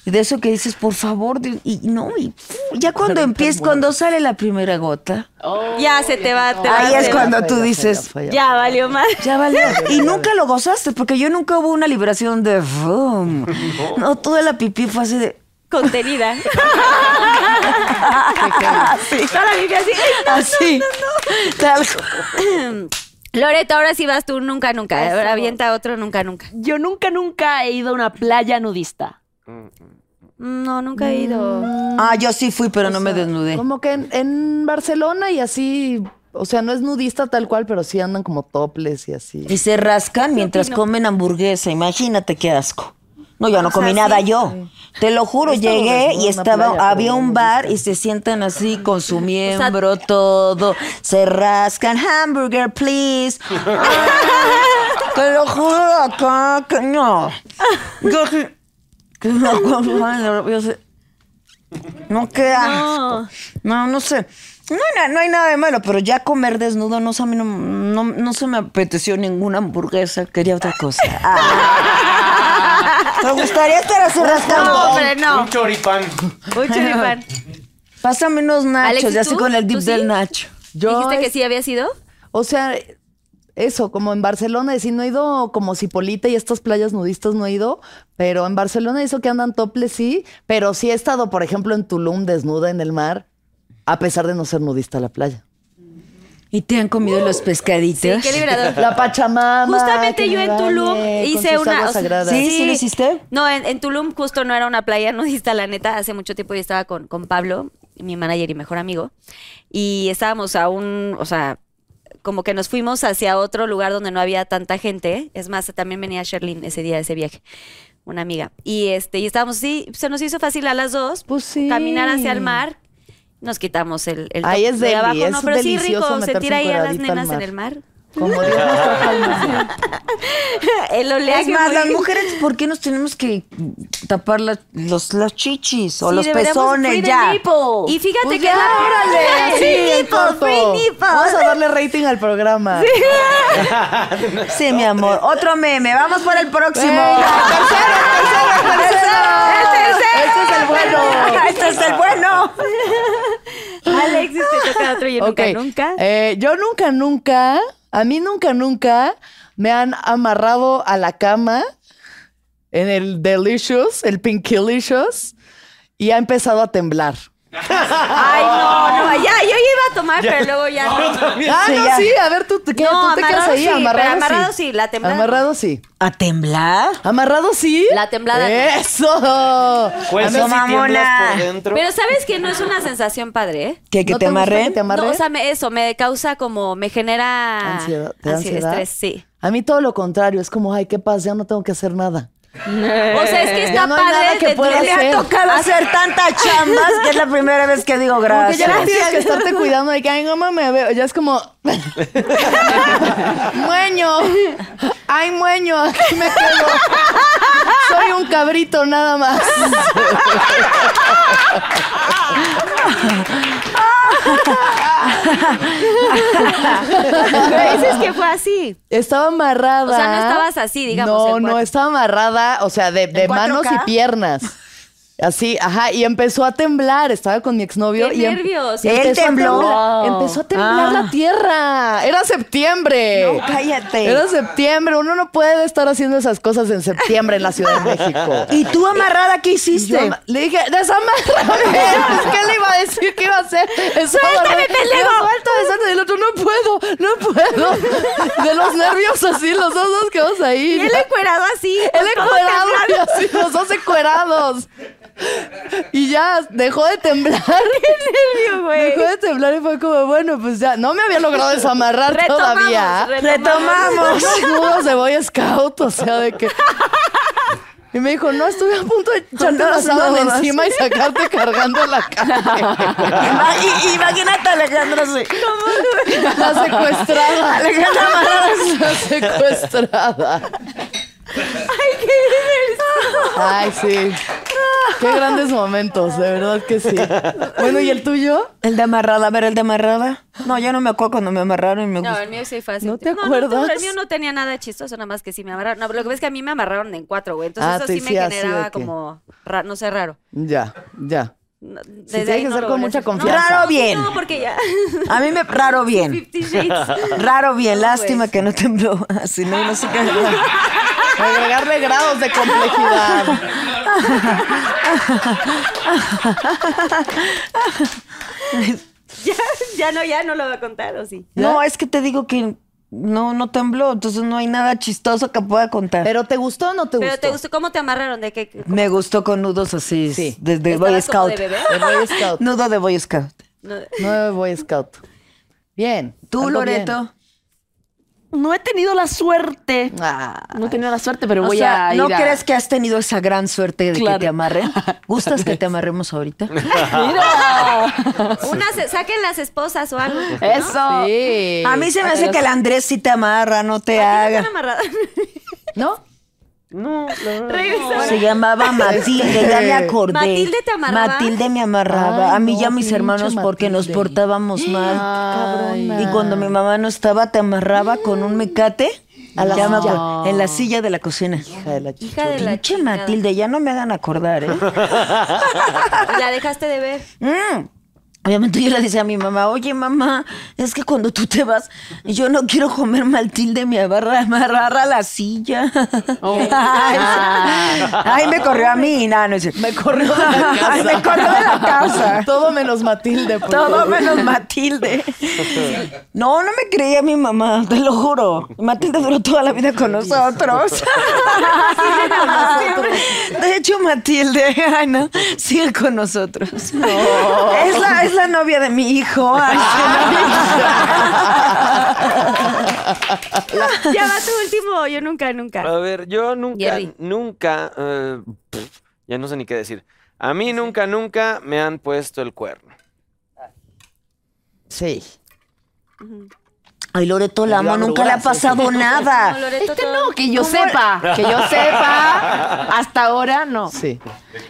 Speaker 5: Y de eso que dices, por favor, Dios, y no, y fu- ya cuando empieza, cuando sale la primera gota,
Speaker 2: Oh, Ya se te va, te va,
Speaker 5: ahí
Speaker 2: te
Speaker 5: es
Speaker 2: va.
Speaker 5: cuando
Speaker 7: Ya
Speaker 5: tú
Speaker 7: fue, ya
Speaker 5: dices,
Speaker 7: fue, ya fue.
Speaker 2: Ya valió más.
Speaker 5: ya valió. Y nunca lo gozaste, porque yo nunca hubo una liberación de boom. No, toda la pipí fue así de.
Speaker 2: Contenida. Toda la Biblia así.
Speaker 7: Ah,
Speaker 5: Así. Tal cual.
Speaker 2: Loreto, ahora sí vas tú nunca, nunca. Ahora avienta otro nunca, nunca.
Speaker 4: Yo nunca, nunca he ido a una playa nudista.
Speaker 2: No, nunca he ido.
Speaker 5: Ah, yo sí fui, pero no me desnudé.
Speaker 7: Como que en, en Barcelona y así... O sea, no es nudista tal cual, pero sí andan como toples y así.
Speaker 5: Y se rascan mientras comen hamburguesa. Imagínate qué asco. No, yo no
Speaker 7: Ah,
Speaker 5: comí nada yo. Te lo juro,
Speaker 7: Estaba
Speaker 5: llegué
Speaker 7: desnuda en
Speaker 5: y
Speaker 7: una
Speaker 5: estaba,
Speaker 7: playa,
Speaker 5: había
Speaker 7: pero
Speaker 5: un
Speaker 7: no
Speaker 5: bar y se sientan así con su miembro todo. Se rascan, hamburger, please. Te lo juro acá que no. Yo dije, que no, yo sé, no, qué asco. No, no sé. No, hay na- no hay nada de malo, pero ya comer desnudo, no sé, a mí no, no, no se me apeteció ninguna hamburguesa, quería otra cosa. Ah. ¿Te gustaría estar así rascando?
Speaker 2: No, hombre, no.
Speaker 6: Un choripán.
Speaker 2: Un choripán.
Speaker 5: Pásame unos nachos,
Speaker 2: Alexis,
Speaker 5: ya así
Speaker 2: ¿tú?
Speaker 5: con el
Speaker 2: ¿Tú
Speaker 5: dip
Speaker 2: sí?
Speaker 5: del nacho.
Speaker 2: ¿Dijiste que sí había sido?
Speaker 7: O sea, eso, como en Barcelona, decir, no he ido como Cipolita y estas playas nudistas no he ido, pero en Barcelona eso que andan toples sí, pero sí he estado, por ejemplo, en Tulum desnuda en el mar, a pesar de no ser nudista la playa.
Speaker 5: ¿Y te han comido los
Speaker 2: Sí,
Speaker 5: pescaditos?
Speaker 2: qué liberador.
Speaker 7: La Pachamama.
Speaker 2: Justamente
Speaker 7: que
Speaker 2: yo
Speaker 7: me
Speaker 2: en Tulum
Speaker 7: bañe con
Speaker 2: hice
Speaker 7: sus
Speaker 2: una.
Speaker 7: aguas
Speaker 2: o sea,
Speaker 7: sagradas.
Speaker 5: Sí, sí lo hiciste.
Speaker 2: No, en, en Tulum justo no era una playa nudista, la neta. Hace mucho tiempo yo estaba con, con Pablo, mi manager y mejor amigo. Y estábamos a un. O sea, como que nos fuimos hacia otro lugar donde no había tanta gente. Es más, también venía Sherlyn ese día, de ese viaje. Una amiga. Y este, y estábamos, sí, se nos hizo fácil a las dos
Speaker 7: Pues sí.
Speaker 2: caminar hacia el mar. Nos quitamos el, el
Speaker 7: Ahí
Speaker 2: top
Speaker 7: es
Speaker 2: de
Speaker 7: deli,
Speaker 2: abajo,
Speaker 7: es
Speaker 2: no, pero sí rico
Speaker 7: delicioso meterse
Speaker 2: sentir ahí a las
Speaker 7: encueradita
Speaker 2: nenas
Speaker 7: al mar.
Speaker 2: en el mar.
Speaker 7: Como dijo nuestra Paloma.
Speaker 2: El
Speaker 5: Es
Speaker 2: oleaje
Speaker 5: más,
Speaker 2: muy-
Speaker 5: las mujeres, ¿por qué nos tenemos que tapar las, los, las chichis o
Speaker 2: Sí,
Speaker 5: los
Speaker 2: deberíamos free
Speaker 5: pezones
Speaker 2: the
Speaker 5: ya?
Speaker 2: nipple. Y fíjate que la-
Speaker 5: órale,
Speaker 2: Free
Speaker 5: así, en
Speaker 2: nipple,
Speaker 5: corto.
Speaker 2: free nipple.
Speaker 7: Vamos a darle rating al programa.
Speaker 5: Sí, mi amor. Otro meme. Vamos por el próximo. tercero, tercero, tercero. Este es el bueno. Este es el bueno.
Speaker 2: Alexis, te toca otro yo
Speaker 7: Ok.
Speaker 2: nunca, nunca.
Speaker 7: Eh, yo nunca, nunca, a mí nunca, nunca me han amarrado a la cama en el Delicious, el Pinkilicious, y ha empezado a temblar.
Speaker 2: Ay, no, no, ya, yo ya iba a tomar, pero luego ya no.
Speaker 7: Ah, no,
Speaker 5: ya.
Speaker 7: sí, a ver, tú, te- ¿qué?
Speaker 2: No,
Speaker 7: ¿Tú te quedas
Speaker 2: amarrado
Speaker 7: ahí,
Speaker 2: sí, pero
Speaker 7: amarrado,
Speaker 2: amarrado
Speaker 7: sí.
Speaker 2: sí, la temblada.
Speaker 7: Amarrado sí.
Speaker 5: ¿A temblar?
Speaker 7: ¿Amarrado sí?
Speaker 2: La temblada no.
Speaker 7: ¡Eso!
Speaker 6: Pues
Speaker 5: Ando
Speaker 6: sí, tiemblas
Speaker 5: mamona.
Speaker 6: por dentro.
Speaker 2: Pero sabes que no es una sensación padre, ¿eh?
Speaker 5: ¿Que, que
Speaker 7: ¿No
Speaker 5: te
Speaker 7: gusta que
Speaker 5: amarren?
Speaker 7: te amarren?
Speaker 2: No, o sea, me- eso me causa como, me genera
Speaker 7: Ansiedad, ¿te da
Speaker 2: ansi-
Speaker 7: ansiedad?
Speaker 2: estrés, sí.
Speaker 7: A mí todo lo contrario, es como, ay, qué paz, ya no tengo que hacer nada.
Speaker 2: O sea, es que está
Speaker 7: Eh, Ya no hay
Speaker 2: padre
Speaker 7: nada que
Speaker 2: de-
Speaker 7: pueda
Speaker 2: de-
Speaker 7: hacer.
Speaker 5: Me ha tocado hacer tantas chambas que es la primera vez que digo
Speaker 7: Como que
Speaker 5: gracias.
Speaker 7: Pues ya no tienes que estarte cuidando de que, ay, mamá, me veo. Ya es como, mueño, ay, mueño, aquí me quedo. Soy un cabrito nada más.
Speaker 2: Pero dices que fue así.
Speaker 7: Estaba amarrada.
Speaker 2: O sea, no estabas así, digamos,
Speaker 7: No,
Speaker 2: en
Speaker 7: no,
Speaker 2: cuatro-
Speaker 7: estaba amarrada, o sea, de, de manos y piernas. Así, ajá, y empezó a temblar. Estaba con mi exnovio.
Speaker 2: ¡Qué
Speaker 7: y em-
Speaker 2: nervios!
Speaker 7: y
Speaker 5: Él
Speaker 7: empezó a
Speaker 5: tembló.
Speaker 7: temblar- empezó a temblar la tierra. Era septiembre.
Speaker 5: Ah. No, cállate.
Speaker 7: Era septiembre. Uno no puede estar haciendo esas cosas en septiembre en la Ciudad de México.
Speaker 5: ¿Y tú amarrada qué
Speaker 7: Y yo
Speaker 5: hiciste?
Speaker 7: ama- le dije, desamárrame. Pues, ¿Qué le iba a decir que iba a hacer? ¡Suéltame, pelego! Suéltame, suéltame. Y el otro, no puedo, no puedo. De los nervios así, los dos nos quedamos ahí.
Speaker 2: Y él encuerado así.
Speaker 7: Él
Speaker 2: todo
Speaker 7: encuerado,
Speaker 2: temblando.
Speaker 7: y así, los dos encuerados. Y ya dejó de temblar. Dejó de temblar y fue como, bueno, pues ya. No me había logrado desamarrar
Speaker 2: Retomamos,
Speaker 7: todavía.
Speaker 5: Retomamos.
Speaker 7: Desnudos de Boy Scout, o sea, de que. Y me dijo, no, estuve a punto de echarte
Speaker 5: No,
Speaker 7: la sábana
Speaker 5: no, no.
Speaker 7: encima y sacarte cargando la calle.
Speaker 5: Ima- i- Imagínate, Alejandra, sí.
Speaker 7: La secuestrada.
Speaker 5: Alejandra amarrada así.
Speaker 7: La secuestrada. Ay, sí. Qué grandes momentos, de verdad que sí. Bueno, ¿y el tuyo?
Speaker 5: El de amarrada, a ver, el de amarrada. No, yo no me acuerdo cuando me amarraron y me
Speaker 2: No,
Speaker 5: gustó.
Speaker 2: el mío sí fue así.
Speaker 7: Pues, ¿No te
Speaker 2: No,
Speaker 7: acuerdas?
Speaker 2: el mío no tenía nada chistoso, nada más que sí me amarraron. No, pero lo que ves es que a mí me amarraron en cuatro, güey. Entonces
Speaker 7: Ah,
Speaker 2: eso
Speaker 7: te
Speaker 2: sí me
Speaker 7: decía así de
Speaker 2: generaba
Speaker 7: que-
Speaker 2: como, ra- no sé, raro.
Speaker 7: Ya, ya.
Speaker 2: No, desde
Speaker 7: tiene
Speaker 2: ahí
Speaker 7: que
Speaker 2: no
Speaker 7: ser
Speaker 2: lo
Speaker 7: con
Speaker 2: volví a
Speaker 7: mucha
Speaker 2: hacer. No,
Speaker 7: confianza.
Speaker 5: Raro
Speaker 2: no,
Speaker 5: bien.
Speaker 2: No, porque ya.
Speaker 5: A mí me raro bien.
Speaker 2: Fifty Shades.
Speaker 5: Raro bien,
Speaker 2: No,
Speaker 5: lástima
Speaker 2: güey.
Speaker 5: que no tembló. Así no, no sé qué.
Speaker 7: Agregarle grados de complejidad.
Speaker 2: Ya, ya no, ya no lo va a contar, ¿o sí?
Speaker 5: No, es que te digo que no, no tembló, entonces no hay nada chistoso que pueda contar.
Speaker 7: ¿Pero te gustó o no te
Speaker 2: Pero
Speaker 7: gustó?
Speaker 2: te gustó, ¿cómo te amarraron? ¿De qué?
Speaker 5: me gustó con nudos así,
Speaker 7: Sí.
Speaker 5: desde Boy
Speaker 2: ¿Estabas como
Speaker 5: Scout.
Speaker 2: de bebé?
Speaker 7: El Boy Scout.
Speaker 5: Nudo de Boy Scout.
Speaker 2: No,
Speaker 7: Nuevo Boy Scout. Bien.
Speaker 5: Tú,
Speaker 7: algo bien.
Speaker 5: Loreto.
Speaker 4: No he tenido la suerte.
Speaker 7: Ah.
Speaker 4: No he tenido la suerte, pero
Speaker 5: O
Speaker 4: voy
Speaker 5: sea,
Speaker 4: a ir
Speaker 5: ¿no
Speaker 4: a-
Speaker 5: crees que has tenido esa gran suerte de que
Speaker 4: Claro.
Speaker 5: te amarren? ¿Gustas que te amarremos ahorita?
Speaker 2: Una se- saquen las esposas o algo. ¿no?
Speaker 4: Eso.
Speaker 7: Sí.
Speaker 5: A mí se me hace que el Andrés sí te amarra, no te
Speaker 2: Están
Speaker 5: haga.
Speaker 2: amarradas.
Speaker 7: ¿No?
Speaker 6: No, la verdad.
Speaker 2: Regresamos.
Speaker 5: Se llamaba Matilde, ya me acordé.
Speaker 2: ¿Matilde te amarraba?
Speaker 5: Matilde me amarraba.
Speaker 7: Este, Ay,
Speaker 5: a mí y a
Speaker 7: no,
Speaker 5: mis
Speaker 7: pinche
Speaker 5: hermanos porque nos
Speaker 7: Matilde.
Speaker 5: portábamos mal.
Speaker 7: Ay,
Speaker 5: Y cuando mi mamá no estaba, te amarraba con un mecate
Speaker 7: A la
Speaker 5: ya me
Speaker 7: silla.
Speaker 5: acuerdo, en la silla de la cocina.
Speaker 7: Hija de la
Speaker 2: Hija de la
Speaker 5: Pinche
Speaker 2: chingada.
Speaker 5: Matilde, ya no me hagan acordar, ¿eh?
Speaker 2: Y La dejaste de ver.
Speaker 5: Mm. Obviamente yo le decía a mi mamá, oye mamá, es que cuando tú te vas, yo no quiero comer maltilde, me agarra, me agarra la silla.
Speaker 7: Oh.
Speaker 5: Ay, ay, me corrió a mí, nada, no es cierto.
Speaker 7: Me corrió de la casa.
Speaker 5: Ay, me corrió de la casa.
Speaker 7: Todo menos Matilde. por
Speaker 5: Todo
Speaker 7: favor.
Speaker 5: menos Matilde. No, no me creía mi mamá, te lo juro. Matilde duró toda la vida con nosotros. De hecho, Matilde, ay, no, sigue con nosotros. Es, la, es la novia de mi hijo. Ay,
Speaker 2: Ya va tu último, yo nunca,
Speaker 7: Ah,
Speaker 2: nunca.
Speaker 6: A ver, yo nunca,
Speaker 2: Jerry.
Speaker 6: nunca, eh, pff, ya no sé ni qué decir. A mí nunca, nunca me han puesto el cuerno.
Speaker 7: Sí.
Speaker 5: Ay, Loreto, la amo, nunca le ha pasado nada.
Speaker 4: Es que no, que yo sepa, que yo sepa. Hasta ahora no.
Speaker 7: Sí.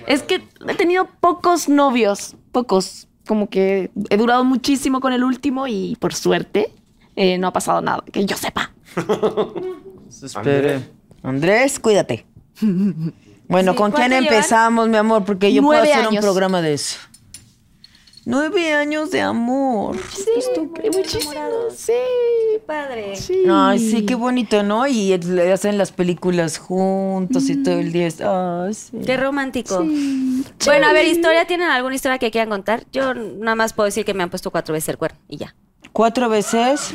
Speaker 4: Es que he tenido pocos novios, pocos. Como que he durado muchísimo con el último y por suerte eh, no ha pasado nada, que yo sepa.
Speaker 6: Espere.
Speaker 5: Andrés, cuídate. Bueno,
Speaker 2: Sí,
Speaker 5: ¿con
Speaker 2: ¿cuánto
Speaker 5: quién
Speaker 2: llevan?
Speaker 5: empezamos, mi amor? Porque yo puedo
Speaker 4: Nueve
Speaker 5: hacer un
Speaker 4: años.
Speaker 5: programa de eso. Nueve años de amor.
Speaker 4: Muchísimo, sí.
Speaker 2: Padre.
Speaker 5: Ay, sí, qué bonito, ¿no? Y le hacen las películas juntos y todo el día. es- ah, Ay, sí.
Speaker 2: Qué romántico. Bueno, a ver, historia, ¿tienen alguna historia que quieran contar? Yo nada más puedo decir que me han puesto cuatro veces el cuerno y ya.
Speaker 5: Cuatro veces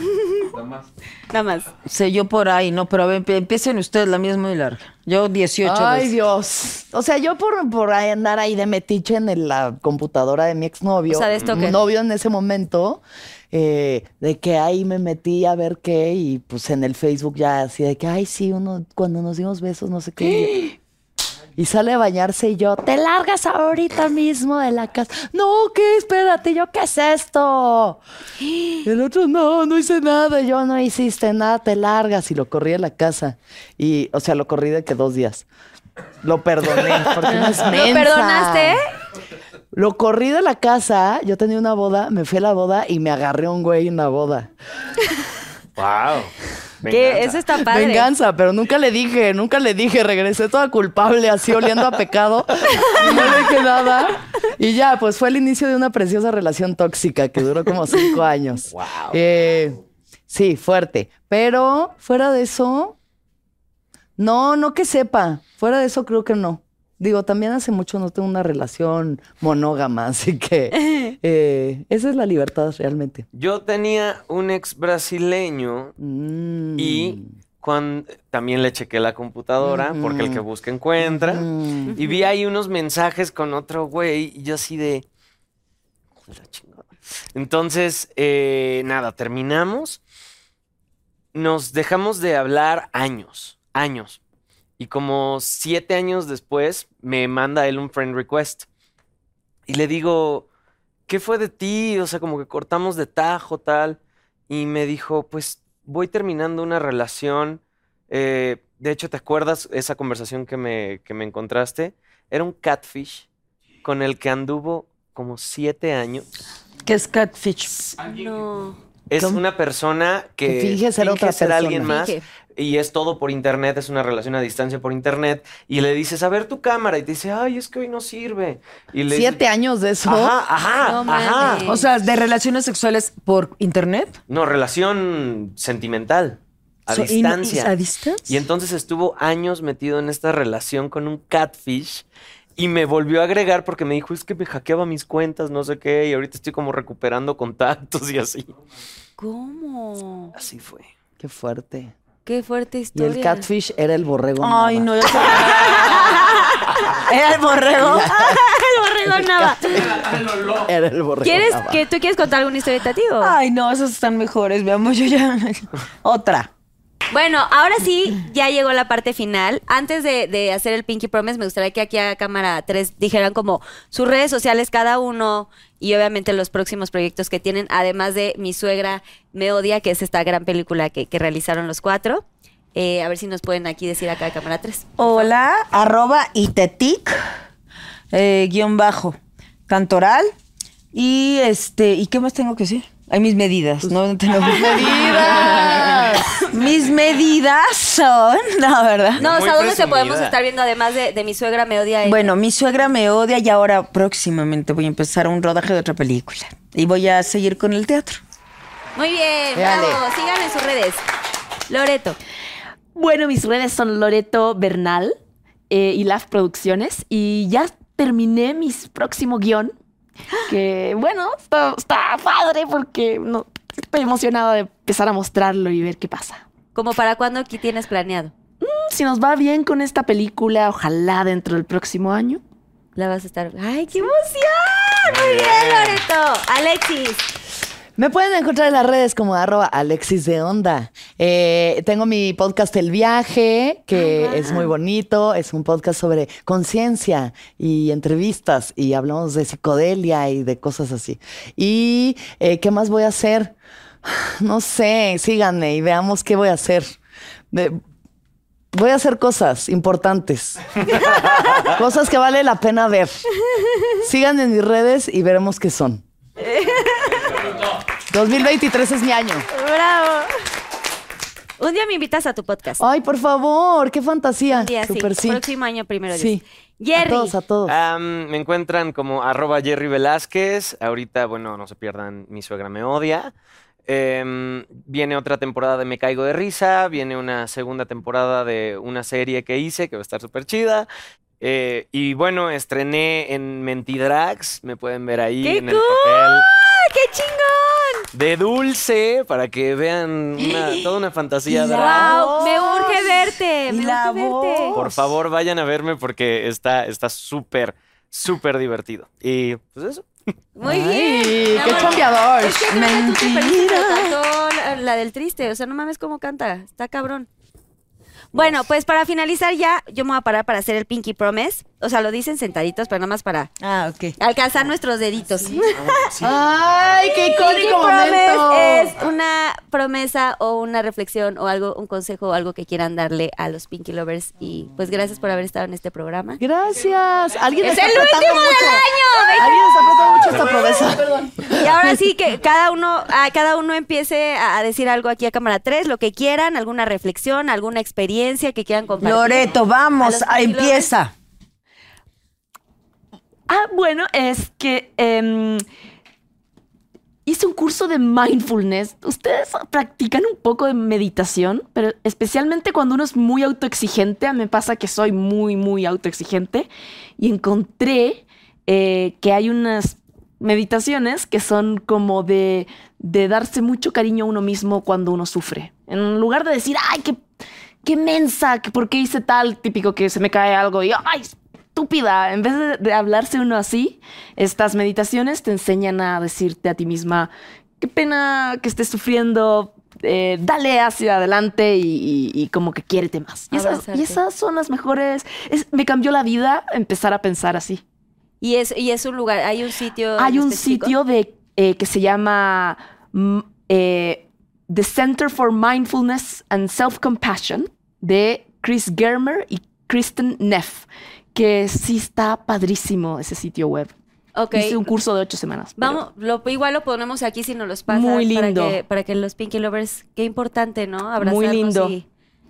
Speaker 2: Nada más.
Speaker 5: se yo por ahí, ¿no? Pero a ver, empie- empiecen ustedes, la mía es muy larga. Yo 18
Speaker 7: Ay,
Speaker 5: veces.
Speaker 7: Dios. O sea, yo por, por ahí andar ahí de metiche en el- la computadora de mi exnovio.
Speaker 2: O sea, de esto que-
Speaker 7: novio en ese momento, eh, de que ahí me metí a ver qué y pues en el Facebook ya así de que, ay, sí, uno, cuando nos dimos besos, no sé qué. Y sale a bañarse y yo, te largas ahorita mismo de la casa. No, ¿qué? Espérate, yo, ¿qué es esto? El otro, no, no hice nada, yo no hiciste nada, te largas. Y lo corrí de la casa. Y, o sea, lo corrí de que dos días. Lo perdoné, porque no es
Speaker 2: ¿Lo
Speaker 7: mensa.
Speaker 2: perdonaste?
Speaker 7: Lo corrí de la casa, yo tenía una boda, me fui a la boda y me agarré a un güey en la boda.
Speaker 6: Wow.
Speaker 2: Que eso está padre.
Speaker 7: Venganza, pero nunca le dije, nunca le dije, regresé toda culpable, así oliendo a pecado. Y no le dije nada. Y ya, pues fue el inicio de una preciosa relación tóxica que duró como cinco años.
Speaker 6: Wow.
Speaker 7: Eh, sí, fuerte. Pero fuera de eso, no, no que sepa. Fuera de eso creo que no. Digo, también hace mucho no tengo una relación monógama, así que eh, esa es la libertad realmente.
Speaker 6: Yo tenía un ex brasileño
Speaker 7: Mm.
Speaker 6: y cuando, también le chequé la computadora, porque el que busca encuentra.
Speaker 7: Mm.
Speaker 6: Y vi ahí unos mensajes con otro güey y yo así de... "Hijo de la chingada". Entonces, eh, nada, terminamos. Nos dejamos de hablar años, años. Y como siete años después me manda él un friend request. Y le digo, ¿qué fue de ti? O sea, como que cortamos de tajo, tal. Y me dijo, pues voy terminando una relación. Eh, de hecho, ¿te acuerdas esa conversación que me, que me encontraste? Era un catfish con el que anduvo como siete años.
Speaker 5: ¿Qué es catfish?
Speaker 2: No.
Speaker 6: Es
Speaker 7: ¿Cómo?
Speaker 6: una persona que,
Speaker 7: Que finge ser otra
Speaker 6: alguien
Speaker 7: persona.
Speaker 6: más
Speaker 2: Finge.
Speaker 6: y es todo por internet, es una relación a distancia por internet y le dices, a ver tu cámara y te dice, ay, es que hoy no sirve. Y le
Speaker 7: Siete años de eso.
Speaker 6: Ajá, ajá,
Speaker 2: No
Speaker 6: ajá.
Speaker 2: mames.
Speaker 5: O sea, de relaciones sexuales por internet.
Speaker 6: No, relación sentimental, a
Speaker 5: So- y- y-
Speaker 6: distancia.
Speaker 5: ¿A distancia?
Speaker 6: Y entonces estuvo años metido en esta relación con un catfish y me volvió a agregar porque me dijo, es que me hackeaba mis cuentas, no sé qué, y ahorita estoy como recuperando contactos y así.
Speaker 2: ¿Cómo?
Speaker 6: Así fue.
Speaker 7: Qué fuerte.
Speaker 2: Qué fuerte
Speaker 7: Y
Speaker 2: historia.
Speaker 7: el catfish era el borrego.
Speaker 5: Ay,
Speaker 7: Nava.
Speaker 5: no, ya se... Era el borrego.
Speaker 2: El borrego Nava.
Speaker 7: Era el borrego.
Speaker 2: ¿Quieres
Speaker 7: Nava.
Speaker 2: que tú quieres contar alguna historia de ti o?
Speaker 5: Ay, no, esos están mejores, mi amor. Yo ya. Otra.
Speaker 2: Bueno, ahora sí, ya llegó la parte final. Antes de, de hacer el Pinky Promise, me gustaría que aquí a cámara 3 dijeran como sus redes sociales cada uno y obviamente los próximos proyectos que tienen, además de Mi suegra me odia, que es esta gran película que, que realizaron los cuatro. Eh, a ver si nos pueden aquí decir acá a cámara 3.
Speaker 5: Hola, arroba itetic, eh, guión bajo, cantoral. Y este, ¿y qué más tengo que decir? Hay mis medidas, ¿no? no tengo-
Speaker 7: ¡Medidas!
Speaker 5: mis medidas son. No, ¿verdad?
Speaker 2: No, o
Speaker 6: Muy
Speaker 2: sea, ¿dónde te
Speaker 6: presumida.
Speaker 2: podemos estar viendo además de, de Mi suegra me odia? en-
Speaker 5: Bueno, mi suegra me odia y ahora próximamente voy a empezar un rodaje de otra película. Y voy a seguir con el teatro.
Speaker 2: Muy bien,
Speaker 7: Véale.
Speaker 2: bravo, sigan en sus redes. Loreto.
Speaker 4: Bueno, mis redes son Loreto Bernal eh, y Laf Producciones. Y ya terminé mi próximo guión. Que bueno, está, está padre porque no, estoy emocionada de empezar a mostrarlo y ver qué pasa.
Speaker 2: Como para cuándo aquí tienes planeado.
Speaker 4: Mm, Si nos va bien con esta película, ojalá dentro del próximo año.
Speaker 2: La vas a estar. ¡Ay, qué emoción! Muy bien, Loreto. Alexis.
Speaker 7: Me pueden encontrar en las redes como arroba Alexis de Onda. Eh, tengo mi podcast El Viaje, que es muy bonito. Es un podcast sobre conciencia y entrevistas y hablamos de psicodelia y de cosas así. ¿Y eh, qué más voy a hacer? No sé, síganme y veamos qué voy a hacer. Me- Voy a hacer cosas importantes. cosas que vale la pena ver. Síganme en mis redes y veremos qué son. 2023 es mi año.
Speaker 2: ¡Bravo! Un día me invitas a tu podcast.
Speaker 7: Ay, por favor, qué fantasía.
Speaker 2: Un día, sí.
Speaker 7: Oh, Súper sí.
Speaker 2: Próximo año primero.
Speaker 7: Sí.
Speaker 2: Sí. Jerry.
Speaker 7: A todos, a todos.
Speaker 6: Ah, Am, me encuentran como arroba Jerry Velázquez. Ahorita, bueno, no se pierdan, mi suegra me odia. Em, viene otra temporada de Me Caigo de Risa, viene una segunda temporada de una serie que hice que va a estar súper chida. Eh, y bueno, estrené en Mentidrags, me pueden ver ahí
Speaker 2: ¡Qué
Speaker 6: en
Speaker 2: cool!
Speaker 6: el papel
Speaker 2: ¡Qué chingón!
Speaker 6: de Dulce para que vean una- toda una fantasía drag.
Speaker 2: ¡Wow! Me urge verte.
Speaker 10: Y
Speaker 2: Me
Speaker 10: la
Speaker 2: urge verte.
Speaker 6: Por favor, vayan a verme porque está está súper, súper divertido. Y pues eso.
Speaker 2: Muy
Speaker 7: Ay,
Speaker 2: bien. Mi
Speaker 7: qué
Speaker 2: amor,
Speaker 7: chambeador.
Speaker 2: Es que creo que tú te perdiste tanto la, la del triste. O sea, no mames cómo canta. Está cabrón. Bueno, pues para finalizar ya, yo me voy a parar para hacer el Pinky Promise. O sea, lo dicen sentaditos, pero nada más para
Speaker 5: Ah, ok.
Speaker 2: alcanzar nuestros deditos.
Speaker 7: Ay, qué
Speaker 2: Pinky
Speaker 7: icónico
Speaker 2: Promise
Speaker 7: momento.
Speaker 2: es una promesa o una reflexión o algo, un consejo o algo que quieran darle a los Pinky Lovers. Y pues gracias por haber estado en este programa.
Speaker 7: Gracias. Alguien
Speaker 2: ¡Es
Speaker 7: está
Speaker 2: el
Speaker 7: apretando
Speaker 2: último
Speaker 7: mucho.
Speaker 2: del año!
Speaker 7: Alguien está apretando mucho esta promesa.
Speaker 2: Y ahora sí que cada uno, a cada uno empiece a a decir algo aquí a cámara 3, lo que quieran, alguna reflexión, alguna experiencia que quieran compartir.
Speaker 10: Loreto,
Speaker 2: A los
Speaker 10: vamos, ah,
Speaker 2: kilos.
Speaker 10: empieza.
Speaker 4: Ah, bueno, es que em, hice un curso de mindfulness. Ustedes practican un poco de meditación, pero especialmente cuando uno es muy autoexigente, a mí me pasa que soy muy, muy autoexigente, y encontré eh, que hay unas meditaciones que son como de, de darse mucho cariño a uno mismo cuando uno sufre. En lugar de decir, ay, qué, qué mensa, que por qué hice tal, típico que se me cae algo y, ay, estúpida. En vez de, de hablarse uno así, estas meditaciones te enseñan a decirte a ti misma, qué pena que estés sufriendo, eh, dale hacia adelante y, y- y como que quiérete más. Y esas,
Speaker 2: Abrazarte.
Speaker 4: y esas son las mejores. Es- me cambió la vida empezar a pensar así.
Speaker 2: Y es, y es un lugar, hay un sitio. en
Speaker 4: Hay un
Speaker 2: específico?
Speaker 4: sitio de, eh, que se llama mm, eh, The Center for Mindfulness and Self-Compassion de Chris Germer y Kristen Neff, que sí está padrísimo ese sitio web.
Speaker 2: Ok.
Speaker 4: Hice un curso de ocho semanas. pero-
Speaker 2: Vamos, lo- igual lo ponemos aquí si nos los pasas.
Speaker 4: Muy lindo.
Speaker 2: Para que, para que los Pinky Lovers, qué importante, ¿no? Abrazarnos
Speaker 4: lindo.
Speaker 2: y-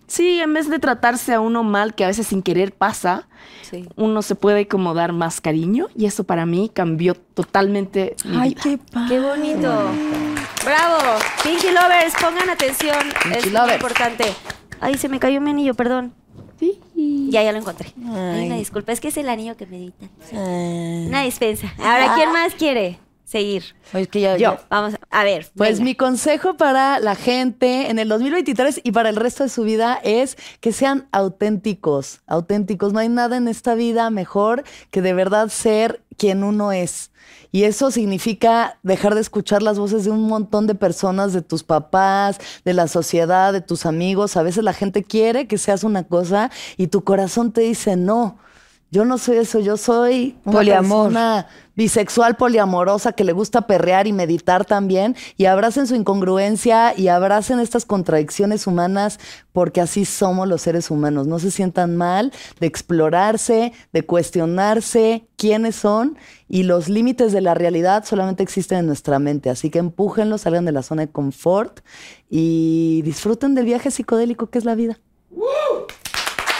Speaker 4: Sí, en vez de tratarse a uno mal, que a veces sin querer pasa,
Speaker 2: sí.
Speaker 4: uno se puede como dar más cariño y eso para mí cambió totalmente mi
Speaker 10: Ay,
Speaker 4: vida.
Speaker 10: qué padre.
Speaker 2: Qué bonito. Bravo. Pinky Lovers, pongan atención.
Speaker 7: Pinky
Speaker 2: es muy
Speaker 7: lovers.
Speaker 2: importante. Ay, se me cayó mi anillo, perdón. Ya, ya lo encontré. Ay, una disculpa, es que es el anillo que me editan. Una dispensa. Ahora,
Speaker 7: Ah.
Speaker 2: ¿quién más quiere seguir?
Speaker 10: Ay, es que ya-
Speaker 7: Yo.
Speaker 10: ya-
Speaker 2: Vamos, a ver.
Speaker 7: Pues
Speaker 2: venga.
Speaker 7: mi consejo para la gente en el 2023 y para el resto de su vida es que sean auténticos, auténticos. No hay nada en esta vida mejor que de verdad ser quien uno es. Y eso significa dejar de escuchar las voces de un montón de personas, de tus papás, de la sociedad, de tus amigos. A veces la gente quiere que seas una cosa y tu corazón te dice no. Yo no soy eso, yo soy una
Speaker 10: Poliamor.
Speaker 7: persona bisexual poliamorosa que le gusta perrear y meditar también y abracen su incongruencia y abracen estas contradicciones humanas porque así somos los seres humanos. No se sientan mal de explorarse, de cuestionarse quiénes son y los límites de la realidad solamente existen en nuestra mente. Así que empújenlos, salgan de la zona de confort y disfruten del viaje psicodélico que es la vida.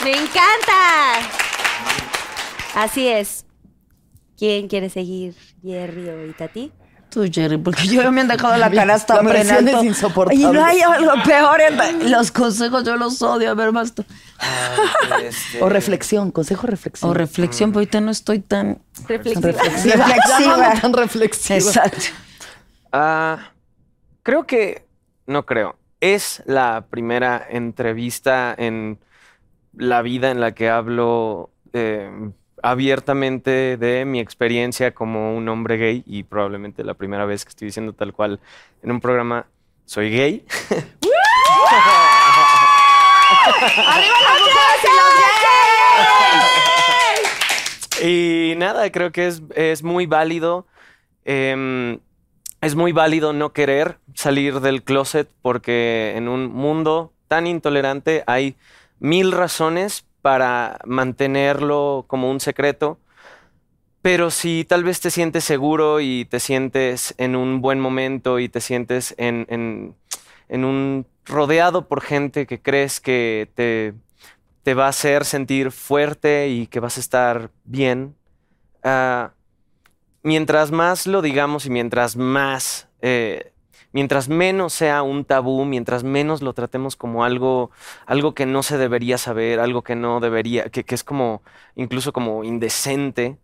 Speaker 2: ¡Me encanta! Así es. ¿Quién quiere seguir? ¿Jerry o Itati?
Speaker 10: Tú, Jerry, porque yo me han dejado la canasta
Speaker 7: La
Speaker 10: hombre, en
Speaker 7: presión
Speaker 10: alto.
Speaker 7: es insoportable.
Speaker 10: Y no hay algo peor. en- Los consejos yo los odio. A ver, basta.
Speaker 6: Este,
Speaker 7: O reflexión, consejo reflexión.
Speaker 10: O reflexión, pero ahorita no estoy tan
Speaker 2: Reflexiva.
Speaker 7: reflexiva.
Speaker 10: Reflexiva.
Speaker 7: Ya no tan reflexiva.
Speaker 10: Exacto.
Speaker 6: Ah, creo que, no creo, es la primera entrevista en la vida en la que hablo eh, abiertamente de mi experiencia como un hombre gay y probablemente la primera vez que estoy diciendo tal cual en un programa, soy gay.
Speaker 11: ¡Arriba las mujeres y los gays!
Speaker 6: Y nada, creo que es, es muy válido. em, es muy válido no querer salir del closet porque en un mundo tan intolerante hay mil razones para mantenerlo como un secreto. Pero si tal vez te sientes seguro y te sientes en un buen momento y te sientes en, en- en un rodeado por gente que crees que te, te va a hacer sentir fuerte y que vas a estar bien, ah, mientras más lo digamos y mientras más, eh, mientras menos sea un tabú, mientras menos lo tratemos como algo, algo que no se debería saber, algo que no debería, que, que es como, incluso como indecente,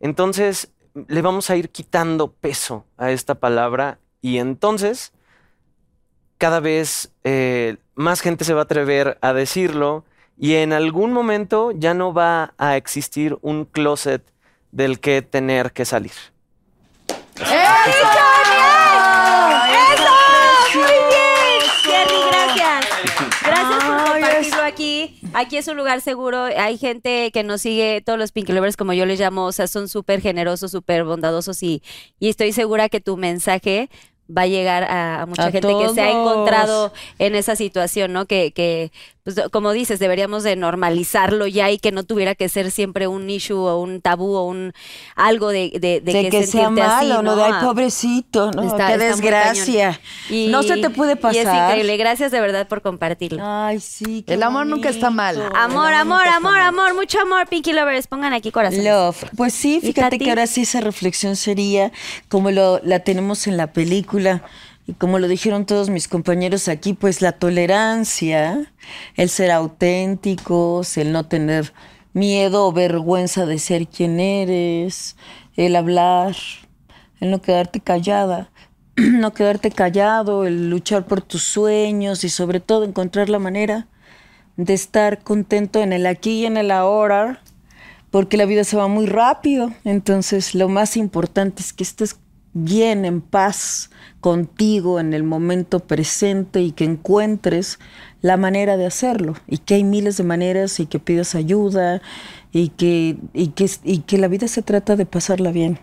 Speaker 6: entonces le vamos a ir quitando peso a esta palabra y entonces cada vez eh, más gente se va a atrever a decirlo y en algún momento ya no va a existir un closet del que tener que salir.
Speaker 2: ¡Eso! ¡Muy bien! Jerry, gracias. Gracias por compartirlo aquí. Aquí es un lugar seguro. Hay gente que nos sigue, todos los Pinky Lovers, como yo les llamo, o sea, son súper generosos, súper bondadosos y, y estoy segura que tu mensaje va a llegar a, a mucha
Speaker 12: A
Speaker 2: gente que se ha
Speaker 12: todos.
Speaker 2: encontrado en esa situación, ¿no? Que, que pues, como dices, deberíamos de normalizarlo ya y que no tuviera que ser siempre un issue o un tabú o un algo de, de, de
Speaker 5: De
Speaker 2: que,
Speaker 5: que sea
Speaker 2: sentirte así, Ah.
Speaker 5: malo, ¿no? De, "Ay, pobrecito, ¿no? Oh, Qué
Speaker 2: muy
Speaker 5: desgracia.
Speaker 2: cañón.
Speaker 5: No se te
Speaker 2: Y
Speaker 5: puede
Speaker 2: es
Speaker 5: pasar.
Speaker 2: increíble. Gracias de verdad por compartirlo.
Speaker 5: Ay, sí.
Speaker 7: El amor nunca está mal.
Speaker 2: Amor, amor, amor, amor. Mucho amor, Pinky Lovers. Pongan aquí corazón.
Speaker 5: Love. Pues sí, fíjate
Speaker 2: Tati?
Speaker 5: que ahora sí esa reflexión sería como lo, la tenemos en la película y como lo dijeron todos mis compañeros aquí, pues la tolerancia, el ser auténticos, el no tener miedo o vergüenza de ser quien eres, el hablar, el no quedarte callada, no quedarte callado, el luchar por tus sueños y sobre todo encontrar la manera de estar contento en el aquí y en el ahora, porque la vida se va muy rápido. Entonces, lo más importante es que estés bien, en paz contigo en el momento presente y que encuentres la manera de hacerlo y que hay miles de maneras y que pidas ayuda y que, y que, y que la vida se trata de pasarla bien.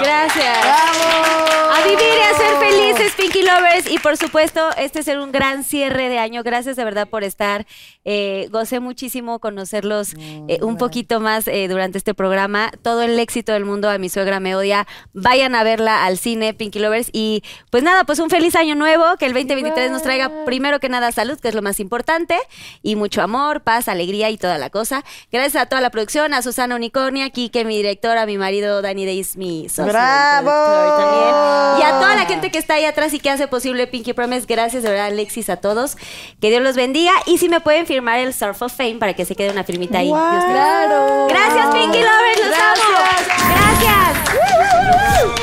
Speaker 2: Gracias. A vivir y a ser felices, Pinky Lovers. Y por supuesto, este será un gran cierre de año. Gracias de verdad por estar. Eh, gocé muchísimo conocerlos eh, un poquito más eh, durante este programa. Todo el éxito del mundo a mi suegra me odia. Vayan a verla al cine, Pinky Lovers. Y pues nada, pues un feliz año nuevo. Que el 2023 nos traiga primero que nada salud, que es lo más importante. Y mucho amor, paz, alegría y toda la cosa. Gracias a toda la producción, a Susana Unicornia, Kike, mi directora, a mi marido Dani Days, mi socio, el
Speaker 5: ¡Bravo!
Speaker 2: productor también. Y a toda la gente que está ahí atrás y que hace posible Pinky Promise. Gracias de verdad, Alexis, a todos. Que Dios los bendiga. Y si me pueden firmar el Surf of Fame para que se quede una firmita ahí. de ustedes.
Speaker 13: Claro.
Speaker 2: Gracias, Pinky Lovers, los amo. Gracias.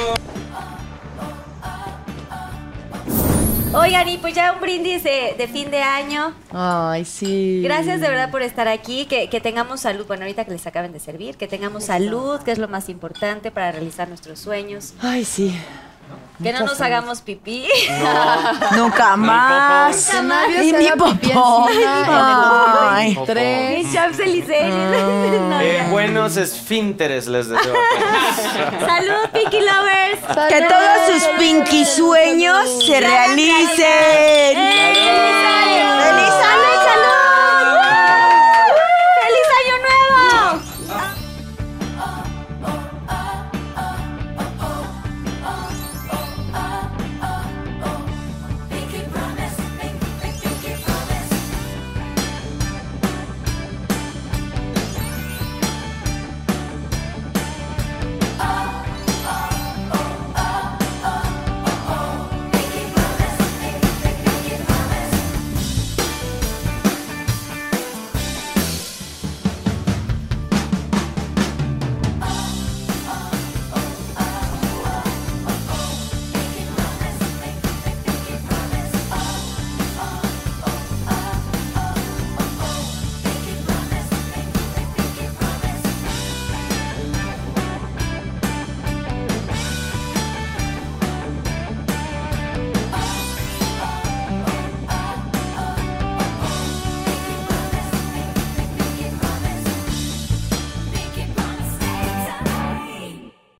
Speaker 2: Oigan, y pues ya un brindis de, de fin de año.
Speaker 7: Ay, sí.
Speaker 2: Gracias de verdad por estar aquí, que, que tengamos salud, bueno, ahorita que les acaben de servir, que tengamos salud, que es lo más importante para realizar nuestros sueños,
Speaker 7: Ay, sí.
Speaker 2: que no nos hagamos pipí.
Speaker 5: Nunca más.
Speaker 2: Nunca más.
Speaker 5: Y mi popó. Ay.
Speaker 2: Qué Champs-Élysées. No,
Speaker 6: Eh,
Speaker 2: ya.
Speaker 6: buenos esfínteres les deseo. a todos.
Speaker 2: Salud, Pinky Lovers.
Speaker 5: Que todos sus pinky sueños se realicen.
Speaker 2: ¡Eh!